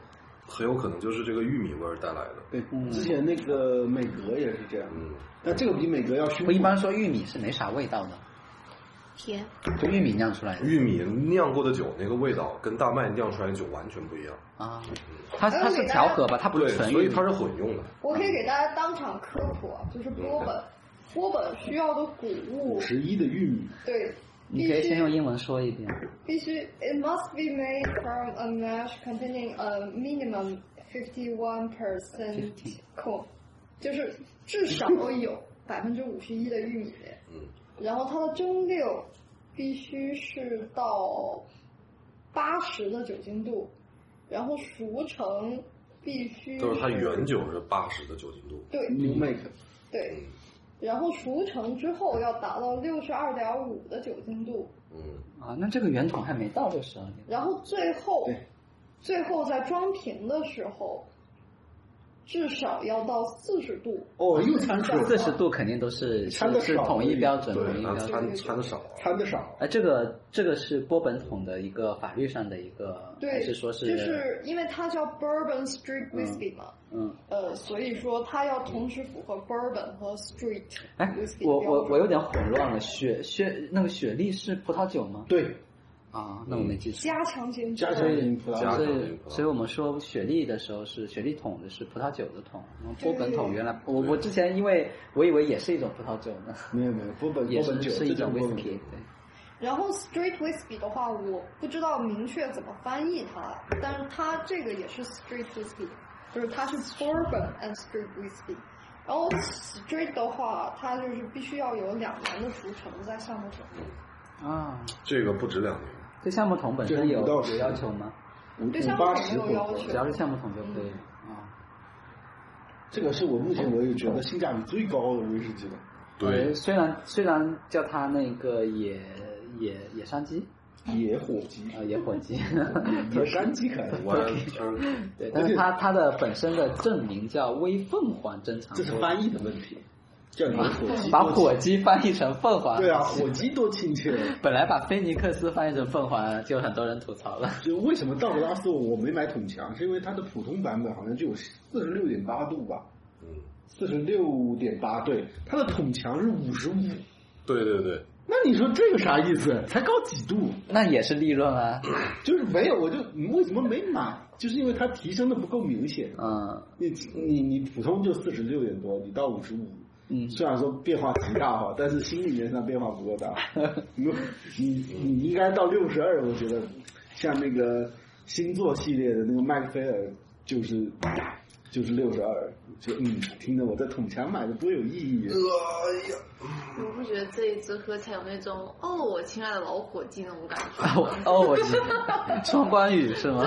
Speaker 2: 很有可能就是这个玉米味儿带来的。
Speaker 6: 对，之前那个美格也是这样，
Speaker 2: 嗯，
Speaker 6: 但这个比美格要凶
Speaker 1: 我。一般说玉米是没啥味道的，
Speaker 3: 甜，
Speaker 1: 就玉米酿出来的
Speaker 2: 玉米酿过的酒那个味道跟大麦酿出来的酒完全不一样，
Speaker 1: 啊，它
Speaker 5: 哎
Speaker 1: 它是调和吧，它不
Speaker 2: 对
Speaker 1: 是，纯
Speaker 2: 所
Speaker 1: 玉
Speaker 2: 以
Speaker 1: 米
Speaker 2: 它。是混用的。
Speaker 5: 我可以给大家当场科普，啊，就是
Speaker 1: 嗯
Speaker 5: 波本，波本需要的谷物
Speaker 6: 五，十一的玉米，
Speaker 5: 对，
Speaker 1: 你可以先用英文说一遍。
Speaker 5: 必须，it must be made from a mash containing a minimum fifty one percent corn，就是至少有百分之五十一的玉米，
Speaker 2: 嗯，
Speaker 5: 然后它的蒸馏必须是到八十的酒精度，然后熟成必须
Speaker 2: 就是它原酒是八十的酒精度，嗯
Speaker 5: 对
Speaker 6: 牛麦克。
Speaker 5: 对，然后熟成之后要达到六十二点五的酒精度，
Speaker 2: 嗯，
Speaker 1: 啊，那这个圆筒还没到就是了。
Speaker 5: 然后最后
Speaker 6: 对，
Speaker 5: 最后在装瓶的时候，至少要到四十度。
Speaker 6: 哦，又掺水，
Speaker 1: 四十度肯定都是
Speaker 6: 掺
Speaker 1: 是
Speaker 6: 得
Speaker 1: 是
Speaker 6: 少
Speaker 1: 统
Speaker 6: 而
Speaker 1: 一
Speaker 6: 已
Speaker 1: 标准，统
Speaker 2: 对，
Speaker 1: 一
Speaker 2: 它
Speaker 1: 标准。
Speaker 2: 掺掺的少，啊
Speaker 6: 掺的少。
Speaker 1: 哎，这个这个是波本桶的一个法律上的一个，还
Speaker 5: 对，
Speaker 1: 是说
Speaker 5: 就是因为它叫 Bourbon Street
Speaker 1: 嗯
Speaker 5: Whiskey 嘛，
Speaker 1: 嗯，
Speaker 5: 呃，所以说它要同时符合 Bourbon 和 Street
Speaker 1: 哎
Speaker 5: Whiskey，
Speaker 1: 我
Speaker 5: 的标
Speaker 1: 我
Speaker 5: 准
Speaker 1: 我有点混乱了，雪雪那个雪莉是葡萄酒吗？
Speaker 6: 对，
Speaker 1: 啊，那我没记错。
Speaker 5: 加强型
Speaker 6: 加强型葡萄
Speaker 2: 加
Speaker 1: 所
Speaker 2: 强
Speaker 1: 以
Speaker 2: 型葡萄，
Speaker 1: 所以我们说雪莉的时候是雪莉桶的是葡萄酒的桶，然后波本桶
Speaker 5: 对
Speaker 1: 原来我我之前因为我以为也是一种葡萄酒呢，
Speaker 6: 没有没有，波本
Speaker 1: 也
Speaker 6: 波
Speaker 1: 是
Speaker 6: 本酒
Speaker 1: 是一
Speaker 6: 这
Speaker 1: 种
Speaker 6: 波本
Speaker 1: whisky，
Speaker 6: 酒
Speaker 1: 对，
Speaker 5: 然后 Street Whiskey 的话，我不知道明确怎么翻译它，但是它这个也是 Street Whiskey，就是它是 Bourbon and Street Whiskey。然后 Street 的话，它就是必须要有两年的熟成在橡木桶里。
Speaker 1: 啊，
Speaker 2: 这个不止两年，
Speaker 1: 对橡木桶本身有
Speaker 6: 这个不到
Speaker 1: 有
Speaker 6: 十
Speaker 1: 要求吗？
Speaker 6: 五
Speaker 5: 对像
Speaker 6: 五
Speaker 5: 我
Speaker 6: 八
Speaker 5: 们
Speaker 6: 十
Speaker 5: 有要
Speaker 6: 火
Speaker 5: 求
Speaker 1: 只要是橡木桶就可以啊。
Speaker 6: 这个是我目前我也觉得性价比最高的威士 [laughs] 忌了。
Speaker 1: 呃，虽然虽然叫它那个野野野山鸡
Speaker 6: 野火鸡，
Speaker 1: 啊、呃野火
Speaker 6: [laughs]
Speaker 1: 鸡，
Speaker 6: 野山鸡可
Speaker 1: [laughs]
Speaker 6: 能
Speaker 2: 我嗯
Speaker 1: 对，但是它它的本身的正名叫微凤凰珍藏
Speaker 6: 这是
Speaker 1: 锅，
Speaker 6: 翻译的问题，叫野火鸡。
Speaker 1: 把火鸡翻译成凤凰，
Speaker 6: 对啊，火鸡多亲切。啊
Speaker 1: 本来把菲尼克斯翻译成凤凰，就很多人吐槽了。
Speaker 6: 就为什么道格拉斯我没买桶强，是因为它的普通版本好像就有四十六点八度吧，
Speaker 2: 嗯，
Speaker 6: 四十六点八对，它的桶强是五十五。
Speaker 2: 对对对，
Speaker 6: 那你说这个啥意思？才高几度？
Speaker 1: [laughs] 那也是利润啊，
Speaker 6: 就是没有，我就你为什么没买？就是因为它提升的不够明显。
Speaker 1: 嗯
Speaker 6: 你你你普通就四十六点多，你到五十五，
Speaker 1: 嗯，
Speaker 6: 虽然说变化极大
Speaker 1: [laughs]
Speaker 6: 哈，但是心理面上变化不够大。你你你应该到六十二，我觉得像那个星座系列的那个麦克菲尔就是就是六十二，就嗯，听着我在桶强买的多有意义啊。
Speaker 3: 你不觉得这一支喝起来有那种哦，我亲爱的老伙计那种感觉？
Speaker 1: 哦哦，我知道，双关语是 [laughs] 吗？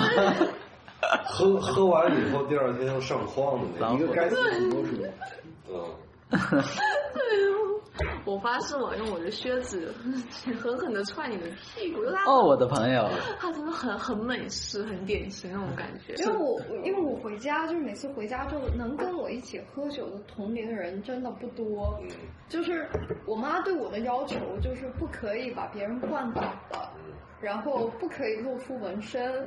Speaker 2: 喝喝完以后第二天要上矿的那
Speaker 1: 老
Speaker 6: 一
Speaker 2: 个，
Speaker 6: 个该死的多水，
Speaker 2: 嗯，
Speaker 3: 我发誓我用我的靴子狠狠的踹你的屁股，就它
Speaker 1: 哦，我的朋友，
Speaker 3: 它真的很很美式，很典型那种感觉。
Speaker 5: 因为我我因为我回家就是每次回家就能跟我一起喝酒的同龄人真的不多，
Speaker 2: 嗯
Speaker 5: 就是我妈对我的要求就是不可以把别人灌倒了，
Speaker 2: 嗯
Speaker 5: 然后不可以露出纹身，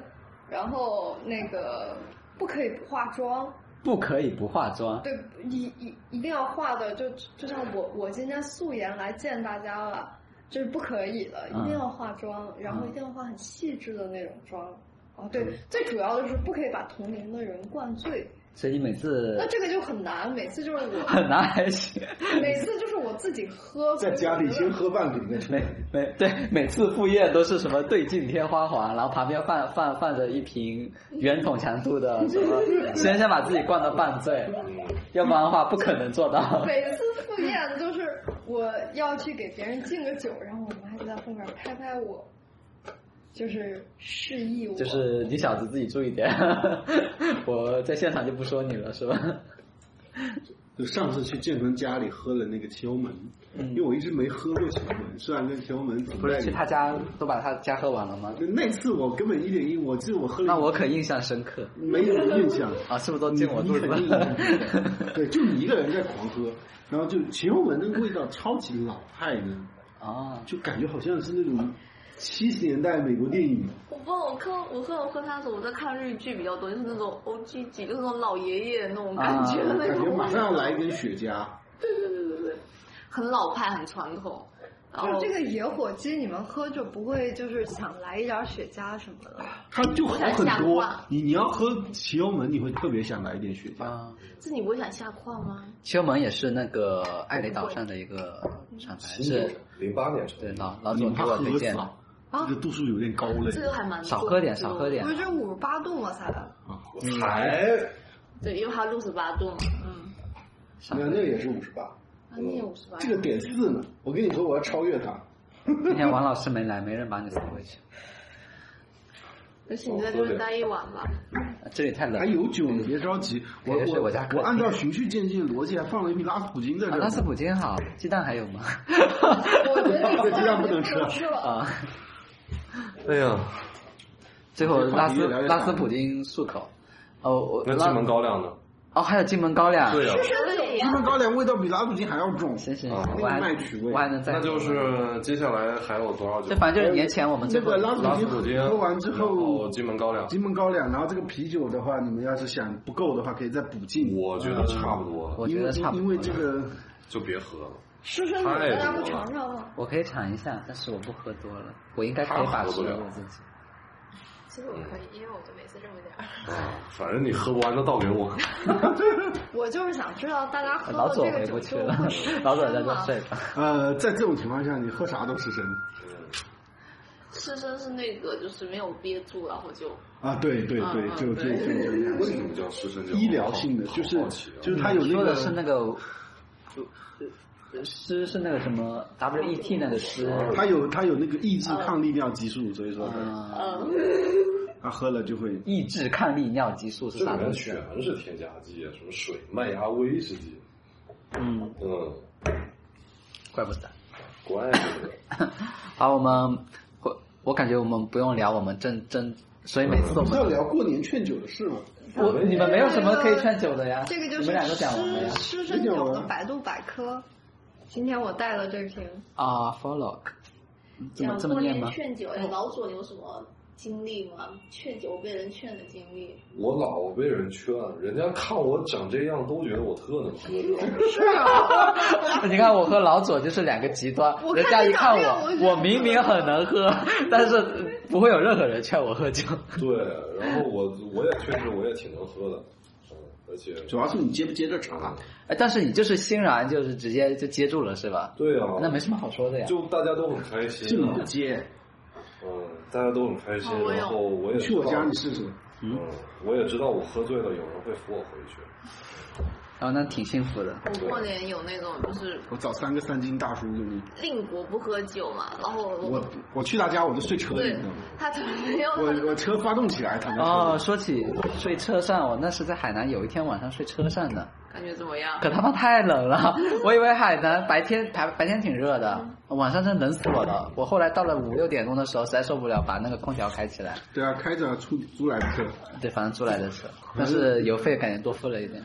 Speaker 5: 然后那个不可以不化妆，
Speaker 1: 不可以不化妆。
Speaker 5: 对，一一一定要化的，就就像我我今天素颜来见大家了，就是不可以的，
Speaker 11: 嗯
Speaker 5: 一定要化妆，然后一定要化很细致的那种妆。哦，
Speaker 11: 嗯
Speaker 5: 对，最主要的是不可以把同龄的人灌醉。
Speaker 1: 所以你每次
Speaker 5: 那这个就很难，每次就是
Speaker 11: [laughs]
Speaker 5: 我
Speaker 1: [laughs] 很难还行，
Speaker 5: 每次就是我自己喝，
Speaker 11: 在家里先喝半瓶的，
Speaker 1: 每每对每次赴宴都是什么对镜贴花环，然后旁边放放放着一瓶圆筒强度的什么， [laughs] 先先把自己灌到半醉，要不然的话不可能做到。
Speaker 5: 每次赴宴都是我要去给别人敬个酒，然后我妈就在后面拍拍我。就是示意我，
Speaker 1: 就是你小子自己注意点， [laughs] 我在现场就不说你了，是吧？
Speaker 6: 就上次去建坤家里喝了那个荞门，因为我一直没喝过荞门，虽然跟荞门
Speaker 1: 不是去嗯他家都把他家喝完了吗？
Speaker 6: 那次我根本一点印，我记得我喝了，
Speaker 1: 那我可印象深刻，
Speaker 6: 没有印象
Speaker 1: 啊，是不是都进我肚子
Speaker 6: 了？对，就你一个人在狂喝，然后就荞门那个味道超级老派呢，
Speaker 1: [laughs] 啊，
Speaker 6: 就感觉好像是那种。七十年代美国电影，
Speaker 3: 我不，我看我喝我喝它的时候，我在看日剧比较多，就是那种 O G G，就是那种老爷爷那种感觉的那
Speaker 6: 种。感觉马上要来一根雪茄。
Speaker 3: 对对对对对，很老派，很传统。然
Speaker 1: 哦
Speaker 3: 后
Speaker 5: 这个野火鸡，你们喝就不会就是想来一点雪茄什么的。
Speaker 6: 它就好很多。你你要喝奇欧门，你会特别想来一点雪茄。
Speaker 1: 啊，
Speaker 3: 自己不会想下矿吗？
Speaker 1: 奇欧门也是那个艾雷岛上的一个厂牌，是
Speaker 2: 零八年
Speaker 1: 对老老总给我推荐。
Speaker 6: 这个度数有点高了，
Speaker 3: 啊这个还蛮
Speaker 1: 少喝点，少喝点。
Speaker 5: 不是五十八度吗？才
Speaker 2: 才
Speaker 3: 对，因为它六十八度嘛，嗯。
Speaker 6: 那那也是五十八，
Speaker 3: 啊那也五十八。
Speaker 6: 这个点四呢？我跟你说，我要超越它。
Speaker 1: 今天王老师没来，没人把你送回去。
Speaker 3: 而且你在这边待一晚吧。
Speaker 1: 啊这里太冷。
Speaker 6: 还有酒，你别着急。我我我按照循序渐进的逻辑，还放了一瓶拉斯普京在这。
Speaker 1: 啊拉斯普京好，鸡蛋还有 [laughs] 吗？
Speaker 5: 我觉
Speaker 6: [laughs]
Speaker 5: 得
Speaker 6: 鸡蛋不能吃
Speaker 1: [laughs] 啊。
Speaker 2: 哎呀，
Speaker 1: 最后拉斯拉斯普京漱口，哦，我
Speaker 2: 那金门高粱呢？
Speaker 1: 哦，还有金门高粱，
Speaker 2: 对呀，啊哦
Speaker 6: 金门高粱味道比拉普京还要重，
Speaker 1: 行行，
Speaker 6: 那个麦曲味，
Speaker 1: 我还能再，
Speaker 2: 那就是接下来还有多少酒？
Speaker 1: 这反正就是年前我们
Speaker 6: 那个拉
Speaker 2: 拉斯
Speaker 6: 普
Speaker 2: 普
Speaker 6: 京
Speaker 2: 京
Speaker 6: 喝完之后，
Speaker 2: 金门高粱，
Speaker 6: 金门高粱，然后这个啤酒的话，你们要是想不够的话，可以再补进。
Speaker 2: 我觉得差不多，
Speaker 6: 嗯
Speaker 1: 我觉得差不多，
Speaker 6: 因为这个 [laughs]
Speaker 2: 就别喝了。
Speaker 5: 师生酒大家不尝尝吗？
Speaker 1: 我可以尝一下，但是我不喝多了，我应该可以把持我自己。
Speaker 4: 其实我可以，因为我就每次这么点儿。
Speaker 2: 反正你喝不完就倒给我。
Speaker 5: 我就是想知道大家喝
Speaker 1: 老
Speaker 5: 了
Speaker 1: 左
Speaker 5: 这个
Speaker 1: 回
Speaker 5: 酒
Speaker 1: 不去
Speaker 5: 之
Speaker 1: 了 [laughs]
Speaker 5: 后，
Speaker 1: 老左在这
Speaker 6: [laughs]
Speaker 1: 睡吧。
Speaker 6: 呃，在这种情况下，你喝啥都失身
Speaker 3: 师生是那个就是没有憋住，然后就
Speaker 6: 啊！对对对，就就就
Speaker 2: 为什么叫失身酒？
Speaker 6: 医疗性的，就是
Speaker 2: 啊
Speaker 6: 就是它有
Speaker 1: [laughs] 说
Speaker 6: 那
Speaker 1: 的
Speaker 6: 个
Speaker 1: 是那个呃诗是那个什么 WET 那个诗，
Speaker 6: 它有它有那个抑制抗利尿激素，所以说
Speaker 1: 嗯，
Speaker 6: 它喝了就会
Speaker 1: 抑制抗利尿激素是
Speaker 2: 这
Speaker 1: 啥
Speaker 2: 里
Speaker 1: 东
Speaker 2: 面
Speaker 1: 西？啊
Speaker 2: 全是添加剂，啊什么水、麦芽威士忌，
Speaker 1: 嗯，
Speaker 2: 嗯，
Speaker 1: 怪不得。
Speaker 2: 怪不得。
Speaker 1: [laughs] 好，我们我我感觉我们不用聊我们正正，所以每次我
Speaker 6: 不是要
Speaker 1: 们
Speaker 6: 聊过年劝酒的事吗？
Speaker 1: 我你们没有什么可以劝酒的呀，
Speaker 5: 这个
Speaker 1: 你
Speaker 5: 就
Speaker 1: 们
Speaker 5: 是
Speaker 1: 两个讲完了啊呀。
Speaker 5: 师师生酒的百度百科。今天我带了这瓶，
Speaker 1: 啊，follow，怎么
Speaker 3: 讲
Speaker 1: 这么
Speaker 3: 过
Speaker 1: 念
Speaker 3: 年
Speaker 1: 吗？
Speaker 3: 劝酒，哎，老左有什么经历吗？劝酒被人劝的经历？
Speaker 2: 我老被人劝，人家看我长这样都觉得我特能喝，知道吗？
Speaker 1: 啊
Speaker 5: [laughs]
Speaker 1: 你看我和老左就是两个极端，人家一看我，我明明很能喝， [laughs] 但是不会有任何人劝我喝酒。
Speaker 2: [laughs] 对，然后我我也确实我也挺能喝的，嗯，而且
Speaker 6: 主要是你接不接这茬。啊
Speaker 1: 哎，但是你就是欣然就是直接就接住了是吧？
Speaker 2: 对啊，
Speaker 1: 那没什么好说的呀。
Speaker 2: 就大家都很开
Speaker 6: 是
Speaker 2: 心
Speaker 6: 你
Speaker 2: 啊
Speaker 6: 不，接，
Speaker 2: 嗯，大家都很开心
Speaker 3: 哦，我有
Speaker 2: 然后我也
Speaker 6: 去我家里试试。
Speaker 2: 嗯，我也知道我喝醉了，有人会扶我回去，
Speaker 1: 然后哦那挺幸福的。
Speaker 3: 我过年有那种就是
Speaker 6: 我找三个三金大叔给你。
Speaker 3: 令国不喝酒嘛，然后
Speaker 6: 啊我我去他家我就睡车里
Speaker 3: 对
Speaker 6: 呢，
Speaker 3: 他怎么样？
Speaker 6: 我我车发动起来他们
Speaker 1: 哦，说起睡车上，我那是在海南有一天晚上睡车上的，
Speaker 3: [laughs] 感觉怎么样？
Speaker 1: 可他妈太冷了。我以为海南白天白白天挺热的，晚上真冷死我了。我后来到了五六点钟的时候，实在受不了，把那个空调开起来。
Speaker 6: 对啊，开着出租来的车，
Speaker 1: 对，反正租来的车，但是邮费感觉多付了一点。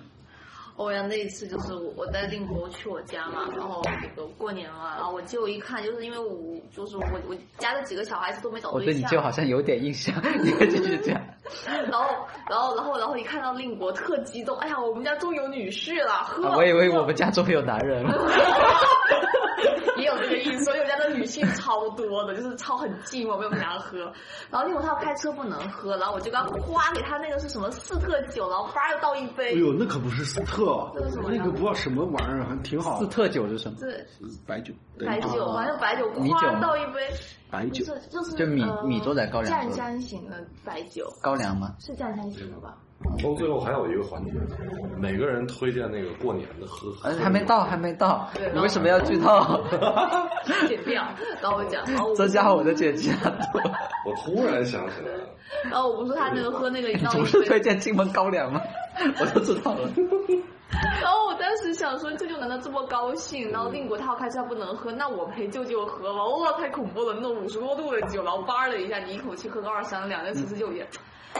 Speaker 3: 欧哦阳那一次就是我我带令国去我家嘛，然后那个过年嘛，然后我舅一看就是因为我就是我我家的几个小孩子都没找
Speaker 1: 哦我对你
Speaker 3: 象
Speaker 1: 就，好像有点印象，你可以继续讲。
Speaker 3: [laughs] 然后然后然后然后一看到令国特激动，哎呀，我们家终于有女婿了，呵，
Speaker 1: 啊我以为我们家中有男人了。
Speaker 3: [laughs] 也有这个意思，所以我家的女性超多的，就是超很寂寞，没有人拿喝。然后因为他要开车不能喝，然后我就刚哗给他那个是什么四特酒，然后叭又倒一
Speaker 6: 哎
Speaker 3: 杯，
Speaker 6: 呦，那可不是斯特
Speaker 3: 这是什，么呀
Speaker 6: 那个不知道什么玩意儿，还挺好
Speaker 1: 四，特酒是什么？
Speaker 3: 对，
Speaker 6: 白酒，对
Speaker 3: 白酒，反正白酒
Speaker 1: 哦米酒
Speaker 3: 哗倒一杯，
Speaker 6: 白
Speaker 3: 不
Speaker 6: 酒，
Speaker 3: 是就是
Speaker 1: 就米
Speaker 3: 呃
Speaker 1: 米做的高粱
Speaker 3: 湛
Speaker 1: 做的
Speaker 3: 江型的白酒
Speaker 1: 高粱吗？
Speaker 3: 是湛江型
Speaker 1: [laughs]
Speaker 3: 的吧？
Speaker 2: 然后最后还有一个环节，每个人推荐那个过年的喝。
Speaker 6: 哎
Speaker 1: 呃，还没到，还没到
Speaker 3: 对，
Speaker 1: 你为什么要剧透？
Speaker 3: 剪掉，然后我讲，然后我
Speaker 1: 这家伙我的姐姐啊 [laughs]
Speaker 2: 我突然想起来了，
Speaker 3: 然后我不是说他那个喝那个饮料
Speaker 1: 总是推荐金门高粱吗？ [laughs] 我都知道了。
Speaker 3: 然后我当时想说，舅舅难道这么高兴？然后令国他要开车他不能喝，那我陪舅舅喝吧。哇，太恐怖了，那五十多度的酒，然后叭的一下，你一口气喝个二三两，那其实就也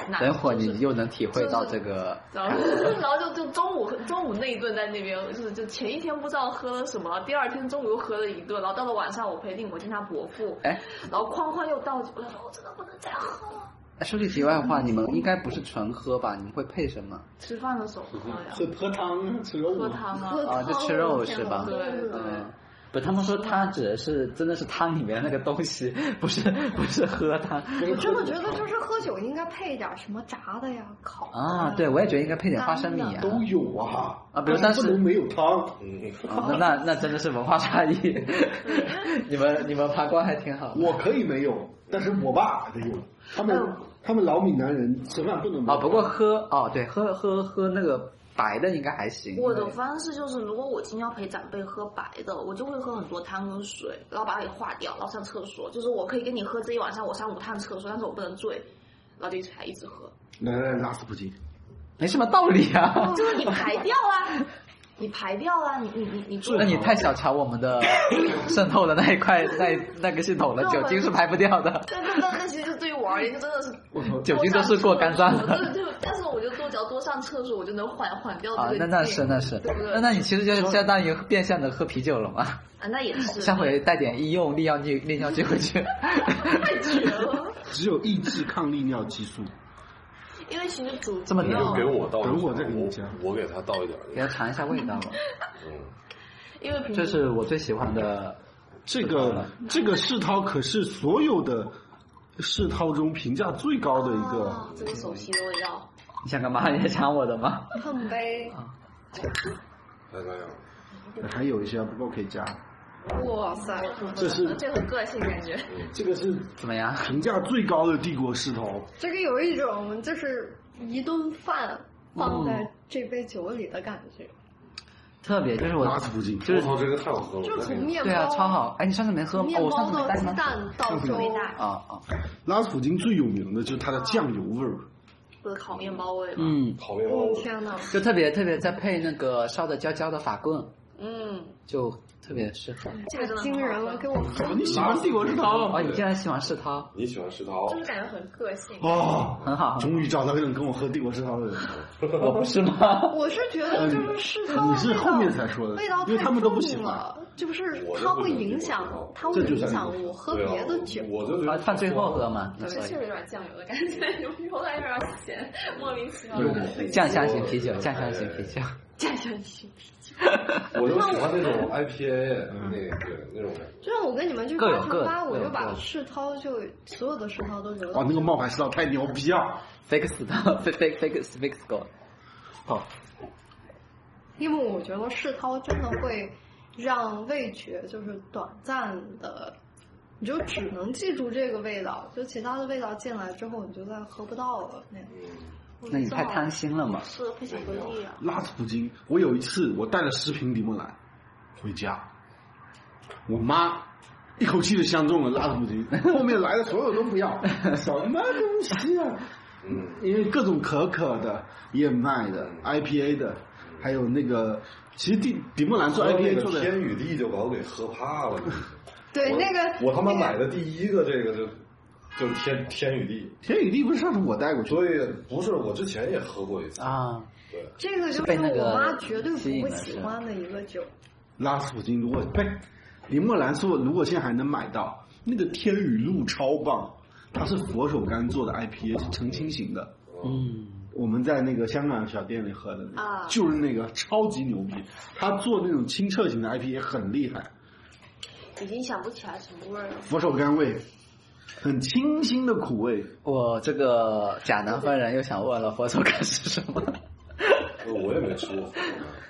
Speaker 3: 难。
Speaker 1: 等会儿你
Speaker 3: 就
Speaker 1: 又能体会到这个，
Speaker 3: 然后，然后就就中午中午那一顿在那边，就是就前一天不知道喝了什么，第二天中午又喝了一顿，然后到了晚上我陪令国见他伯父，
Speaker 1: 哎，
Speaker 3: 然后哐哐又倒酒，我想说我真的不能再喝了。
Speaker 1: 哎说句题外话，你们应该不是纯喝吧？你们会配什么？
Speaker 3: 吃饭的时候喝呀，
Speaker 6: 是喝汤，吃肉
Speaker 3: 喝汤啊，
Speaker 1: 啊，就吃肉是吧？
Speaker 3: 对对。
Speaker 1: 嗯，不，他们说汤指的是真的是汤里面的那个东西，不是不是喝汤
Speaker 5: 我真的觉得就是喝酒应该配一点什么炸的呀、烤的
Speaker 1: 啊。对，我也觉得应该配点花生米啊。
Speaker 6: 都有啊，
Speaker 1: 啊不是但
Speaker 6: 但
Speaker 1: 是
Speaker 6: 不能没有汤。
Speaker 2: 嗯，
Speaker 1: 啊那那那真的是文化差异。 [laughs] 你们你们爬关还挺好。
Speaker 6: 我可以没有，但是我爸得有。他们
Speaker 3: 嗯
Speaker 6: 他们老闽南人吃饭不能没
Speaker 1: 啊，
Speaker 6: 有
Speaker 1: 不过喝哦，对，喝喝喝那个白的应该还行。
Speaker 3: 我的方式就是，如果我今天要陪长辈喝白的，我就会喝很多汤跟水，然后把它给化掉，然后上厕所。就是我可以跟你喝这一晚上，我上五趟厕所，但是我不能醉，然后就一直还一直喝。
Speaker 6: 来来拉斯普京，
Speaker 1: 没什么道理 [laughs] 啊。
Speaker 3: 就是你排掉啊，你排掉啊，你你你你 [laughs]
Speaker 1: [laughs]
Speaker 3: 做
Speaker 1: 那你太小瞧我们的
Speaker 3: [laughs]
Speaker 1: 渗透的那一块 [laughs] 那那个系统了，酒精是排不掉
Speaker 3: [laughs]
Speaker 1: 的。
Speaker 3: 但但但但其实就对于我而言，就真的是
Speaker 6: 我操，
Speaker 1: [laughs] 酒精都是过干燥的
Speaker 3: 对，就但是我就多只要多上厕所，我就能缓缓
Speaker 1: [laughs]
Speaker 3: 掉
Speaker 1: 啊
Speaker 3: 这个劲。，
Speaker 1: 那那是那是
Speaker 3: 对不，对
Speaker 1: 那那你其实就相当于变相的喝啤酒了嘛。
Speaker 3: 啊，那也是
Speaker 1: 下回带点医用利尿剂利尿剂回去。
Speaker 3: [laughs]
Speaker 1: [laughs]
Speaker 3: 太绝了。
Speaker 6: 只有抑制抗利尿激素。
Speaker 3: 因为其实主
Speaker 1: 这么
Speaker 2: 你
Speaker 1: 牛
Speaker 2: 就给我倒一点，
Speaker 6: 等我再给你加
Speaker 2: 我给他倒一点儿。
Speaker 1: 给他尝一下味道吧，
Speaker 2: 嗯，
Speaker 3: 因为平
Speaker 1: 这
Speaker 3: 时
Speaker 1: 是我最喜欢的。
Speaker 6: 这个这个世涛可是所有的世涛中评价最高的一个
Speaker 3: 啊，这个熟悉的味道。
Speaker 1: 你想干嘛？你还抢我的吗？
Speaker 5: 碰杯，
Speaker 2: 来来来，
Speaker 6: 还有一些不够可以加。
Speaker 5: 哇塞，
Speaker 6: 这是嗯
Speaker 5: 这很个性感觉。
Speaker 6: 这个是
Speaker 1: 怎么样？
Speaker 6: 评价最高的帝国世涛，
Speaker 5: 这个有一种就是一顿饭放在这杯酒里的感觉，
Speaker 1: 特别就是我
Speaker 6: 拉斯普京。
Speaker 1: 就
Speaker 2: 我
Speaker 1: 是
Speaker 2: 操，这个太好喝
Speaker 6: 嗯
Speaker 2: 了！
Speaker 5: 就是从面包
Speaker 1: 对啊，超好。哎，你上次没喝吗？哦，
Speaker 5: 面
Speaker 1: 我上
Speaker 5: 包
Speaker 1: 次没
Speaker 5: 到
Speaker 1: 带
Speaker 5: 鸡
Speaker 1: 吗？
Speaker 5: 蛋到粥，
Speaker 1: 啊啊，
Speaker 6: 拉斯普京最有名的就是它的酱油味儿，
Speaker 3: 不是烤面包味吗？
Speaker 1: 嗯，
Speaker 2: 烤面包，
Speaker 5: 嗯，天呐，
Speaker 1: 就特别特别再配那个烧的焦焦的法棍，
Speaker 3: 嗯，
Speaker 1: 就特别适合。
Speaker 3: 这
Speaker 5: 太
Speaker 3: 个真的
Speaker 5: 惊
Speaker 3: 很好
Speaker 5: 人了，
Speaker 3: 喝
Speaker 5: 给我
Speaker 6: 哦你喜欢帝国世涛
Speaker 1: 哦，你竟然喜欢世涛，
Speaker 2: 你喜欢石涛？
Speaker 5: 就是感觉很个性。
Speaker 6: 哦，
Speaker 1: 很好。
Speaker 6: 终于找到一个能跟我喝帝国世涛的人了。
Speaker 2: [laughs]
Speaker 1: 我不是吗？
Speaker 5: 我是觉得就是世涛
Speaker 6: 你
Speaker 5: 的
Speaker 6: 是
Speaker 5: 味道
Speaker 6: 后面才说的
Speaker 5: 啊味道
Speaker 6: 因为
Speaker 5: 太
Speaker 6: 他们都不
Speaker 5: 重
Speaker 6: 喜欢
Speaker 5: 了，就是
Speaker 2: 我就
Speaker 5: 它
Speaker 2: 不
Speaker 5: 会
Speaker 2: 能
Speaker 5: 影
Speaker 2: 接
Speaker 5: 响
Speaker 2: 受，
Speaker 5: 它会
Speaker 6: 这就
Speaker 5: 影
Speaker 6: 算
Speaker 5: 响
Speaker 6: 是
Speaker 5: 我喝
Speaker 2: 对啊
Speaker 5: 别的酒。
Speaker 2: 我就觉
Speaker 1: 啊，
Speaker 2: 得
Speaker 1: 饭最后喝嘛，那
Speaker 5: 是
Speaker 1: 所
Speaker 5: 确实
Speaker 1: 以
Speaker 5: 有点酱油的感觉，有点有点咸，莫名其妙。
Speaker 6: 对对对，
Speaker 1: 酱香型啤酒，酱香型啤酒。
Speaker 3: 酱香型。
Speaker 2: 我就喜欢那种 IPA 嗯那个那种感觉。
Speaker 5: 就是我跟你们去
Speaker 1: 各有
Speaker 5: 八
Speaker 1: 各
Speaker 5: 乘八，我
Speaker 1: 各有
Speaker 5: 就
Speaker 1: 各
Speaker 5: 把
Speaker 1: 的
Speaker 5: 世涛就所有的世涛都留
Speaker 6: 哇，
Speaker 5: 了。
Speaker 6: 那个冒牌世涛太牛逼了！
Speaker 1: fake 死的 fake fake fake fake score。
Speaker 6: 好，
Speaker 5: 因为我觉得世涛真的会让味觉就是短暂的，你就只能记住这个味道，就其他的味道进来之后你就再喝不到了。那样
Speaker 1: 那你太贪心了嘛？
Speaker 3: 是
Speaker 2: 嗯
Speaker 3: 配巧克力啊。
Speaker 6: 拉斯普京，我有一次我带了十瓶柠檬来回家，我妈一口气就相中了拉斯普京， [laughs] 后面来的所有都不要， [laughs] 什么东西啊？
Speaker 2: 嗯，
Speaker 6: [laughs] 因为各种可可的、燕麦的、IPA 的，还有那个，其实迪迪莫兰做
Speaker 2: 喝那
Speaker 6: IPA
Speaker 2: 个
Speaker 6: 做的
Speaker 2: 天与地就把我给喝怕了。
Speaker 5: 对，
Speaker 2: 我
Speaker 5: 那个
Speaker 2: 我他妈
Speaker 5: 那个
Speaker 2: 买的第一个这个就就是天天与地，
Speaker 6: 天与地，不是上次我带过去的，
Speaker 2: 所以不是我之前也喝过一次，
Speaker 1: 啊，
Speaker 2: 对，
Speaker 5: 这个就是
Speaker 1: 被那个
Speaker 5: 我妈绝对
Speaker 1: 吸引
Speaker 5: 不会
Speaker 1: 了
Speaker 5: 喜
Speaker 1: 是
Speaker 5: 欢的一个酒。
Speaker 6: 拉斯普京如果呸，迪莫兰说如果现在还能买到那个天与露超棒，它是佛手柑做的 IPA，是澄清型的，
Speaker 1: 嗯，
Speaker 6: 我们在那个香港小店里喝的那个，
Speaker 3: 啊
Speaker 6: 就是那个超级牛逼，他做那种清澈型的 IP 也很厉害，
Speaker 3: 已经想不起来什么味儿了。
Speaker 6: 佛手柑味，很清新的苦味，
Speaker 1: 我这个假南方人又想问了，佛手柑是什么？
Speaker 2: 呃我也没吃过，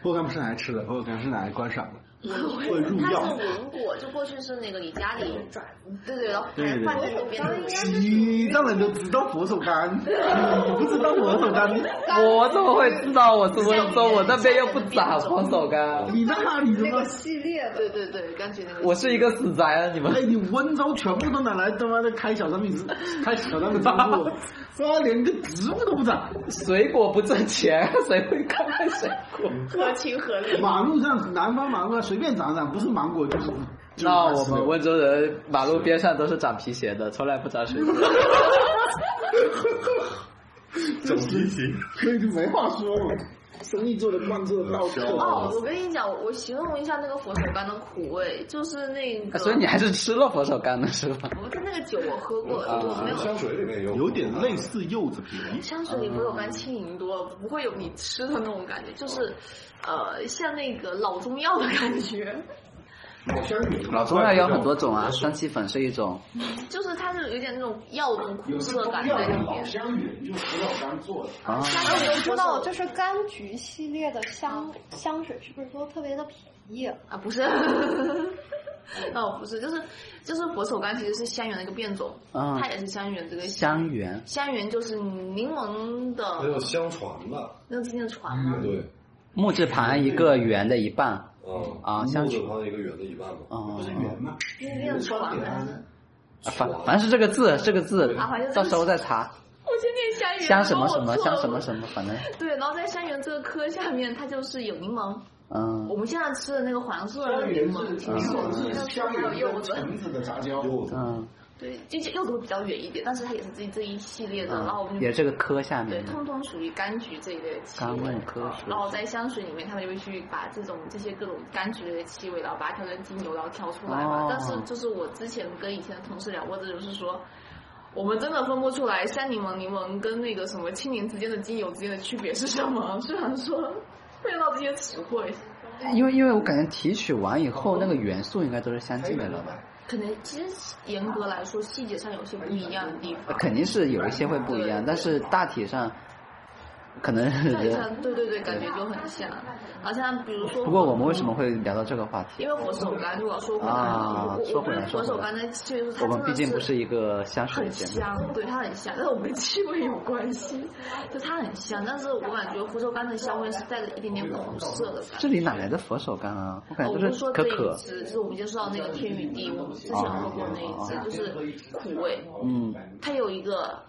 Speaker 6: 佛手柑不是拿来吃的，佛手柑是拿来观赏的，会入
Speaker 3: 它
Speaker 6: 药。
Speaker 3: 是文果，就过去是那个李佳玲，
Speaker 4: 爪子，
Speaker 3: [laughs] 对对，然后
Speaker 6: 对对
Speaker 3: 换成那边的
Speaker 6: 你当然都知道佛手柑，你不知道佛手柑，
Speaker 1: [laughs] 我怎么会知道我是温州？我那边又不长佛手 [laughs] 柑，
Speaker 6: 你那里的
Speaker 5: 那
Speaker 6: 吗
Speaker 5: 个？系列的，
Speaker 3: 对对对，柑橘那个。
Speaker 1: 我是一个死宅啊！你们
Speaker 6: 哎，你温州全部都拿来他妈的开小商品市，开小商品仓库，他妈连个植物都不长。
Speaker 1: 水果不挣钱， [laughs] 谁会看水果？
Speaker 3: 合情合理。
Speaker 6: [laughs] 马路上，南方马路上随便长长，不是芒果就是。就是
Speaker 1: 那
Speaker 6: 番
Speaker 1: 我
Speaker 6: 石榴
Speaker 1: 们温州人马路边上都是长皮鞋的，从来不长水 [laughs] 果。
Speaker 2: 整
Speaker 1: [laughs]
Speaker 2: 一题。
Speaker 6: 可以 [laughs] 就没话说了，生意做的惯做的到
Speaker 3: 哦，
Speaker 6: 头。
Speaker 3: 我跟你讲，我形容一下那个佛手柑的苦味，就是那
Speaker 1: 哎
Speaker 3: 个。
Speaker 1: 所以你还是吃了佛手柑的是吧？
Speaker 3: 我跟那个酒我喝过，
Speaker 1: 啊
Speaker 3: 我没有。
Speaker 2: 香水里面有
Speaker 6: 有点类似柚子皮，
Speaker 3: 香水里佛手柑轻盈多了，不会有你吃的那种感觉，就是，呃，像那个老中药的感觉，
Speaker 1: 老中药有很多种啊，三七粉是一种，
Speaker 3: 就是它是有点那种药的苦涩感在里面。
Speaker 6: 香园，用葡萄干做的。
Speaker 1: 啊，
Speaker 5: 那你们知道就是柑橘系列的香香水是不是都特别的便宜啊？
Speaker 3: 啊，不是，哦，不是，就是就是佛手柑其实是香橼的一个变种，
Speaker 1: 嗯
Speaker 3: 它也是香橼这个
Speaker 1: 香橼
Speaker 3: 香橼就是柠檬
Speaker 2: 还有
Speaker 3: 的
Speaker 2: 香传吧，
Speaker 3: 那个之间的船
Speaker 1: 嗯
Speaker 3: 嘛，
Speaker 2: 对，
Speaker 1: 木字旁一个圆的一半
Speaker 2: 嗯，
Speaker 1: 啊，香
Speaker 2: 木
Speaker 1: 橼
Speaker 2: 字旁一个圆的一半嘛，
Speaker 1: 啊，
Speaker 6: 吗？
Speaker 3: 那个之间的船还是，
Speaker 1: 反反正是这个字，这个字
Speaker 3: 啊反正这，个
Speaker 1: 到时候再查
Speaker 3: 我去念香橼，
Speaker 1: 香什么什么
Speaker 3: 然后我
Speaker 1: 香
Speaker 3: 错
Speaker 1: 什
Speaker 3: 了
Speaker 1: 么什么，反正
Speaker 3: 对，然后在香橼这个科下面，它就是有柠檬，我
Speaker 1: 嗯
Speaker 3: 们现在吃的那个黄色的柠檬，挺爽的，但是还有柚
Speaker 6: [laughs]
Speaker 3: 子，
Speaker 6: 橙子的杂交，
Speaker 2: 柚子
Speaker 1: 嗯，
Speaker 3: 对，就就柚子会比较远一点，但是它也是这这一系列的，
Speaker 1: 嗯
Speaker 3: 然后我们就
Speaker 1: 也这个科下
Speaker 3: 对，
Speaker 1: 面的
Speaker 3: 通通属于嗯柑橘这一类的气
Speaker 1: 甘
Speaker 3: 味
Speaker 1: 露。科属
Speaker 3: 然后在香水里面，他们就会去把这种这些各种柑橘类的气味，然后把它调成精油，然后调出来嘛。
Speaker 1: 哦
Speaker 3: 但是就是我之前跟以前的同事聊过，这就是说。我们真的分不出来山柠檬、柠檬跟那个什么青柠之间的精油之间的区别是什么。虽然说味道这些词汇，
Speaker 1: 因为因为我感觉提取完以后那个元素应该都是相近的了吧？
Speaker 3: 可能其实严格来说细节上有些不一样的地方。
Speaker 1: 肯定是有一些会不一样，但是大体上可能是
Speaker 3: 对对对对，感觉就很像。好像比如说，
Speaker 1: 不过我们为什么会聊到这个话题？
Speaker 3: 因为佛手柑，如果说回来，
Speaker 1: 啊
Speaker 3: 我
Speaker 1: 说
Speaker 3: 我
Speaker 1: 回
Speaker 3: 觉
Speaker 1: 来
Speaker 3: 得佛
Speaker 1: 说
Speaker 3: 手
Speaker 1: 回来
Speaker 3: 柑的气味就是它
Speaker 1: 我
Speaker 3: 真
Speaker 1: 们
Speaker 3: 的
Speaker 1: 毕竟不是一个香水
Speaker 3: 很
Speaker 1: 节目，
Speaker 3: 香，对它很香，但是我们气味有关系，就它很香，但是我感觉佛手柑的香味是带着一点点苦涩的感
Speaker 1: 这
Speaker 3: 觉。
Speaker 1: 里哪来的佛手柑啊？我感
Speaker 3: 哦
Speaker 1: 觉
Speaker 3: 我
Speaker 1: 都
Speaker 3: 不
Speaker 1: 是
Speaker 3: 说
Speaker 1: 可
Speaker 3: 这一
Speaker 1: 可，
Speaker 3: 支，就是我们介绍那个天与地，我们之前喝过那一
Speaker 1: 啊
Speaker 3: 支，就是苦味，
Speaker 1: 嗯，
Speaker 3: 它有一个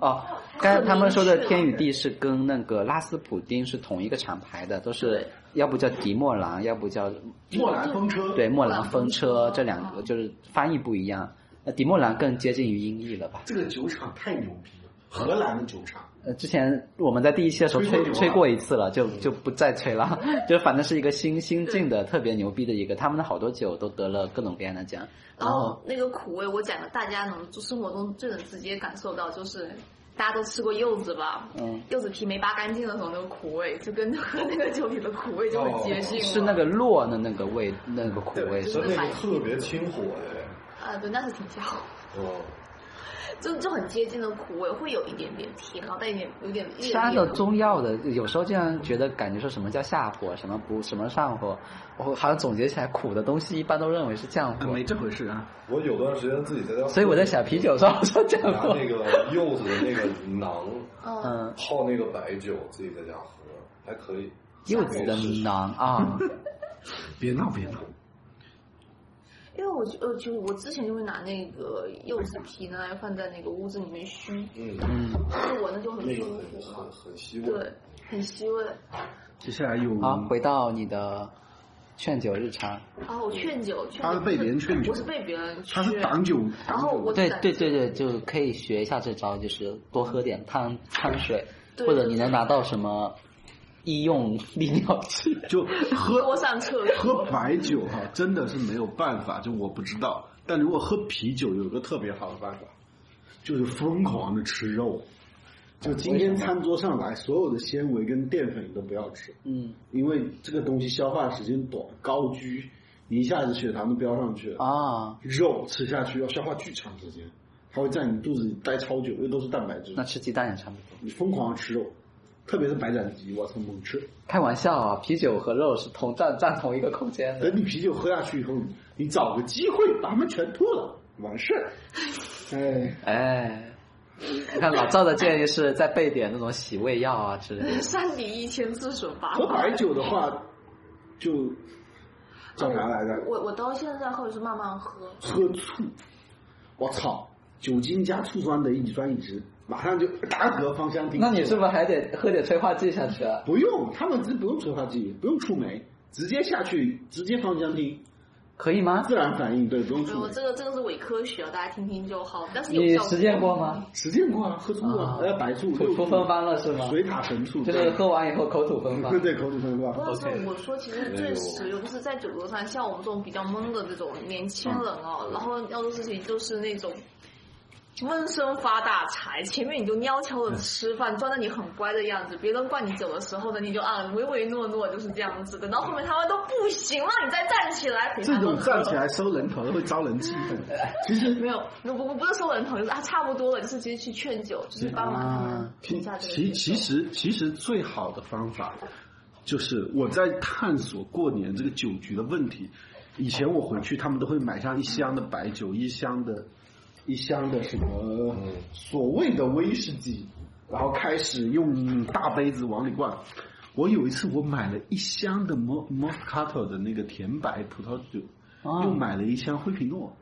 Speaker 1: 哦，刚才他们说的天与地是跟那个拉斯普丁是同一个厂牌的，都是要不叫迪莫兰，要不叫
Speaker 6: 莫兰风车，
Speaker 1: 对莫兰风车，这两个就是翻译不一样。那迪莫兰更接近于音译了吧？
Speaker 6: 这个酒厂太牛逼了，荷兰的酒厂，
Speaker 1: 呃，之前我们在第一期的时候吹
Speaker 6: 吹过牛啊
Speaker 1: 吹过一嗯次了，就就不再吹了。 [laughs] 就反正是一个新新进的特别牛逼的一个，他们的好多酒都得了各种各样的奖。然
Speaker 3: 然
Speaker 1: 后
Speaker 3: 后那个苦味，我讲的大家能就生活中最能直接感受到，就是大家都吃过柚子吧，
Speaker 1: 嗯，
Speaker 3: 柚子皮没扒干净的时候那个苦味，就跟喝那个酒里的苦味就很
Speaker 6: 哦
Speaker 3: 接近了。
Speaker 1: 是那个洛的那个味，那个苦味是
Speaker 2: 它
Speaker 1: 吧
Speaker 2: 那个特别清火哎，
Speaker 3: 啊，对，那是挺香，
Speaker 2: 哦，
Speaker 3: 就就很接近的苦味，会有一点点甜，然后带一点有点烈
Speaker 1: 加
Speaker 3: 烈
Speaker 1: 的中药的，有时候竟然觉得感觉说什么叫下火，什么不什么上火，我好像总结起来苦的东西一般都认为是降
Speaker 6: 啊
Speaker 1: 火，
Speaker 6: 没这回事啊。
Speaker 2: 我有段时间自己在家，
Speaker 1: 所以我在想啤酒 [laughs] 上说降
Speaker 2: 拿
Speaker 1: 火，
Speaker 2: 那个柚子的那个囊
Speaker 1: 嗯，
Speaker 2: 泡那个白酒，自己在家喝还可以。
Speaker 1: 柚子的囊啊，
Speaker 6: 别闹别闹，
Speaker 3: 因为我就呃，就我之前就会拿那个柚子皮拿来放在那个屋子里面熏，
Speaker 2: 嗯，
Speaker 1: 嗯，
Speaker 3: 就是闻着就很
Speaker 2: 那个
Speaker 3: 舒
Speaker 2: 很
Speaker 3: 服
Speaker 2: 很
Speaker 3: 嘛，
Speaker 2: 很吸味。
Speaker 3: 对，很吸味。
Speaker 6: 接下来有
Speaker 1: 好，回到你的劝酒日常，
Speaker 3: 然后我劝酒，劝
Speaker 6: 他是被别人劝酒
Speaker 3: 我是被别人劝，
Speaker 6: 他是挡酒，
Speaker 3: 然后我
Speaker 1: 对
Speaker 3: 攒
Speaker 1: 对对对，就可以学一下这招，就是多喝点汤汤水，
Speaker 3: 对
Speaker 1: 或者你能拿到什么医用利尿剂，
Speaker 6: 就喝 [laughs]
Speaker 3: 多上厕
Speaker 6: 喝
Speaker 3: 所， [laughs]
Speaker 6: 白酒哈、真的是没有办法，就我不知道。但如果喝啤酒，有一个特别好的办法，就是疯狂的吃肉，就今天餐桌上来所有的纤维跟淀粉你都不要吃，
Speaker 1: [laughs] 嗯
Speaker 6: 因为这个东西消化的时间短，高居，你一下子血糖都飙上去了。
Speaker 1: 啊，
Speaker 6: 肉吃下去要消化巨长时间，它会在你肚子里待超久，又都是蛋白质
Speaker 1: 那，吃鸡蛋也差不多。
Speaker 6: 你疯狂吃肉，特别是白斩鸡，我操猛吃。
Speaker 1: 开玩笑啊，啤酒和肉是同占占同一个空间的。
Speaker 6: 等你啤酒喝下去以后，你找个机会把它们全吐了，完事儿。哎，
Speaker 1: 哎，你看老赵的建议是再备点那种洗胃药啊之类的。
Speaker 3: 山顶一千自损
Speaker 1: 哎
Speaker 3: 八
Speaker 6: 喝
Speaker 3: 百。
Speaker 6: 白酒的话，就叫啥来着？
Speaker 12: 我我到现在或者是慢慢喝，
Speaker 6: 喝醋，我操，酒精加醋酸的乙酸乙酯，马上就打嗝芳香烃。
Speaker 1: [laughs] 那你是不是还得喝点催化剂下去啊？
Speaker 6: 不用，他们只不用催化剂，不用触媒，直接下去，直接芳香烃，
Speaker 1: 可以吗？
Speaker 6: 自然反应，对，不用触
Speaker 3: 哎我
Speaker 6: 媒。
Speaker 3: 这个这个是伪科学，大家听听就好。但是有
Speaker 1: 你
Speaker 3: 效果
Speaker 1: 实践过？吗？
Speaker 6: 实践过啊，喝醋
Speaker 1: 啊
Speaker 6: 啊，呃，白醋、
Speaker 1: 口
Speaker 6: 六
Speaker 1: 吐
Speaker 6: 醋
Speaker 1: 芬芳了是吗？
Speaker 6: 水塔神醋，
Speaker 1: 就是喝完以后口吐芬芳
Speaker 6: [laughs] 对。对口吐芬
Speaker 3: 不
Speaker 6: 芳，
Speaker 3: 要说
Speaker 1: OK
Speaker 3: 我说，其实最实用就是在酒桌上，像我们这种比较懵的这种年轻人哦，然后要做事情就是那种。闷声发大财，前面你就悄悄的吃饭，装的你很乖的样子。别人灌你酒的时候呢，你就啊唯唯诺诺就是这样子。等到后面他们都不行了，你再站起来陪他
Speaker 6: 这
Speaker 3: 们
Speaker 6: 种
Speaker 3: 喝
Speaker 6: 站起来收人头会招人气愤。其实
Speaker 3: 没有，我我不是收人头，就是啊差不多了，就是直接去劝酒，就是帮忙他们停
Speaker 6: 其
Speaker 3: 下这个
Speaker 6: 啊
Speaker 3: 节
Speaker 6: 其
Speaker 3: 奏
Speaker 6: 其实其实最好的方法，就是我在探索过年这个酒局的问题。以前我回去，他们都会买上一箱的白酒，一箱的，一箱的什么所谓的威士忌，然后开始用大杯子往里灌。我有一次我买了一箱的摩摩斯卡托的那个甜白葡萄酒，
Speaker 1: 啊
Speaker 6: 又买了一箱灰皮诺。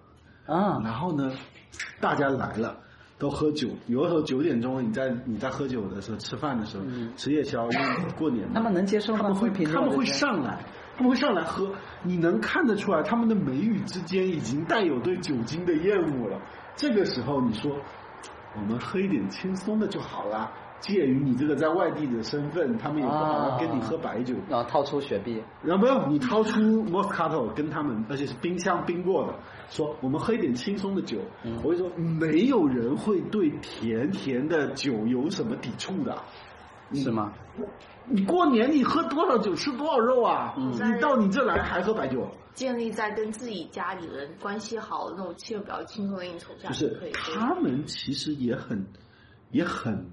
Speaker 1: 啊，
Speaker 6: 然后呢，大家来了，都喝酒。有的时候九点钟，你在你在喝酒的时候、吃饭的时候、吃夜宵，因为过年嘛
Speaker 1: 嗯他们能接受吗
Speaker 6: 他们会
Speaker 1: 会评
Speaker 6: 他
Speaker 1: 论
Speaker 6: 们
Speaker 1: 这
Speaker 6: 会
Speaker 1: 些
Speaker 6: 上来，他们会上来喝。你能看得出来，他们的眉宇之间已经带有对酒精的厌恶了。这个时候，你说我们喝一点轻松的就好啦。介于你这个在外地的身份，他们也不好
Speaker 1: 啊
Speaker 6: 要跟你喝白酒。
Speaker 1: 然后掏出雪碧，
Speaker 6: 然后没有，你掏出 Moscato 跟他们，而且是冰箱冰过的，说我们喝一点轻松的酒。我就说，没有人会对甜甜的酒有什么抵触的。
Speaker 1: 是吗？
Speaker 6: 你过年你喝多少酒，吃多少肉啊？你到你这来还喝白酒？
Speaker 3: 建立在跟自己家里人关系好的那种气氛比较轻松的应酬下，
Speaker 6: 就是
Speaker 3: 可以喝
Speaker 6: 他们其实也很也很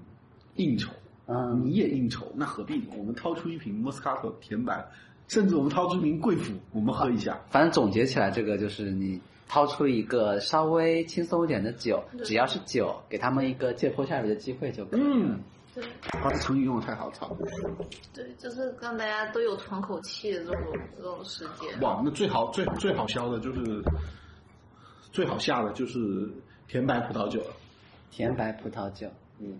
Speaker 6: 应酬，
Speaker 1: 嗯
Speaker 6: 你也应酬，那何必呢？我们掏出一瓶 Moscato 甜白，甚至我们掏出一瓶贵腐，我们喝一下。
Speaker 1: 反正总结起来，这个就是你掏出一个稍微轻松一点的酒，只要是酒，给他们一个借坡下驴的机会就可以了。
Speaker 6: 嗯，
Speaker 3: 对
Speaker 6: 哇，这成语用的太好，操！
Speaker 3: 对，就是让大家都有喘口气的这种这种时间。
Speaker 6: 哇，那最好最最好消的就是，最好下的就是甜白葡萄酒了。
Speaker 1: 甜白葡萄酒，
Speaker 6: 嗯，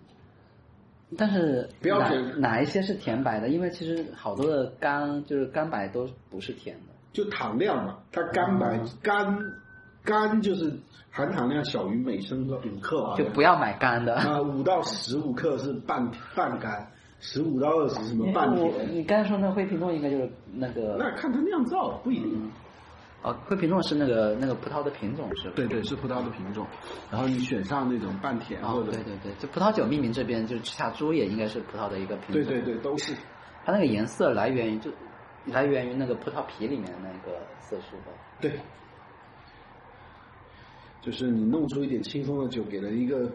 Speaker 1: 但是
Speaker 6: 不要
Speaker 1: 哪
Speaker 6: 甜
Speaker 1: 哪一些是甜白的？因为其实好多的干就是干白都不是甜的。
Speaker 6: 就糖量嘛，它干白
Speaker 1: 嗯
Speaker 6: 干干就是含糖量小于每升的五克啊，
Speaker 1: 就不要买干的。
Speaker 6: 啊五到十五克是半半干，十五到二十什么
Speaker 1: 你
Speaker 6: 嗯半
Speaker 1: 我
Speaker 6: 甜。
Speaker 1: 你刚才说那灰皮诺应该就是那
Speaker 6: 那
Speaker 1: 个
Speaker 6: 看它酿造不一定。
Speaker 1: 哦，灰皮诺是那个那个葡萄的品种是吧？
Speaker 6: 对对，是葡萄的品种，然后你选上那种半甜
Speaker 1: 哦
Speaker 6: 或，者
Speaker 1: 对对对，就葡萄酒命名这边，就是赤塔珠也应该是葡萄的一个品种。
Speaker 6: 对对对都是。
Speaker 1: 它那个颜色来源于就来源于那个葡萄皮里面的那个色素吧。
Speaker 6: 对，就是你弄出一点轻松的酒，给人一个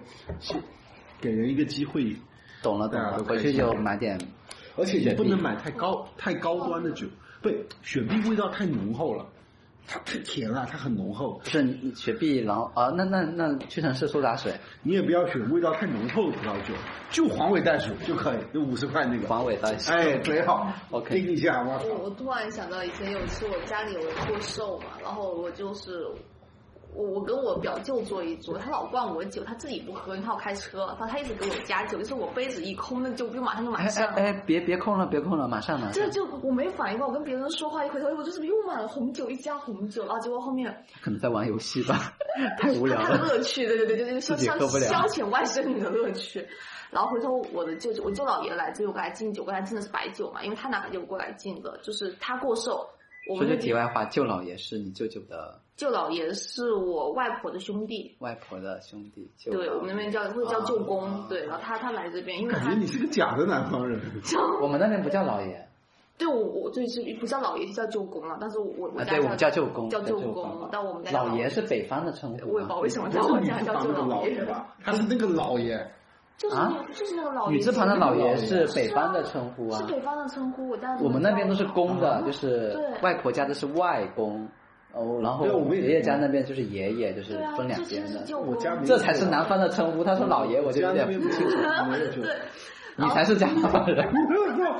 Speaker 6: 给人一个机会，
Speaker 1: 懂了懂
Speaker 6: 大家
Speaker 1: 了，
Speaker 6: 啊都
Speaker 1: 回
Speaker 6: 开
Speaker 1: 去
Speaker 6: 心
Speaker 1: 就买点。
Speaker 6: 而且
Speaker 1: 雪
Speaker 6: 也
Speaker 1: 碧
Speaker 6: 不能买太高太高端的酒，对，雪碧味道太浓厚了，它太甜了，它很浓厚
Speaker 1: 不，是你雪碧，然后啊，那那那屈臣氏苏打水，
Speaker 6: 你也不要选味道太浓厚的葡萄酒，就黄尾袋鼠就可以，就五十块那个。
Speaker 1: 黄尾袋鼠
Speaker 6: 哎，贼好
Speaker 1: OK
Speaker 6: 盯一下，
Speaker 5: 哎
Speaker 6: 我
Speaker 3: 我
Speaker 6: 操，
Speaker 3: 我突然想到以前有一次我家里有人过寿嘛，然后我就是我我跟我表舅坐一桌，他老灌我酒，他自己不喝，因为他要开车，然后他一直给我加酒，就是我杯子一空，那酒不就马上就
Speaker 1: 哎
Speaker 3: 满
Speaker 1: 哎
Speaker 3: 上了。
Speaker 1: 哎，别别空了，别空了，马上马上
Speaker 3: 这。就我没反应过来，我跟别人说话一回头，哎我就是又买了红酒，一加红酒，然后结果后面
Speaker 1: 可能在玩游戏
Speaker 3: [laughs]
Speaker 1: 吧，太无聊
Speaker 3: 他的
Speaker 1: 了。
Speaker 3: 乐趣，对对对对对，消
Speaker 1: 自己
Speaker 3: 消
Speaker 1: 喝不了
Speaker 3: 消遣外生女的乐趣。然后回头我的舅舅，我舅姥爷来这边，我给他敬酒，我给他敬的是白酒嘛，因为他拿白酒过来敬的，就是他过寿，我
Speaker 1: 说
Speaker 3: 们
Speaker 1: 句
Speaker 3: 那
Speaker 1: 题外话，舅姥爷是你舅舅的
Speaker 3: 舅姥爷是我外婆的兄弟，
Speaker 1: 外婆的兄弟，舅姥
Speaker 3: 对
Speaker 1: 爷
Speaker 3: 我们那边叫会叫
Speaker 1: 啊
Speaker 3: 舅公，对，然后他他来这边，因为
Speaker 6: 感
Speaker 3: 他
Speaker 6: 觉你是个假的南方人。
Speaker 1: 我们那边不叫姥爷，
Speaker 3: 对我我对是不叫姥爷，是叫舅公了，但是我我我
Speaker 1: 啊，
Speaker 3: 家
Speaker 1: 对我们叫舅公，
Speaker 3: 叫舅
Speaker 1: 公
Speaker 3: 公，，但我们家
Speaker 1: 姥爷是北方的称呼
Speaker 3: 我也不知道
Speaker 1: 吗，
Speaker 3: 为
Speaker 1: [laughs]
Speaker 3: 什么在我家叫舅
Speaker 6: 老
Speaker 3: 姥爷，
Speaker 6: 吧？他是那个老爷，
Speaker 3: 就是
Speaker 1: 啊
Speaker 3: 那就是那个老爷，
Speaker 1: 女字旁的
Speaker 3: 老
Speaker 1: 姥爷是北方的称呼
Speaker 3: 是
Speaker 1: 啊，
Speaker 3: 北方的称呼，我家
Speaker 1: 我们那边都是公的，就是
Speaker 3: 对
Speaker 1: 外婆家的是外公，哦，然后
Speaker 6: 对我们也
Speaker 1: 爷爷家那边就是爷爷，就是
Speaker 3: 对啊，
Speaker 1: 分两
Speaker 3: 这
Speaker 1: 边
Speaker 3: 其实
Speaker 1: 的
Speaker 3: 是，舅
Speaker 6: 我
Speaker 3: 公，
Speaker 6: 家没
Speaker 1: 这才是南方的称呼。他说姥爷，我就有
Speaker 6: 家那边
Speaker 1: 点，
Speaker 6: 不清楚，没有就。
Speaker 1: 你才是家南方人，[laughs]
Speaker 6: 哦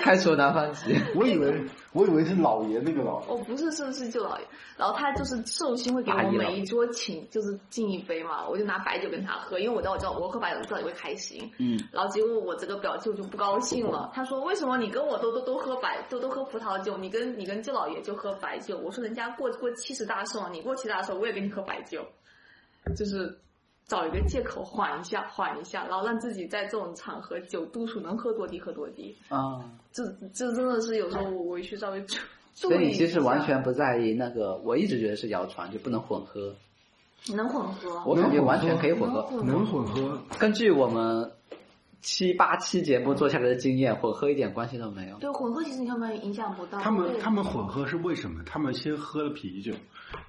Speaker 1: 开除南方籍。
Speaker 6: 我以为我以为是老爷那个老爷，
Speaker 3: 哦，不是，是是舅姥爷，然后他就是寿星会给
Speaker 1: 大
Speaker 3: 我
Speaker 1: 姨姥
Speaker 3: 每
Speaker 1: 爷
Speaker 3: 一桌请就是敬一杯嘛，我就拿白酒跟他喝，因为我知道我知道我喝白酒自己会开心。
Speaker 1: 嗯，
Speaker 3: 然后结果我这个表舅就不高兴了，他说为什么你跟我都都都喝白都都喝葡萄酒，你跟你跟舅姥爷就喝白酒？我说人家过过七十大寿，你过七十大寿我也跟你喝白酒，就是。找一个借口缓一下，缓一下，然后让自己在这种场合酒度数能喝多低喝多低。
Speaker 1: 啊，
Speaker 3: 这这真的是有时候我回去稍微注注
Speaker 1: 所以
Speaker 3: 意
Speaker 1: 你
Speaker 3: 一
Speaker 1: 其实
Speaker 3: 下
Speaker 1: 完全不在意那个，我一直觉得是谣传，就不能混喝。
Speaker 3: 能混合。
Speaker 1: 我感觉完全可以混合。
Speaker 6: 能混合
Speaker 1: 根据我们七八期节目做下来的经验，混合一点关系都没有。
Speaker 3: 对混合其实你根本影响不到。
Speaker 6: 他们
Speaker 3: 啊对
Speaker 6: 他们混合是为什么？他们先喝了啤酒，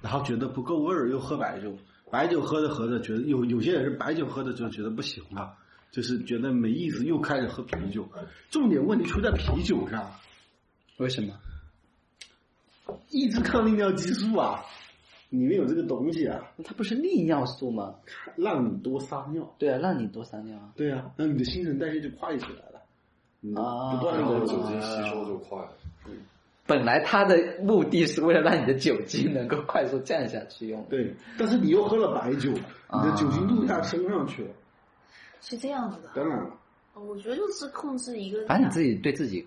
Speaker 6: 然后觉得不够味儿，又喝白酒。白酒喝着喝着，觉得有有些人是白酒喝着就觉得不行了，就是觉得没意思，又开始喝啤酒。重点问题出在啤酒上，
Speaker 1: 为什么？
Speaker 6: 抑制抗利尿激素啊，里面有这个东西啊，
Speaker 1: 它不是利尿素吗？
Speaker 6: 让你多撒尿。
Speaker 1: 对啊，让你多撒尿啊。
Speaker 6: 对啊，那你的新陈代谢就快起来了，你
Speaker 1: 啊
Speaker 6: 不断
Speaker 2: 然后
Speaker 6: 的
Speaker 2: 酒精吸收就快了。
Speaker 1: 本来它的目的是为了让你的酒精能够快速降下去用的。
Speaker 6: 对，但是你又喝了白酒，你
Speaker 1: 啊
Speaker 6: 的酒精度一下升上去了。
Speaker 3: 是这样子的，
Speaker 6: 当然了，
Speaker 3: 哦我觉得就是控制一个，
Speaker 1: 反正你自嗯己对自己，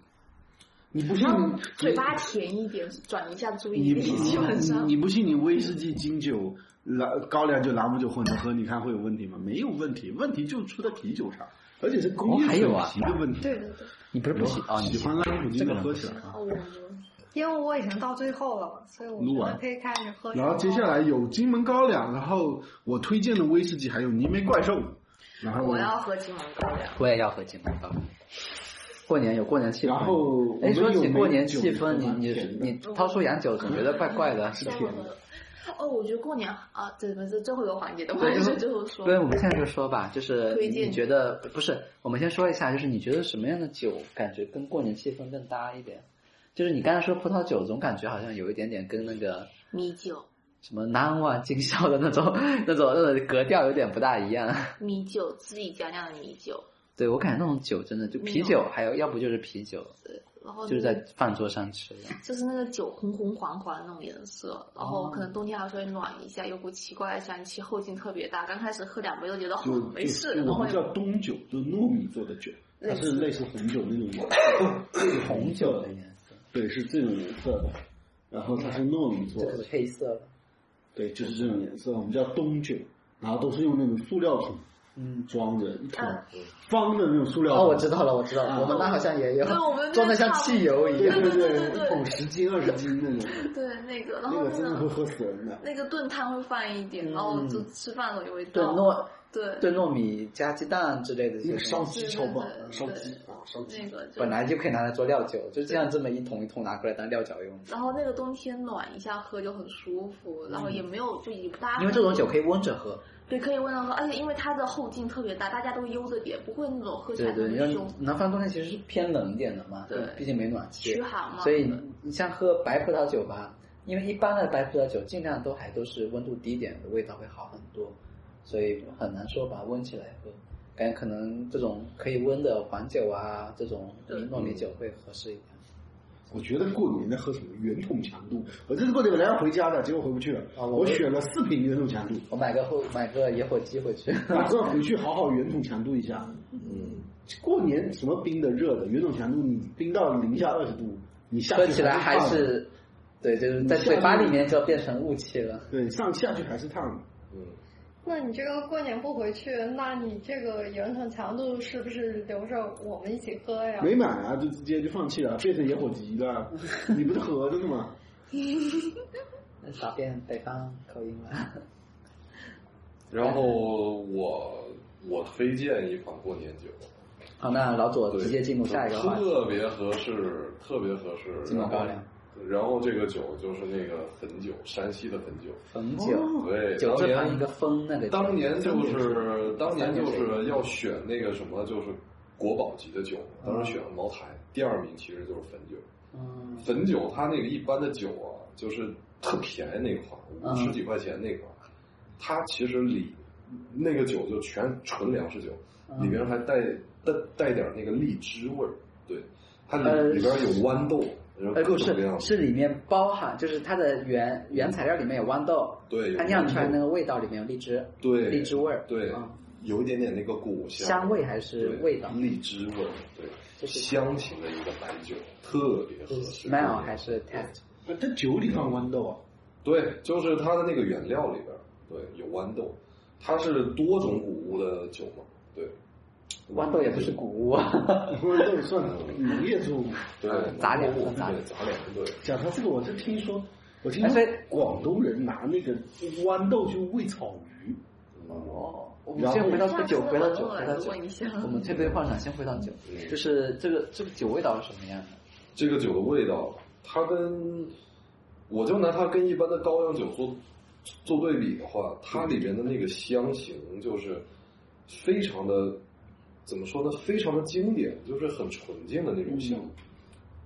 Speaker 6: 你不信
Speaker 3: 让
Speaker 6: 你
Speaker 3: 啊嘴巴甜一点，转移一下注意
Speaker 6: 你
Speaker 3: 力，基本上
Speaker 6: 你不信你威士忌、金酒、朗高粱酒、朗姆酒混着喝，你看会有问题吗？没有问题，问题就出在啤酒上，而且是工业
Speaker 1: 哦还有啊
Speaker 6: 水平的问题。
Speaker 5: 对对对，
Speaker 1: 你不是不喜哦，你
Speaker 6: 喜欢拉姆酒的喝起来
Speaker 3: 哦
Speaker 6: 啊。
Speaker 5: 因为我已经到最后了，所以我
Speaker 6: 录
Speaker 5: 觉
Speaker 6: 完
Speaker 5: 得可以开始喝。
Speaker 6: 然后接下来有金门高粱，然后我推荐的威士忌还有泥煤怪兽，然后
Speaker 3: 我要喝金门高粱。
Speaker 1: 我也要喝金门高粱。过年有过年气氛。
Speaker 6: 然后我
Speaker 1: 哎，
Speaker 6: 们
Speaker 1: 说
Speaker 6: 有
Speaker 1: 起
Speaker 6: 美
Speaker 1: 过年
Speaker 6: 酒
Speaker 1: 气氛，你
Speaker 6: 和
Speaker 1: 你
Speaker 6: 甜的
Speaker 1: 你掏出洋酒，总觉得怪怪的。
Speaker 3: [laughs] 是甜的。哦，我觉得过年啊，这这这最后一个环节的，我
Speaker 1: 对
Speaker 3: 也
Speaker 1: 就是
Speaker 3: 是最后说
Speaker 1: 对，，我们现在就说吧，就是
Speaker 3: 推荐
Speaker 1: 你觉得不是？我们先说一下，就是你觉得什么样的酒感觉跟过年气氛更搭一点？就是你刚才说葡萄酒，总感觉好像有一点点跟那个
Speaker 3: 米酒，
Speaker 1: 什么难忘今宵的那种 [laughs] 那种那种格调有点不大一样。
Speaker 3: 米酒自己家酿的米酒，
Speaker 1: 对我感觉那种酒真的就啤酒，还有要不就是啤酒，
Speaker 3: 然后
Speaker 1: 就是在饭桌上吃的。
Speaker 3: 就是那个酒红红黄黄那种颜色，然后可能冬天还稍微暖一下，有股奇怪的香气，后劲特别大。刚开始喝两杯都觉得好
Speaker 6: 就
Speaker 3: 啊没事，
Speaker 6: 就
Speaker 3: 然
Speaker 6: 我
Speaker 3: 后
Speaker 6: 们叫冬酒，就是糯米做的酒，它是类似红酒那种颜色，
Speaker 1: 红酒的颜色，
Speaker 6: 对，是这种颜色的。然后它是糯米做
Speaker 1: 这
Speaker 6: 的
Speaker 1: 个，是黑色的。
Speaker 6: 对，就是这种颜色，我们叫冬酒，然后都是用那种塑料桶，嗯，装着一桶方的那种塑料
Speaker 1: 哦，
Speaker 6: 桶，
Speaker 1: 我知道了，我知道了，我们那好像也有
Speaker 3: 对我哦们，那
Speaker 1: 装的像
Speaker 3: 差不多
Speaker 1: 汽油一
Speaker 6: 对
Speaker 1: 样。
Speaker 6: 对
Speaker 3: 对对对
Speaker 6: 一桶十斤二十斤那种，
Speaker 3: 对那个，然
Speaker 6: 那
Speaker 3: 后
Speaker 6: 个
Speaker 3: 那
Speaker 6: 真的会
Speaker 3: 个
Speaker 6: 喝死人的。
Speaker 3: 那个炖汤会放一点，然后就吃饭的时候有味
Speaker 1: 对
Speaker 3: 道。
Speaker 1: 糯
Speaker 3: 对
Speaker 1: 炖糯米加鸡蛋之类的
Speaker 6: 那
Speaker 1: 这
Speaker 6: 个烧
Speaker 1: 种，
Speaker 6: 鸡超棒，烧鸡
Speaker 3: 对
Speaker 6: 啊，烧鸡
Speaker 3: 那。个就
Speaker 1: 本来就可以拿来做料酒，就这样这么一桶一桶拿过来当料酒用。
Speaker 3: 然后那个冬天暖一下喝就很舒服，然后也没有就也不大家
Speaker 1: 因为这种酒可以温着喝，
Speaker 3: 对可以温到喝，而且因为它的后劲特别大，大家都悠着点，不会那种喝起
Speaker 1: 对
Speaker 3: 来
Speaker 1: 对，
Speaker 3: 很
Speaker 1: 因
Speaker 3: 凶
Speaker 1: 为。南方冬天其实是偏冷一点的嘛，
Speaker 3: 对
Speaker 1: 毕竟没暖气
Speaker 3: 驱寒，嘛
Speaker 1: 所以你像喝白葡萄酒吧，因为一般的白葡萄酒尽量都还都是温度低一点的，味道会好很多，所以很难说把它温起来喝。感觉可能这种可以温的黄酒啊，这种糯米酒会合适一点。
Speaker 6: 我觉得过年在喝什么圆筒强度，我这次过年本来要回家的，结果回不去了。
Speaker 1: 啊我
Speaker 6: 我选了四瓶圆筒
Speaker 1: [laughs]
Speaker 6: 强度，
Speaker 1: 我买个后买个野火鸡回
Speaker 3: [laughs]
Speaker 1: 去。
Speaker 6: 打算回去好好圆筒强度一下。
Speaker 2: 嗯，
Speaker 6: 过年什么冰的热的，圆筒强度你冰到零下二十度，你下去
Speaker 1: 喝起来还
Speaker 6: 烫的
Speaker 1: 是，对，就是在嘴巴里面就变成雾气了。
Speaker 6: 对上下去还是烫的。
Speaker 2: 嗯，
Speaker 5: 那你这个过年不回去，那你这个原厂强度是不是留着我们一起喝呀？
Speaker 6: 没买啊，就直接就放弃了，变成野火
Speaker 1: [laughs]
Speaker 6: 鸡了。你不是合着的吗？
Speaker 1: 那少变北方口音了。 [laughs]
Speaker 2: 然后我我推荐一款过年酒，
Speaker 1: 好，那老左直接进入下一个话题。
Speaker 2: 特别合适，特别合适。
Speaker 1: 金马高粱。
Speaker 2: 然后这个酒就是那个汾酒，山西的汾酒。
Speaker 1: 汾酒，
Speaker 2: 对，
Speaker 1: 哦酒
Speaker 2: 当
Speaker 1: 字旁一
Speaker 2: 年
Speaker 1: 个风，那个
Speaker 2: 当年就是当年就是要选那个什么，就是国宝级的酒，当
Speaker 1: 哦
Speaker 2: 时选了茅台，第二名其实就是汾酒。
Speaker 1: 嗯
Speaker 2: 汾酒它那个一般的酒啊，就是特便宜那款，
Speaker 1: 嗯
Speaker 2: 五十几块钱那款，它其实里那个酒就全纯粮食酒，
Speaker 1: 嗯
Speaker 2: 里边还带带带点那个荔枝味儿，对，它
Speaker 1: 呃
Speaker 2: 里里边有豌豆，然后
Speaker 1: 呃，
Speaker 2: 各
Speaker 1: 不
Speaker 2: 种各
Speaker 1: 是
Speaker 2: 样，的，
Speaker 1: 是里面包含，就是它的原原材料里面有豌豆，
Speaker 2: 对，有
Speaker 1: 它酿出来
Speaker 2: 豌
Speaker 1: 那个
Speaker 2: 豆
Speaker 1: 味道里面有荔枝，
Speaker 2: 对
Speaker 1: 荔枝味儿，
Speaker 2: 对
Speaker 1: 嗯，
Speaker 2: 有一点点那个果香
Speaker 1: 香味还是
Speaker 2: 对
Speaker 1: 味道
Speaker 2: 荔枝味儿，
Speaker 1: 就
Speaker 2: 对，
Speaker 1: 是
Speaker 2: 香型的一个白酒，特别合适。
Speaker 1: ，smell 还是 taste，
Speaker 6: 那这酒里放豌豆啊？
Speaker 2: 对，就是它的那个原料里边儿，对，有豌豆，它是多种谷物的酒嘛，对，
Speaker 1: 豌豆也不是谷物啊，
Speaker 6: 豌豆算农业作物。
Speaker 2: 对，
Speaker 1: [laughs] 杂粮
Speaker 2: 谷物
Speaker 1: 杂粮
Speaker 2: 对，杂粮，对，
Speaker 6: 讲到这个，我就听说，我听
Speaker 1: 哎所
Speaker 6: 说
Speaker 1: 以
Speaker 6: 广东人拿那个豌豆去喂草鱼。
Speaker 2: 嗯
Speaker 1: 哦，我们
Speaker 6: 然后
Speaker 1: 先回到酒，回到
Speaker 3: 下次
Speaker 1: 酒，
Speaker 3: 我
Speaker 1: 回
Speaker 3: 来
Speaker 1: 到酒
Speaker 3: 问一下。
Speaker 1: 我们这边幻想先回到酒，就是这个这个酒味道是什么样的？
Speaker 2: 这个酒的味道，它跟我就拿它跟一般的高粱酒做做对比的话，它里边的那个香型就是非常的怎么说呢？非常的经典，就是很纯净的那种香。
Speaker 1: 嗯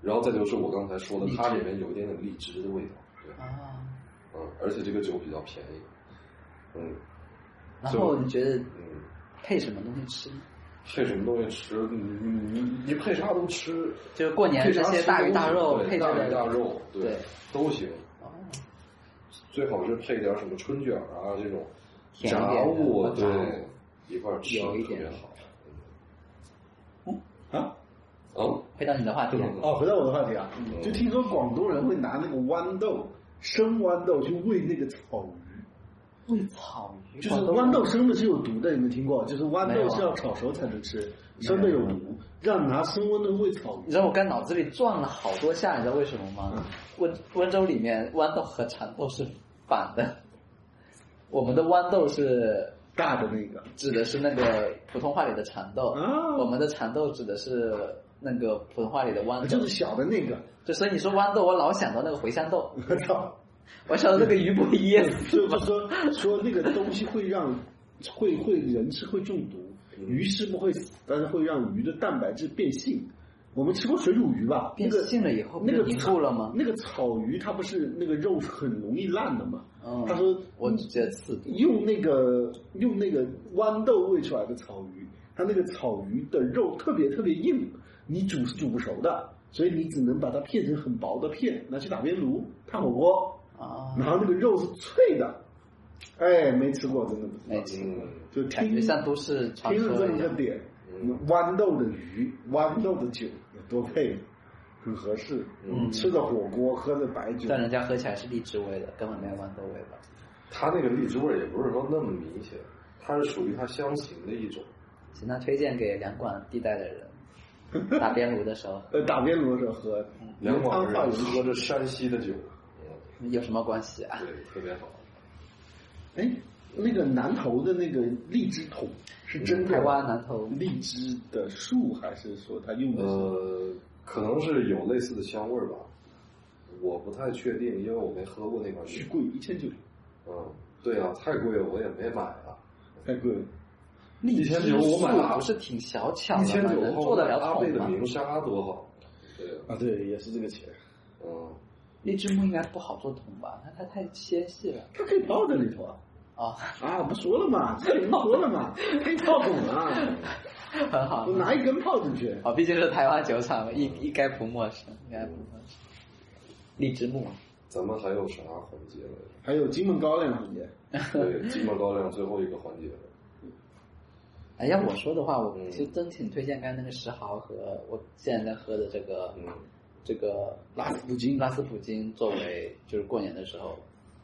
Speaker 2: 然后再就是我刚才说的，它里面有一点点荔枝的味道，对，
Speaker 1: 啊，
Speaker 2: 嗯，而且这个酒比较便宜，嗯
Speaker 1: 然后你觉得
Speaker 2: 嗯，
Speaker 1: 配什么东西吃呢？
Speaker 2: 配什么东西吃？你你你你配啥都吃，
Speaker 1: 就是过年
Speaker 2: 配
Speaker 1: 这
Speaker 2: 啥
Speaker 1: 些
Speaker 2: 吃
Speaker 1: 大
Speaker 2: 都
Speaker 1: 鱼大
Speaker 2: 行
Speaker 1: 肉
Speaker 2: 对
Speaker 1: 配这
Speaker 2: 大鱼大
Speaker 1: 个，
Speaker 2: 肉，
Speaker 1: 对
Speaker 2: 对，都行。
Speaker 1: 哦
Speaker 2: 最好是配点什么春卷啊这种
Speaker 1: 甜一
Speaker 2: 炸
Speaker 1: 点的
Speaker 2: 物啊
Speaker 1: 或，
Speaker 2: 对
Speaker 1: 炸物，
Speaker 2: 一块儿吃
Speaker 1: 有一
Speaker 2: 特
Speaker 1: 点
Speaker 2: 别好。
Speaker 6: 啊
Speaker 2: 嗯，
Speaker 1: 回到你的话题，
Speaker 6: 哦，回到我的话题啊，
Speaker 2: 嗯
Speaker 6: 就听说广东人会拿那个豌豆，生豌豆去喂那个草鱼，
Speaker 1: 喂嗯草鱼，
Speaker 6: 就是
Speaker 1: 广东
Speaker 6: 豌豆
Speaker 1: 人
Speaker 6: 生的是有毒的，你们听过？就是豌
Speaker 1: 没有
Speaker 6: 豆
Speaker 1: 啊
Speaker 6: 是要炒熟才能吃，生的有毒，让拿生豌豆喂草
Speaker 1: 你
Speaker 6: 鱼。
Speaker 1: 知道我刚脑子里转了好多下，你知道为什么
Speaker 6: 嗯
Speaker 1: 吗？温温州里面豌豆和蚕豆是反的，我们的豌豆是
Speaker 6: 大的那个，
Speaker 1: 指的是那个普通话里的蚕豆，
Speaker 6: 啊
Speaker 1: 我们的蚕豆指的是那个普通话里的豌豆，
Speaker 6: 就是小的那个，
Speaker 1: 就所以你说豌豆，我老想到那个茴香豆，
Speaker 6: 我 [laughs] 操！
Speaker 1: 我想到那个鱼不噎死
Speaker 6: 嗯就
Speaker 1: 吗
Speaker 6: 是？说说那个东西会让会会人吃会中毒，鱼是不会死，但是会让鱼的蛋白质变性。我们吃过水煮鱼吧？
Speaker 1: 变性了以后不
Speaker 6: 那
Speaker 1: 就
Speaker 6: 个
Speaker 1: 凝
Speaker 6: 草
Speaker 1: 固哦了吗？
Speaker 6: 那个草鱼它不是那个肉很容易烂的嘛？
Speaker 1: 嗯
Speaker 6: 他说
Speaker 1: 我只觉得刺激，
Speaker 6: 用那个用那个豌豆喂出来的草鱼，它那个草鱼的肉特别特别硬，你煮是煮不熟的，所以你只能把它片成很薄的片，拿去打边炉烫火锅。
Speaker 1: 啊，
Speaker 6: 然后那个肉是脆的，哎，没吃过，真的不知道
Speaker 1: 没吃过，
Speaker 6: 就
Speaker 1: 感
Speaker 6: 听
Speaker 1: 觉像都市传
Speaker 6: 听了
Speaker 1: 说
Speaker 6: 这么
Speaker 1: 一
Speaker 6: 个
Speaker 1: 样。
Speaker 6: 点
Speaker 2: 嗯，
Speaker 6: 豌豆的鱼，豌豆的酒有多配，很合适。
Speaker 2: 嗯
Speaker 6: 吃着火锅，喝着白酒，
Speaker 1: 但人家喝起来是荔枝味的，根本没有豌豆味吧？
Speaker 2: 它那个荔枝味儿也不是说那么明显，它是属于它香型的一种。
Speaker 1: 行，那推荐给两广地带的人，打边炉的时候
Speaker 6: 呃，打边炉的时候喝，
Speaker 1: 嗯
Speaker 2: 两广
Speaker 6: 汤话
Speaker 2: 人喝
Speaker 6: 有
Speaker 2: 着山西的酒，嗯
Speaker 1: 有什么关系啊？
Speaker 2: 对，特别好。
Speaker 6: 哎，那个南头的那个荔枝桶是真的
Speaker 1: 台湾南投
Speaker 6: 荔枝的树，还是说它用的是？
Speaker 2: 呃，可能是有类似的香味儿吧，我不太确定，因为我没喝过那款酒
Speaker 6: 巨。贵，一千九，
Speaker 2: 嗯，对啊，太贵了，我也没买啊。
Speaker 6: 太贵了。
Speaker 2: 一千九 [laughs] 我买
Speaker 1: 不
Speaker 2: 了，
Speaker 1: 是挺小巧
Speaker 2: 一
Speaker 1: 的
Speaker 2: 千
Speaker 1: 吗？
Speaker 2: 九
Speaker 1: 能
Speaker 2: 后
Speaker 1: 做得了
Speaker 2: 阿贝
Speaker 1: 桶
Speaker 2: 的
Speaker 1: 吗？
Speaker 2: 鸣沙多好，对，
Speaker 6: 啊，对，也是这个钱。
Speaker 2: 嗯，
Speaker 1: 荔枝木应该不好做桶吧？它它太纤细了
Speaker 6: 它可以泡在里头啊。
Speaker 1: 啊，
Speaker 6: 啊，不说了嘛，之前说了嘛，可以泡桶
Speaker 2: [laughs]
Speaker 6: 啊，
Speaker 1: 很好
Speaker 6: 我。拿一根泡进去。
Speaker 1: 啊，毕竟是台湾酒厂，一一概不陌生，应该不陌生。荔枝木，
Speaker 2: 咱们还有啥环节
Speaker 1: [laughs]
Speaker 2: 来
Speaker 6: 还有金门高粱环节，
Speaker 2: 着？对，鸡毛高粱最后一个环节了。
Speaker 1: 哎，要我说的话，我
Speaker 2: 嗯
Speaker 1: 其实真挺推荐刚才那个石蚝和我现在在喝的这个
Speaker 2: 嗯，
Speaker 1: 这个拉斯普京，拉斯普京作为就是过年的时候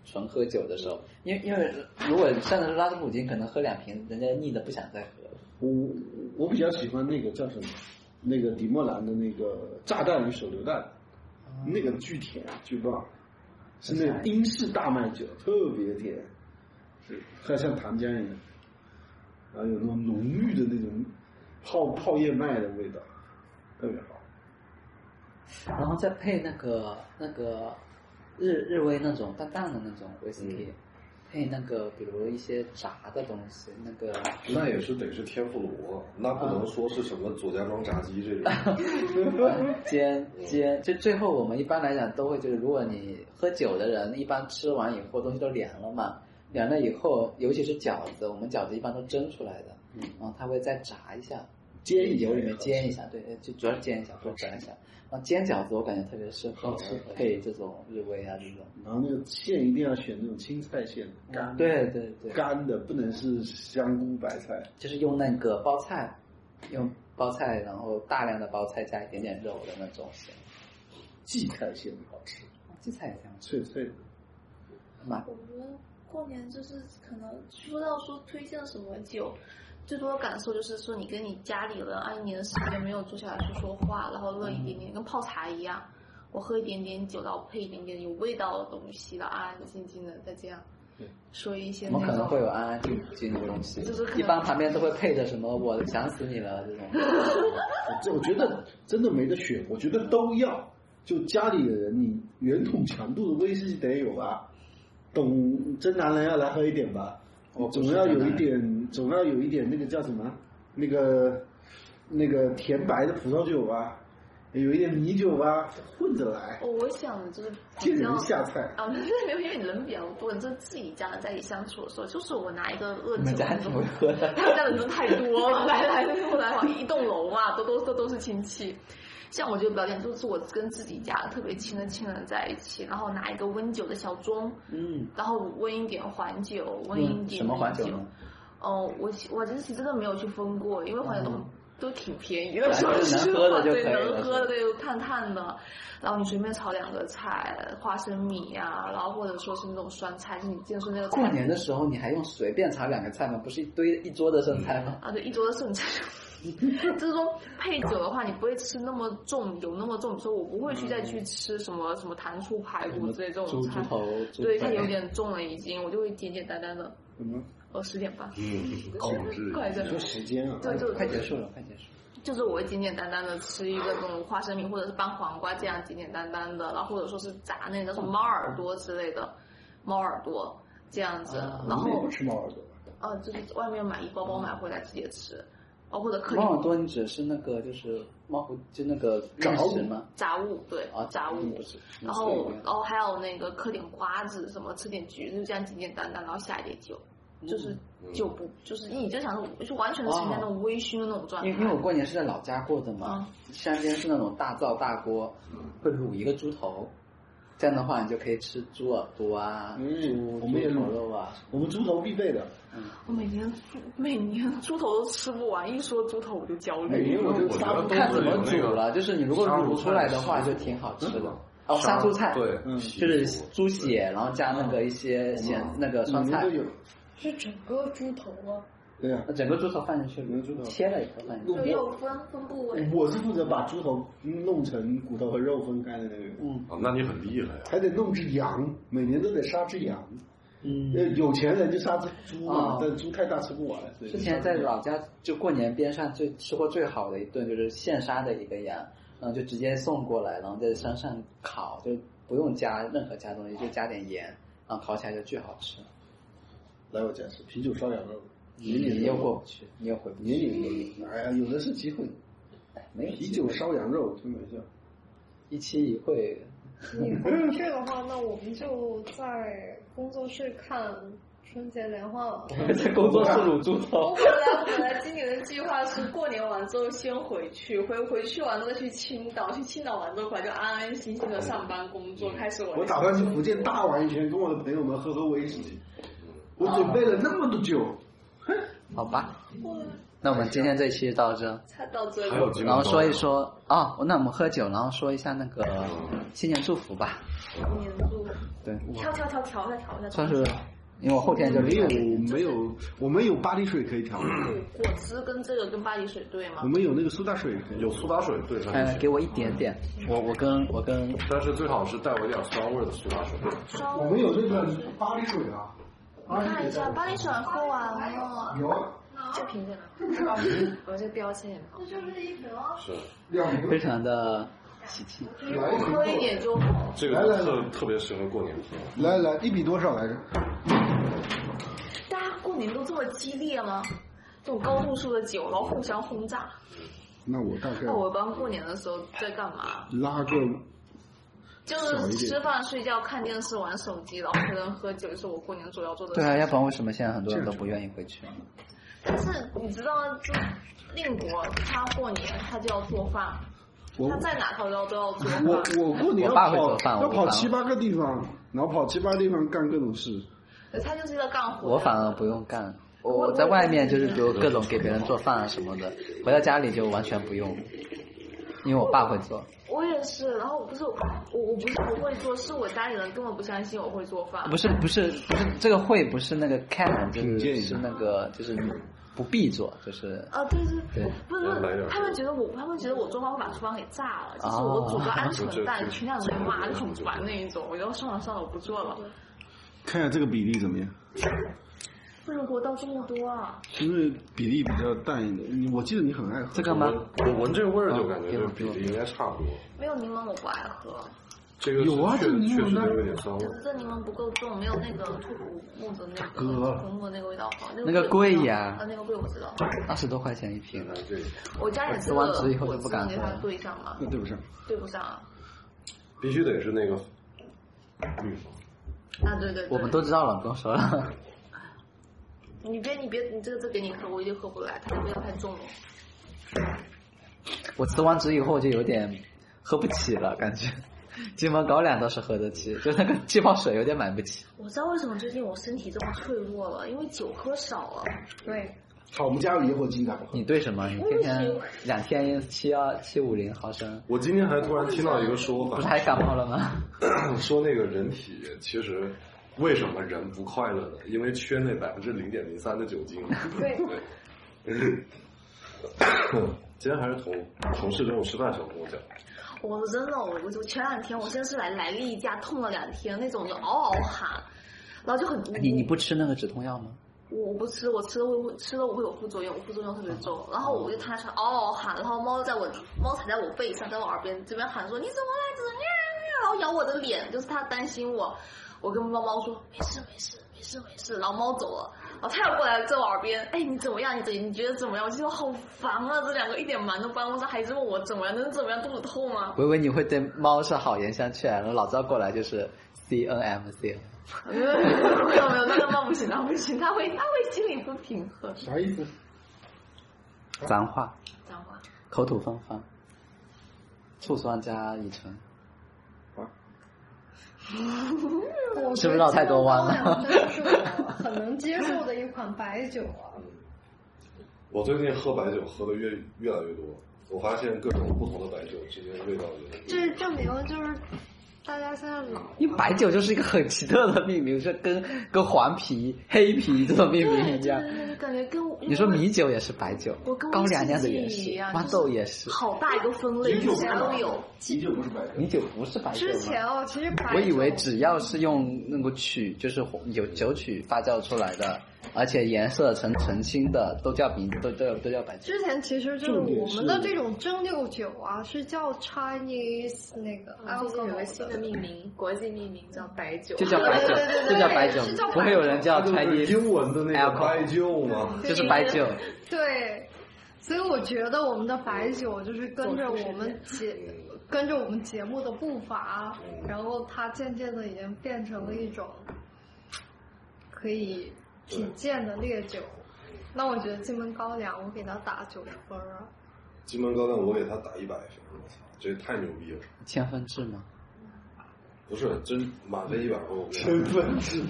Speaker 1: 纯喝酒的时候，因为因为如果像是拉斯普京，可能喝两瓶，人家腻的不想再喝了。
Speaker 6: 我我比较喜欢那个叫什么，那个迪莫兰的那个炸弹与手榴弹，那个巨甜巨棒，是那种英式大麦酒，特别甜，是还像糖浆一样，然后有那种浓郁的那种泡泡燕麦的味道，特别好。
Speaker 1: 然后再配那个那个日日威那种淡淡的那种威士忌，配那个比如一些炸的东西，那个
Speaker 2: 那也是得是天妇罗，那不
Speaker 1: 啊
Speaker 2: 能说是什么左家庄炸鸡这
Speaker 1: [laughs]
Speaker 2: 种。
Speaker 1: 煎煎，就最后我们一般来讲都会就是，如果你喝酒的人，一般吃完以后东西都凉了嘛，凉了以后，尤其是饺子，我们饺子一般都蒸出来的，然后它会再炸一下，
Speaker 6: 嗯煎一下
Speaker 1: 油里面煎一下，对，就主要是煎一下或者炸一下。啊，煎饺子我感觉特别适合
Speaker 6: 好吃
Speaker 1: 配这种日威啊这种。
Speaker 6: 然后那个馅一定要选那种青菜馅，干的
Speaker 1: 对对对，
Speaker 6: 干的，不能是香菇白菜。
Speaker 1: 就是用那个包菜，用包菜，然后大量的包菜加一点点肉的那种馅。
Speaker 6: 荠菜馅好吃，
Speaker 1: 荠菜也挺好吃，
Speaker 6: 脆脆的。
Speaker 1: 嘛，
Speaker 3: 我觉得过年就是可能说到说推荐什么酒，最多感受就是说你跟你家里人按一年的时间没有坐下来说说话，然后乐一点点，跟泡茶一样。我喝一点点酒，然后配一点点有味道的东西，啊然后安安静静的再这样说一些
Speaker 1: 我们
Speaker 3: 那
Speaker 1: 可能会
Speaker 3: 种。
Speaker 1: 有安安静静的东西
Speaker 3: 嗯就是可，能
Speaker 1: 一般旁边都会配着什么“我想死你了”这种。
Speaker 3: [laughs]
Speaker 6: 这我觉得真的没得选，我觉得都要。就家里的人，你圆筒强度的威士忌得有吧？懂真男人要来喝一点吧，
Speaker 2: 哦
Speaker 6: 总要有一点，总要有一点那个叫什么？那个那个甜白的葡萄酒吧，有一点米酒吧，混着来，
Speaker 3: 哦，我想的就是
Speaker 6: 见
Speaker 3: 比较
Speaker 6: 人下菜。
Speaker 3: 啊，没有，因为你人比较多，你就自己家人在一起相处的时候，就是我拿一个热
Speaker 1: 你
Speaker 3: 酒
Speaker 1: 们家
Speaker 3: 那
Speaker 1: 挺
Speaker 3: 种
Speaker 1: 会喝的，
Speaker 3: 他们家人真的太多了， [laughs] 来来去来往，一栋楼嘛，都都都都是亲戚。像我觉得表演就是我跟自己家特别亲的亲人在一起，然后拿一个温酒的小盅，
Speaker 1: 嗯，
Speaker 3: 然后温一点黄酒，温一点
Speaker 1: 什么黄酒
Speaker 3: 米
Speaker 1: 呢？
Speaker 3: 哦，我其我其实真的没有去分过，因为黄酒都、
Speaker 1: 嗯
Speaker 3: 都挺便宜的，
Speaker 1: 反
Speaker 3: 说
Speaker 1: 正
Speaker 3: 实
Speaker 1: 能喝
Speaker 3: 话，
Speaker 1: 的就
Speaker 3: 对，
Speaker 1: 可以了
Speaker 3: 能喝的对，又烫烫的，然后你随便炒两个菜，花生米呀、然后或者说是那种酸菜，就你之前说那个
Speaker 1: 过
Speaker 3: 菜
Speaker 1: 年的时候你还用随便炒两个菜吗？不是一堆一桌的剩菜吗？
Speaker 3: 啊，对，一桌的
Speaker 1: [laughs]
Speaker 3: 剩菜。就是说配酒的话，你不会吃那么重，有那么重。说我不会去再去吃什么什么糖醋排骨之类这种
Speaker 1: 猪猪
Speaker 3: 菜，
Speaker 1: 头，猪
Speaker 3: 对，它
Speaker 1: 腿
Speaker 3: 有点重了已经，我就会简简单单的。
Speaker 6: 什么？
Speaker 3: 哦，十点半，
Speaker 1: [laughs]
Speaker 2: 嗯，控制
Speaker 3: 快着
Speaker 6: 你说时间啊？
Speaker 3: 对对
Speaker 1: 哎快
Speaker 3: 对，
Speaker 1: 结束了，快结束了。
Speaker 3: 就是我会简简单单的吃一个这种花生米，或者是拌黄瓜这样简简单单的，然后或者说是炸那个叫什么猫耳朵之类的，猫耳朵这样子，
Speaker 1: 啊嗯
Speaker 3: 然
Speaker 6: 你也
Speaker 3: 后
Speaker 6: 不吃猫耳朵吧？
Speaker 3: 呃就是外面买一包包买回来直接吃，哦或者客
Speaker 1: 猫
Speaker 3: 厅
Speaker 1: 耳朵，你指的是那个就是猫胡，就那个面食吗？
Speaker 3: 杂物对
Speaker 1: 啊，
Speaker 3: 杂物，
Speaker 1: 不是。
Speaker 3: 然后然后还有那个嗑点瓜子什么吃点橘子这样简简单单，然后下一点酒，
Speaker 1: 嗯
Speaker 3: 就是就不就是你就想说就完全的呈现那种微醺的那种状态
Speaker 1: 哦因为因为我过年是在老家过的嘛，山间是那种大灶大锅，
Speaker 2: 嗯
Speaker 1: 会卤一个猪头，这样的话你就可以吃猪耳朵啊，
Speaker 6: 嗯，我
Speaker 1: 猪
Speaker 6: 们也
Speaker 1: 头
Speaker 6: 卤，
Speaker 1: 肉啊，
Speaker 6: 我们猪头必备的。
Speaker 3: 我每年猪每年猪头都吃不完，一说猪头我就焦
Speaker 6: 每
Speaker 1: 哎
Speaker 3: 虑。
Speaker 6: 年我就
Speaker 2: 我觉
Speaker 6: 杀
Speaker 2: 得
Speaker 6: 不
Speaker 2: 都
Speaker 1: 看
Speaker 6: 看
Speaker 1: 怎
Speaker 2: 是
Speaker 1: 么
Speaker 2: 有那
Speaker 1: 煮
Speaker 2: 个
Speaker 1: 了。就是你如果
Speaker 2: 杀猪
Speaker 1: 卤出来的话，
Speaker 2: 菜嗯
Speaker 1: 就挺好吃的。哦，杀猪菜，
Speaker 2: 对，
Speaker 6: 嗯
Speaker 1: 就是猪血，然后加那个一些咸那个酸
Speaker 6: 你
Speaker 1: 菜
Speaker 6: 们都，有，
Speaker 5: 是整个猪头啊，
Speaker 6: 对呀、
Speaker 1: 整个猪头放进去
Speaker 6: 整个猪头
Speaker 1: 卤，切了以后放进去。
Speaker 3: 就又分分部位，
Speaker 6: 我是负责把猪头弄成骨头和肉分开的那个人，
Speaker 2: 啊，那你很厉害呀、
Speaker 6: 还得弄只羊，每年都得杀只羊。呃
Speaker 1: 嗯，，
Speaker 6: 有钱人就杀只猪嘛
Speaker 1: 啊，
Speaker 6: 但猪太大吃不完。所以
Speaker 1: 之前在老家就过年边上最吃过最好的一顿就是现杀的一个羊，然后就直接送过来，然后在山上烤，就不用加任何加东西，就加点盐，然后烤起来就巨好吃。
Speaker 6: 来我家吃啤酒烧羊肉，
Speaker 1: 你你又过不去，你又回不去，
Speaker 6: 年年都有。哎呀，有的是机会，
Speaker 1: 没有
Speaker 6: 啤酒烧羊肉真没事。
Speaker 1: 一期一会，
Speaker 5: [laughs] 你光这个话，那我们就在工作室看春节联欢晚会。
Speaker 1: 在工作室卤猪
Speaker 5: 我
Speaker 1: 头。 [laughs]
Speaker 5: 本来本来今年的计划是过年完之后先回去，回回去完了再去青岛，去青岛完之后回来就安安心心的上班工
Speaker 1: 嗯
Speaker 5: 作，开始我的
Speaker 6: 我打算去福建大玩一圈，跟我的朋友们喝喝威士忌。我准备了那么多酒，
Speaker 1: 好吧，那我们今天这期就到这，
Speaker 3: 他到这
Speaker 2: 还有基本
Speaker 1: 然后
Speaker 2: 上
Speaker 1: 说一说啊、那我们喝酒，然后说一下那个
Speaker 2: 嗯
Speaker 1: 新年祝福吧。
Speaker 3: 年度
Speaker 1: 对，
Speaker 3: 跳跳跳调一下调一下，
Speaker 1: 算是，因为我后天就
Speaker 6: 没
Speaker 1: 离开
Speaker 6: 有
Speaker 1: 了。
Speaker 6: 没有，我们有巴黎水可以调，
Speaker 3: 果汁跟这个跟巴黎水对吗
Speaker 6: 我？们有那个苏打水可以。
Speaker 2: 有苏打水对上就
Speaker 1: 呃，
Speaker 2: 行
Speaker 1: 给我一点点，我我跟我跟
Speaker 2: 但是最好是带我一点酸味儿的苏打水。
Speaker 6: 我们有那个巴黎水啊，
Speaker 1: 嗯
Speaker 3: 看一下巴黎水啊喝完了，
Speaker 5: 哦
Speaker 6: 有啊
Speaker 4: 这瓶子呢？
Speaker 1: 啊
Speaker 4: 我这标签也没有。
Speaker 2: 是，
Speaker 6: 两
Speaker 1: 非常的喜气，
Speaker 3: 喝一点就好。
Speaker 2: 啊这个
Speaker 6: 来来
Speaker 2: 特特别适合过年喝。
Speaker 6: 来来一比多少来着？
Speaker 3: 大家过年都这么激烈吗？这种高度数的酒，然后互相轰炸。
Speaker 6: 那我大概
Speaker 3: 那我一般过年的时候在干嘛？
Speaker 6: 拉个
Speaker 3: 就是吃饭、睡觉、看电视、玩手机，然后跟人喝酒，就是我过年主要做的事
Speaker 1: 对
Speaker 3: 情。
Speaker 1: 啊，要不然为什么现在很多人都不愿意回去？
Speaker 3: 但是你知道，就令国他过年他就要做饭，
Speaker 6: 我
Speaker 3: 他在哪头都要都要做饭。
Speaker 6: 我我过年要
Speaker 1: 我爸会做
Speaker 6: 跑
Speaker 1: 饭我
Speaker 6: 要
Speaker 1: 不
Speaker 6: 跑
Speaker 1: 帮
Speaker 6: 七八个地方，然后跑七八个地方干各种事。
Speaker 3: 对他就是要干活。
Speaker 1: 我反而不用干，我我在外面就是比如各种给别人做饭啊什么的，回到家里就完全不用，因为我爸会做。
Speaker 3: 我也是，然后不是我我不是不会做，是我家里人根本不相信我会做饭。
Speaker 1: 不是不是不是，这个会不是那个 can，就
Speaker 6: 品鉴一
Speaker 1: 是
Speaker 6: 下
Speaker 1: 是那个就是你不必做，就是
Speaker 3: 啊，对对
Speaker 1: 对
Speaker 3: 不是不是，他们觉得我他们觉得我做饭会把厨房给炸了，就是
Speaker 1: 哦
Speaker 3: 我煮个鹌鹑蛋，全家人在骂，就很烦那一种。我就算了算了，我不做了。
Speaker 6: 看一下这个比例怎么样？
Speaker 3: 为什么给我倒这么多啊？
Speaker 6: 因为比例比较淡一点。你我记得你很爱喝
Speaker 1: 这个吗？
Speaker 2: 我闻这味儿就感觉这
Speaker 1: 啊
Speaker 2: 个比例应该差不多。
Speaker 3: 没有柠檬我不爱喝，
Speaker 2: 这个是
Speaker 6: 有啊
Speaker 2: 确
Speaker 6: 这个柠
Speaker 2: 确
Speaker 6: 檬
Speaker 2: 实
Speaker 6: 呢
Speaker 2: 有一点酸味
Speaker 3: 可
Speaker 2: 儿。
Speaker 3: 是这柠檬不够重，没有那个兔骨木的那个
Speaker 6: 哥
Speaker 3: 木木的那个味道好。
Speaker 1: 那个贵呀
Speaker 3: 啊，那个贵我知道。
Speaker 1: 二十多块钱一瓶
Speaker 2: 原。来这个
Speaker 3: 我家里这
Speaker 1: 我吃完之
Speaker 3: 个
Speaker 1: 后
Speaker 3: 果
Speaker 1: 就不
Speaker 3: 汁
Speaker 1: 敢
Speaker 3: 能给它
Speaker 1: 喝了嗯
Speaker 3: 对上吗
Speaker 6: 那？对不上。
Speaker 3: 对不上啊。
Speaker 2: 必须得是那个绿方。
Speaker 3: 啊，对对对。
Speaker 1: 我们都知道了，不用说了。 [laughs]
Speaker 3: 你别你别你这个这给你喝，我已经喝不来，它的味道太重了。
Speaker 1: 我吃完纸以后就有点喝不起了，感觉。 [laughs] 金门高粱倒是喝得起，就那个气泡水有点买不起。
Speaker 3: 我知道为什么最近我身体这么脆弱了，因为酒喝少了。
Speaker 4: 对，
Speaker 6: 好，我们加入野火金蛋。
Speaker 1: 你对什么？你天天两天七二七五零毫升，
Speaker 2: 我今天还突然听到一个说
Speaker 1: 不是
Speaker 6: [laughs]
Speaker 2: 法，
Speaker 1: 还感冒了吗？ [laughs]
Speaker 2: 说那个人体其实为什么人不快乐呢？因为缺那百分之零点零三的酒精。对。 [coughs] 今天还是同同事中午吃饭时候跟我讲，
Speaker 3: 我真的，我我前两天我先是来来例假，痛了两天那种的，嗷嗷喊，然后就很
Speaker 1: 你你不吃那个止痛药吗？
Speaker 3: 我不吃，我吃了会吃了我会有副作用，我副作用特别重。然后我就躺在床嗷嗷喊，然后猫在我猫踩在我背上，在我耳边这边喊说你怎么了？怎么样？然后咬我的脸，就是它担心我。我跟猫猫说没事没事没事没事，然后猫走了，然后它又过来在我耳边，哎你怎么样？你怎你觉得怎么样？我就说好烦啊，这两个一点瞒都帮不上，还是问我怎么样？能怎么样？肚子痛吗？ [laughs]
Speaker 1: 我以为你会对猫是好言相劝，然后老赵过来就是 C N M C N。
Speaker 3: 没有没有，那个猫不行，那不行，它会它会心里不平衡。
Speaker 6: 啥意思？
Speaker 1: 脏话，
Speaker 3: 这样吧，
Speaker 1: 口吐芬芳，醋酸加乙醇，
Speaker 5: 我
Speaker 1: 知不知道太多弯了
Speaker 5: 觉得这个高粱真的是我很能接受的一款白酒啊。
Speaker 2: 我最近喝白酒喝的越越来越多，我发现各种不同的白酒之间味道也
Speaker 5: 这是证明就是大家现在老
Speaker 1: 因为白酒就是一个很奇特的命名，就跟跟黄皮、黑皮这种命名一样。
Speaker 3: 对，感觉跟
Speaker 1: 你说米酒也是白酒
Speaker 3: 我跟，
Speaker 1: 高
Speaker 3: 威士
Speaker 1: 粱酿的
Speaker 3: 忌
Speaker 1: 也
Speaker 3: 一
Speaker 1: 是
Speaker 3: 样，
Speaker 1: 花
Speaker 3: 就是
Speaker 1: 豆也是，
Speaker 3: 好大一个啊分类，
Speaker 6: 酒
Speaker 3: 啥都有。
Speaker 6: 啤酒不是白的。
Speaker 1: 米酒不是白酒
Speaker 5: 之前
Speaker 1: 吗？
Speaker 5: 哦，其实白酒
Speaker 1: 我以为只要是用那个曲，就是有酒曲发酵出来的，而且颜色呈澄清的，都叫米，都都都叫白酒。
Speaker 5: 之前其实就是
Speaker 6: 重点
Speaker 5: 我
Speaker 6: 是
Speaker 5: 们的这种蒸馏酒啊，是叫 Chinese 那个
Speaker 4: 啊最近有个新
Speaker 5: alcohol
Speaker 4: 的命名，国际命名叫白酒。
Speaker 1: 就叫白酒
Speaker 5: 对对，对
Speaker 1: 就叫白
Speaker 5: 对
Speaker 1: 酒
Speaker 5: 是叫，
Speaker 1: 不会有人叫
Speaker 2: 它就是
Speaker 1: Chinese
Speaker 2: 英文的那个
Speaker 1: alcohol
Speaker 2: 白酒吗？
Speaker 1: 就是白酒，
Speaker 5: 对，所以我觉得我们的白酒就是跟着我们节
Speaker 4: 嗯
Speaker 5: 跟着我们节目的步伐，啊然后它渐渐的已经变成了一种可以品鉴的烈酒。那我觉得金门高粱，我给它打九十分儿啊。
Speaker 2: 金门高粱我给它打一百分，我操，这太牛逼了！
Speaker 1: 千分制吗？
Speaker 2: 不是，真满分一百分，我给它
Speaker 6: 身份制，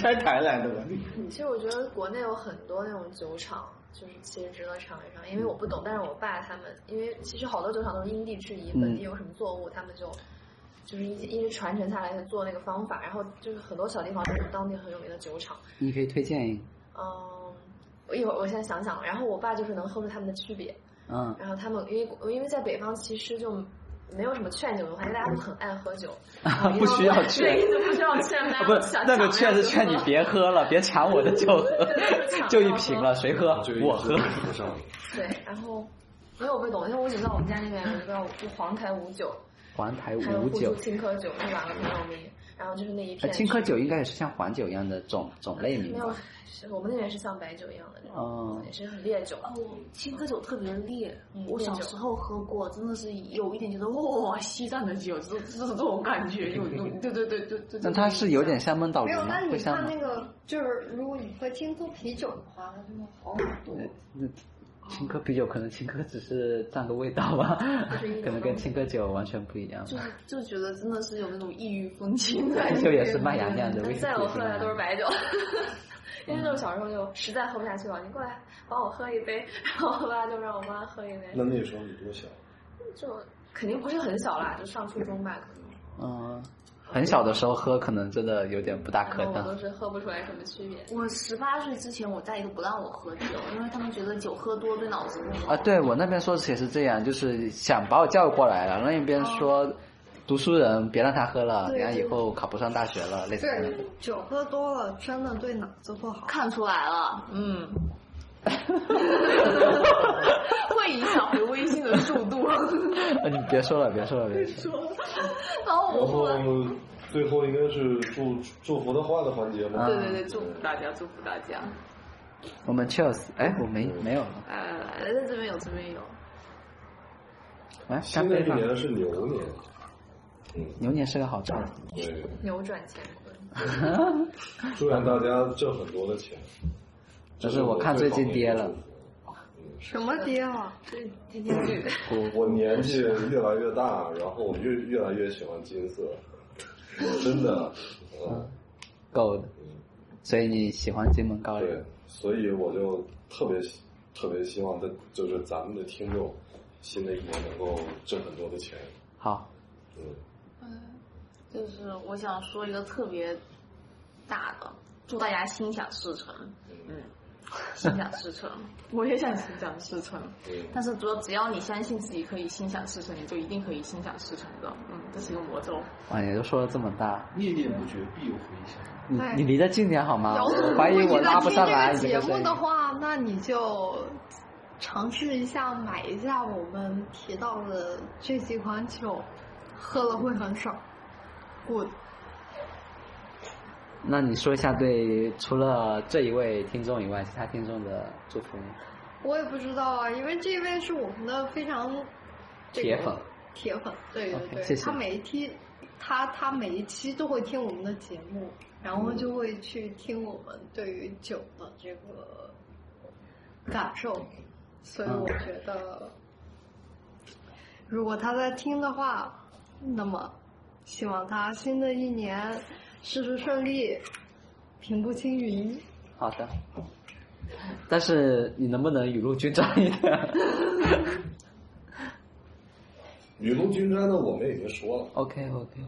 Speaker 6: 拆台来的吧？
Speaker 5: 嗯
Speaker 4: 其实我觉得国内有很多那种酒厂，
Speaker 5: 就是其实值得尝一尝，因为我不懂，但是我爸他们，因为其实好多酒厂都是因地制宜，
Speaker 1: 嗯
Speaker 5: 本地有什么作物，他们就就是一一直传承下来做那个方法，然后就是很多小地方都是当地很有名的酒厂，
Speaker 1: 你可以推荐一个，
Speaker 5: 嗯，我一会儿我现在想想，然后我爸就是能喝出他们的区别，
Speaker 1: 嗯
Speaker 5: 然后他们因为因为在北方其实就没有什么劝酒文化，因为大家都很爱喝
Speaker 1: [laughs]
Speaker 5: 酒，
Speaker 1: 不需要劝
Speaker 5: [laughs] 对，就不需要劝，
Speaker 1: 啊
Speaker 5: 大
Speaker 1: [laughs]
Speaker 5: 家
Speaker 1: 不
Speaker 5: 都
Speaker 1: 是
Speaker 5: 想
Speaker 1: 那个
Speaker 5: 抢
Speaker 1: 劝
Speaker 5: 着
Speaker 1: 是
Speaker 5: 喝
Speaker 1: 劝你别喝了，别抢我的酒
Speaker 5: [laughs]
Speaker 1: 喝， [laughs] 就一瓶了，谁喝
Speaker 2: 这个？
Speaker 1: 我
Speaker 2: 也是
Speaker 1: 喝。
Speaker 2: 不上的。
Speaker 5: 对，然后因为我不懂，因为我只知道我们家那边有一个就黄台五酒，
Speaker 1: 环台
Speaker 5: 还有
Speaker 1: 五
Speaker 5: 互助
Speaker 1: 酒，
Speaker 5: 青稞酒是吧？很有名。然后就是那一
Speaker 1: 呃，
Speaker 5: 片
Speaker 1: 青稞酒应该也是像黄酒一样的种种类名
Speaker 5: 没有
Speaker 1: 吧？，
Speaker 5: 是我们那边是像白酒一样的那种，
Speaker 1: 哦
Speaker 5: 也是很烈酒。
Speaker 3: 哦，青稞酒特别烈，
Speaker 5: 嗯
Speaker 3: 我小时候喝过，真的是有一点觉得哇，西藏的酒，这这这种感觉，有有，对对对对对。
Speaker 1: 那它是有点像闷倒
Speaker 4: 没
Speaker 1: 驴
Speaker 4: 有，
Speaker 1: 吗
Speaker 4: 那？你
Speaker 1: 会像
Speaker 4: 看
Speaker 1: 吗
Speaker 4: 那个，就是如果你喝青稞啤酒的话，它就会好很多。
Speaker 1: 青稞啤酒，可能青稞只是占个味道吧，可能跟青稞酒完全不一样。
Speaker 3: 就是就觉得真的是有那种异域
Speaker 1: [laughs]
Speaker 3: 风情在
Speaker 1: 啤
Speaker 3: 里
Speaker 1: 酒
Speaker 3: 面。
Speaker 1: 也是麦芽酿的，威士忌
Speaker 5: 嗯在我
Speaker 1: 也是
Speaker 5: 喝
Speaker 1: 麦
Speaker 5: 的
Speaker 1: 芽
Speaker 5: 都是
Speaker 1: 酿的。
Speaker 5: 白酒，因为就是小时候就实在喝不下去了，你过来帮我喝一杯，然后我爸就让我妈喝一杯，
Speaker 2: 那那时候你多小？
Speaker 5: 就肯定不是很小啦，就上初中吧，可能。
Speaker 1: 嗯，很小的时候喝，可能真的有点不大可
Speaker 5: 然后我
Speaker 1: 能
Speaker 5: 都。是喝不出来什么区别。
Speaker 3: [laughs] 我十八岁之前，我家里都不让我喝酒，因为他们觉得酒喝多对脑子不好。
Speaker 1: 啊，对我那边说也是这样，就是想把我叫过来了，那边说读书人别让他喝了，
Speaker 4: 对
Speaker 1: 等下以后考不上大学了，类似这样。
Speaker 4: 对，酒喝多了真的对脑子不好。
Speaker 3: 看出来了， [laughs] 嗯，会影响回微信的速度。
Speaker 1: [laughs] 啊，你别说了，别说了，别说了。
Speaker 3: 然后哦我
Speaker 2: 然后
Speaker 3: 后来，
Speaker 2: 最后应该是祝祝福的话的环节吗？
Speaker 1: 啊
Speaker 3: 对对对，祝福大家，祝福大家。
Speaker 1: 我们 cheers，哎，我没没有了，
Speaker 3: 来来来，在这边有，这边有。
Speaker 1: 哎，干
Speaker 2: 新的
Speaker 1: 杯
Speaker 2: 一
Speaker 1: 吧！
Speaker 2: 年是牛年，
Speaker 1: 牛年是个好兆头。
Speaker 2: 对，
Speaker 5: 扭转乾坤。
Speaker 2: 祝愿大家挣很多的钱。
Speaker 1: 但是我看最近跌了
Speaker 4: 什么爹啊？
Speaker 5: 天天绿，
Speaker 2: 我我年纪越来越大，然后我越越来越喜欢金色，真的，嗯，
Speaker 1: 够的，所以你喜欢金门高
Speaker 2: 对
Speaker 1: 粱？，
Speaker 2: 所以我就特别希特别希望的，就是咱们的听众，新的一年能够挣很多的钱，
Speaker 1: 好，
Speaker 2: 嗯，
Speaker 3: 就是我想说一个特别大的，祝大家心想事成，嗯，心想事成。 [laughs] 我也想心想事成，
Speaker 2: 嗯
Speaker 3: 但是主要只要你相信自己可以心想事成，你就一定可以心想事成的。嗯，这是一个魔咒。
Speaker 1: 哇，哎你都说了这么大，
Speaker 14: 念念不绝，必有回响。
Speaker 1: 你
Speaker 4: 哎
Speaker 1: 你离得近点好吗？
Speaker 4: 然后
Speaker 1: 我怀疑我拉不上来
Speaker 4: 如
Speaker 1: 你这
Speaker 4: 果你在听这
Speaker 1: 个
Speaker 4: 个节
Speaker 1: 声
Speaker 4: 目
Speaker 1: 音
Speaker 4: 的话，那你就尝试一下买一下我们提到的这几款酒，喝了会很爽。我
Speaker 1: 那你说一下对除了这一位听众以外，其他听众的祝福
Speaker 4: 我也不知道啊，因为这位是我们的非常、这个
Speaker 1: 铁粉，
Speaker 4: 铁粉，对对
Speaker 1: OK，
Speaker 4: 对
Speaker 1: 谢谢
Speaker 4: 他每一期，他他每一期都会听我们的节目，然后就会去听我们对于酒的这个感受，所以
Speaker 1: 嗯
Speaker 4: 我觉得，如果他在听的话，那么希望他新的一年事事顺利，平步青云。
Speaker 1: 好的，但是你能不能雨露均沾一点 [laughs]
Speaker 2: 雨露均沾的我们已经说了，
Speaker 1: ？OK OK，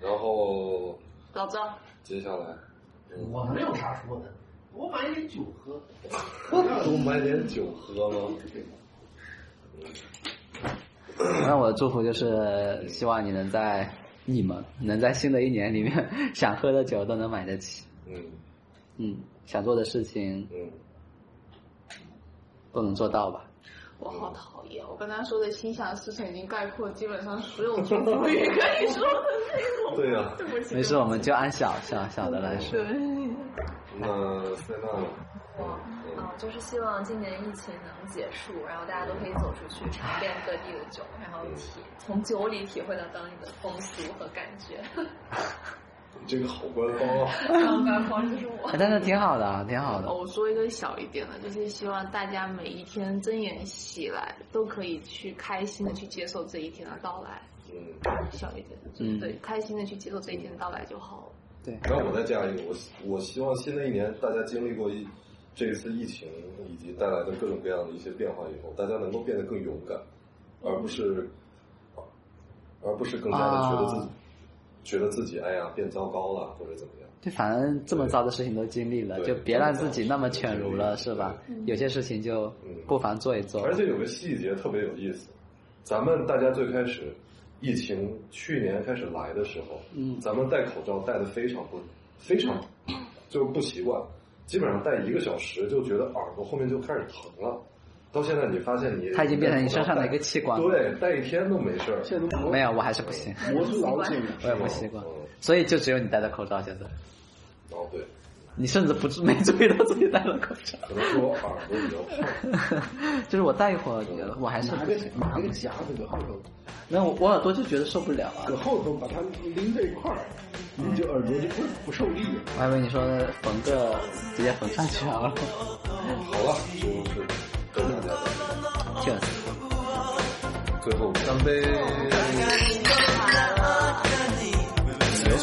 Speaker 2: 然后
Speaker 3: 老赵，
Speaker 2: 接下来
Speaker 6: 我没有啥说的，我买点酒喝。
Speaker 2: 多买点酒喝吗？
Speaker 1: 那我的祝福就是希望你能在你们能在新的一年里面想喝的酒都能买得起，
Speaker 2: 嗯
Speaker 1: 嗯，想做的事情
Speaker 2: 嗯，
Speaker 1: 都能做到吧。
Speaker 3: 我好
Speaker 2: 嗯
Speaker 3: 讨厌！我刚才说的心想事成已经概括基本上所有祝
Speaker 1: [laughs]
Speaker 3: 福语可以说的内容。
Speaker 2: 对呀
Speaker 3: 对不起，
Speaker 1: 没事，
Speaker 3: 对
Speaker 1: 我
Speaker 3: 不起
Speaker 1: 们就按小小小的来说。
Speaker 2: 那塞纳呢？
Speaker 3: 哦
Speaker 5: 嗯，就是希望今年疫情能结束，然后大家都可以走出去，尝遍各地的酒，然后体从酒里体会到当地的风俗和感觉。
Speaker 2: 你这个好官方啊！
Speaker 5: 然后官方就是我，
Speaker 1: 哎但是挺好的啊，挺好的。
Speaker 3: 哦我说一个小一点的，就是希望大家每一天睁眼起来都可以去开心的去接受这一天的到来，
Speaker 2: 嗯，
Speaker 3: 小一点的，就
Speaker 1: 嗯
Speaker 3: 对，开心的去接受这一天的到来就好了。
Speaker 1: 对，
Speaker 2: 那我再加一个，我我希望新的一年大家经历过一这次疫情以及带来的各种各样的一些变化以后，大家能够变得更勇敢，而不是，而不是更加的觉得自己、
Speaker 1: 啊
Speaker 2: 觉得自己哎呀变糟糕了或者怎么样。
Speaker 1: 对，反正这么糟的事情都经历了，
Speaker 2: 对
Speaker 1: 就别让自己那么犬儒了，
Speaker 2: 对
Speaker 1: 是吧？有些事情就
Speaker 2: 嗯
Speaker 1: 不妨做一做。
Speaker 2: 而且有个细节特别有意思，咱们大家最开始疫情去年开始来的时候，
Speaker 1: 嗯
Speaker 2: 咱们戴口罩戴的非常不非常就是不习惯，基本上戴一个小时就觉得耳朵后面就开始疼了。到现在你发现你
Speaker 1: 它已经变成你身上的一个器官了
Speaker 2: 对，戴一天都没事儿，
Speaker 11: 现在都
Speaker 1: 没有，我还是不行，
Speaker 11: 磨出老茧了。
Speaker 1: 我也不习惯
Speaker 2: 嗯，
Speaker 1: 所以就只有你戴着口罩现在，
Speaker 2: 哦对，
Speaker 1: 你甚至不注没注意到自己戴了口罩。 [laughs]
Speaker 2: 可能是我耳朵比较胖，
Speaker 1: 就是我戴一会儿，我还是
Speaker 11: 拿个拿个夹子搁后头，
Speaker 1: 那我我耳朵就觉得受不了啊
Speaker 11: 搁。后头把它拎在一块儿，你就耳朵就不不受力了。
Speaker 1: 我还以为你说缝个直接缝上去啊 [laughs] 好了。
Speaker 2: 好了，就是跟大家的
Speaker 1: Cheers。
Speaker 2: 最后干杯。
Speaker 1: 有本事。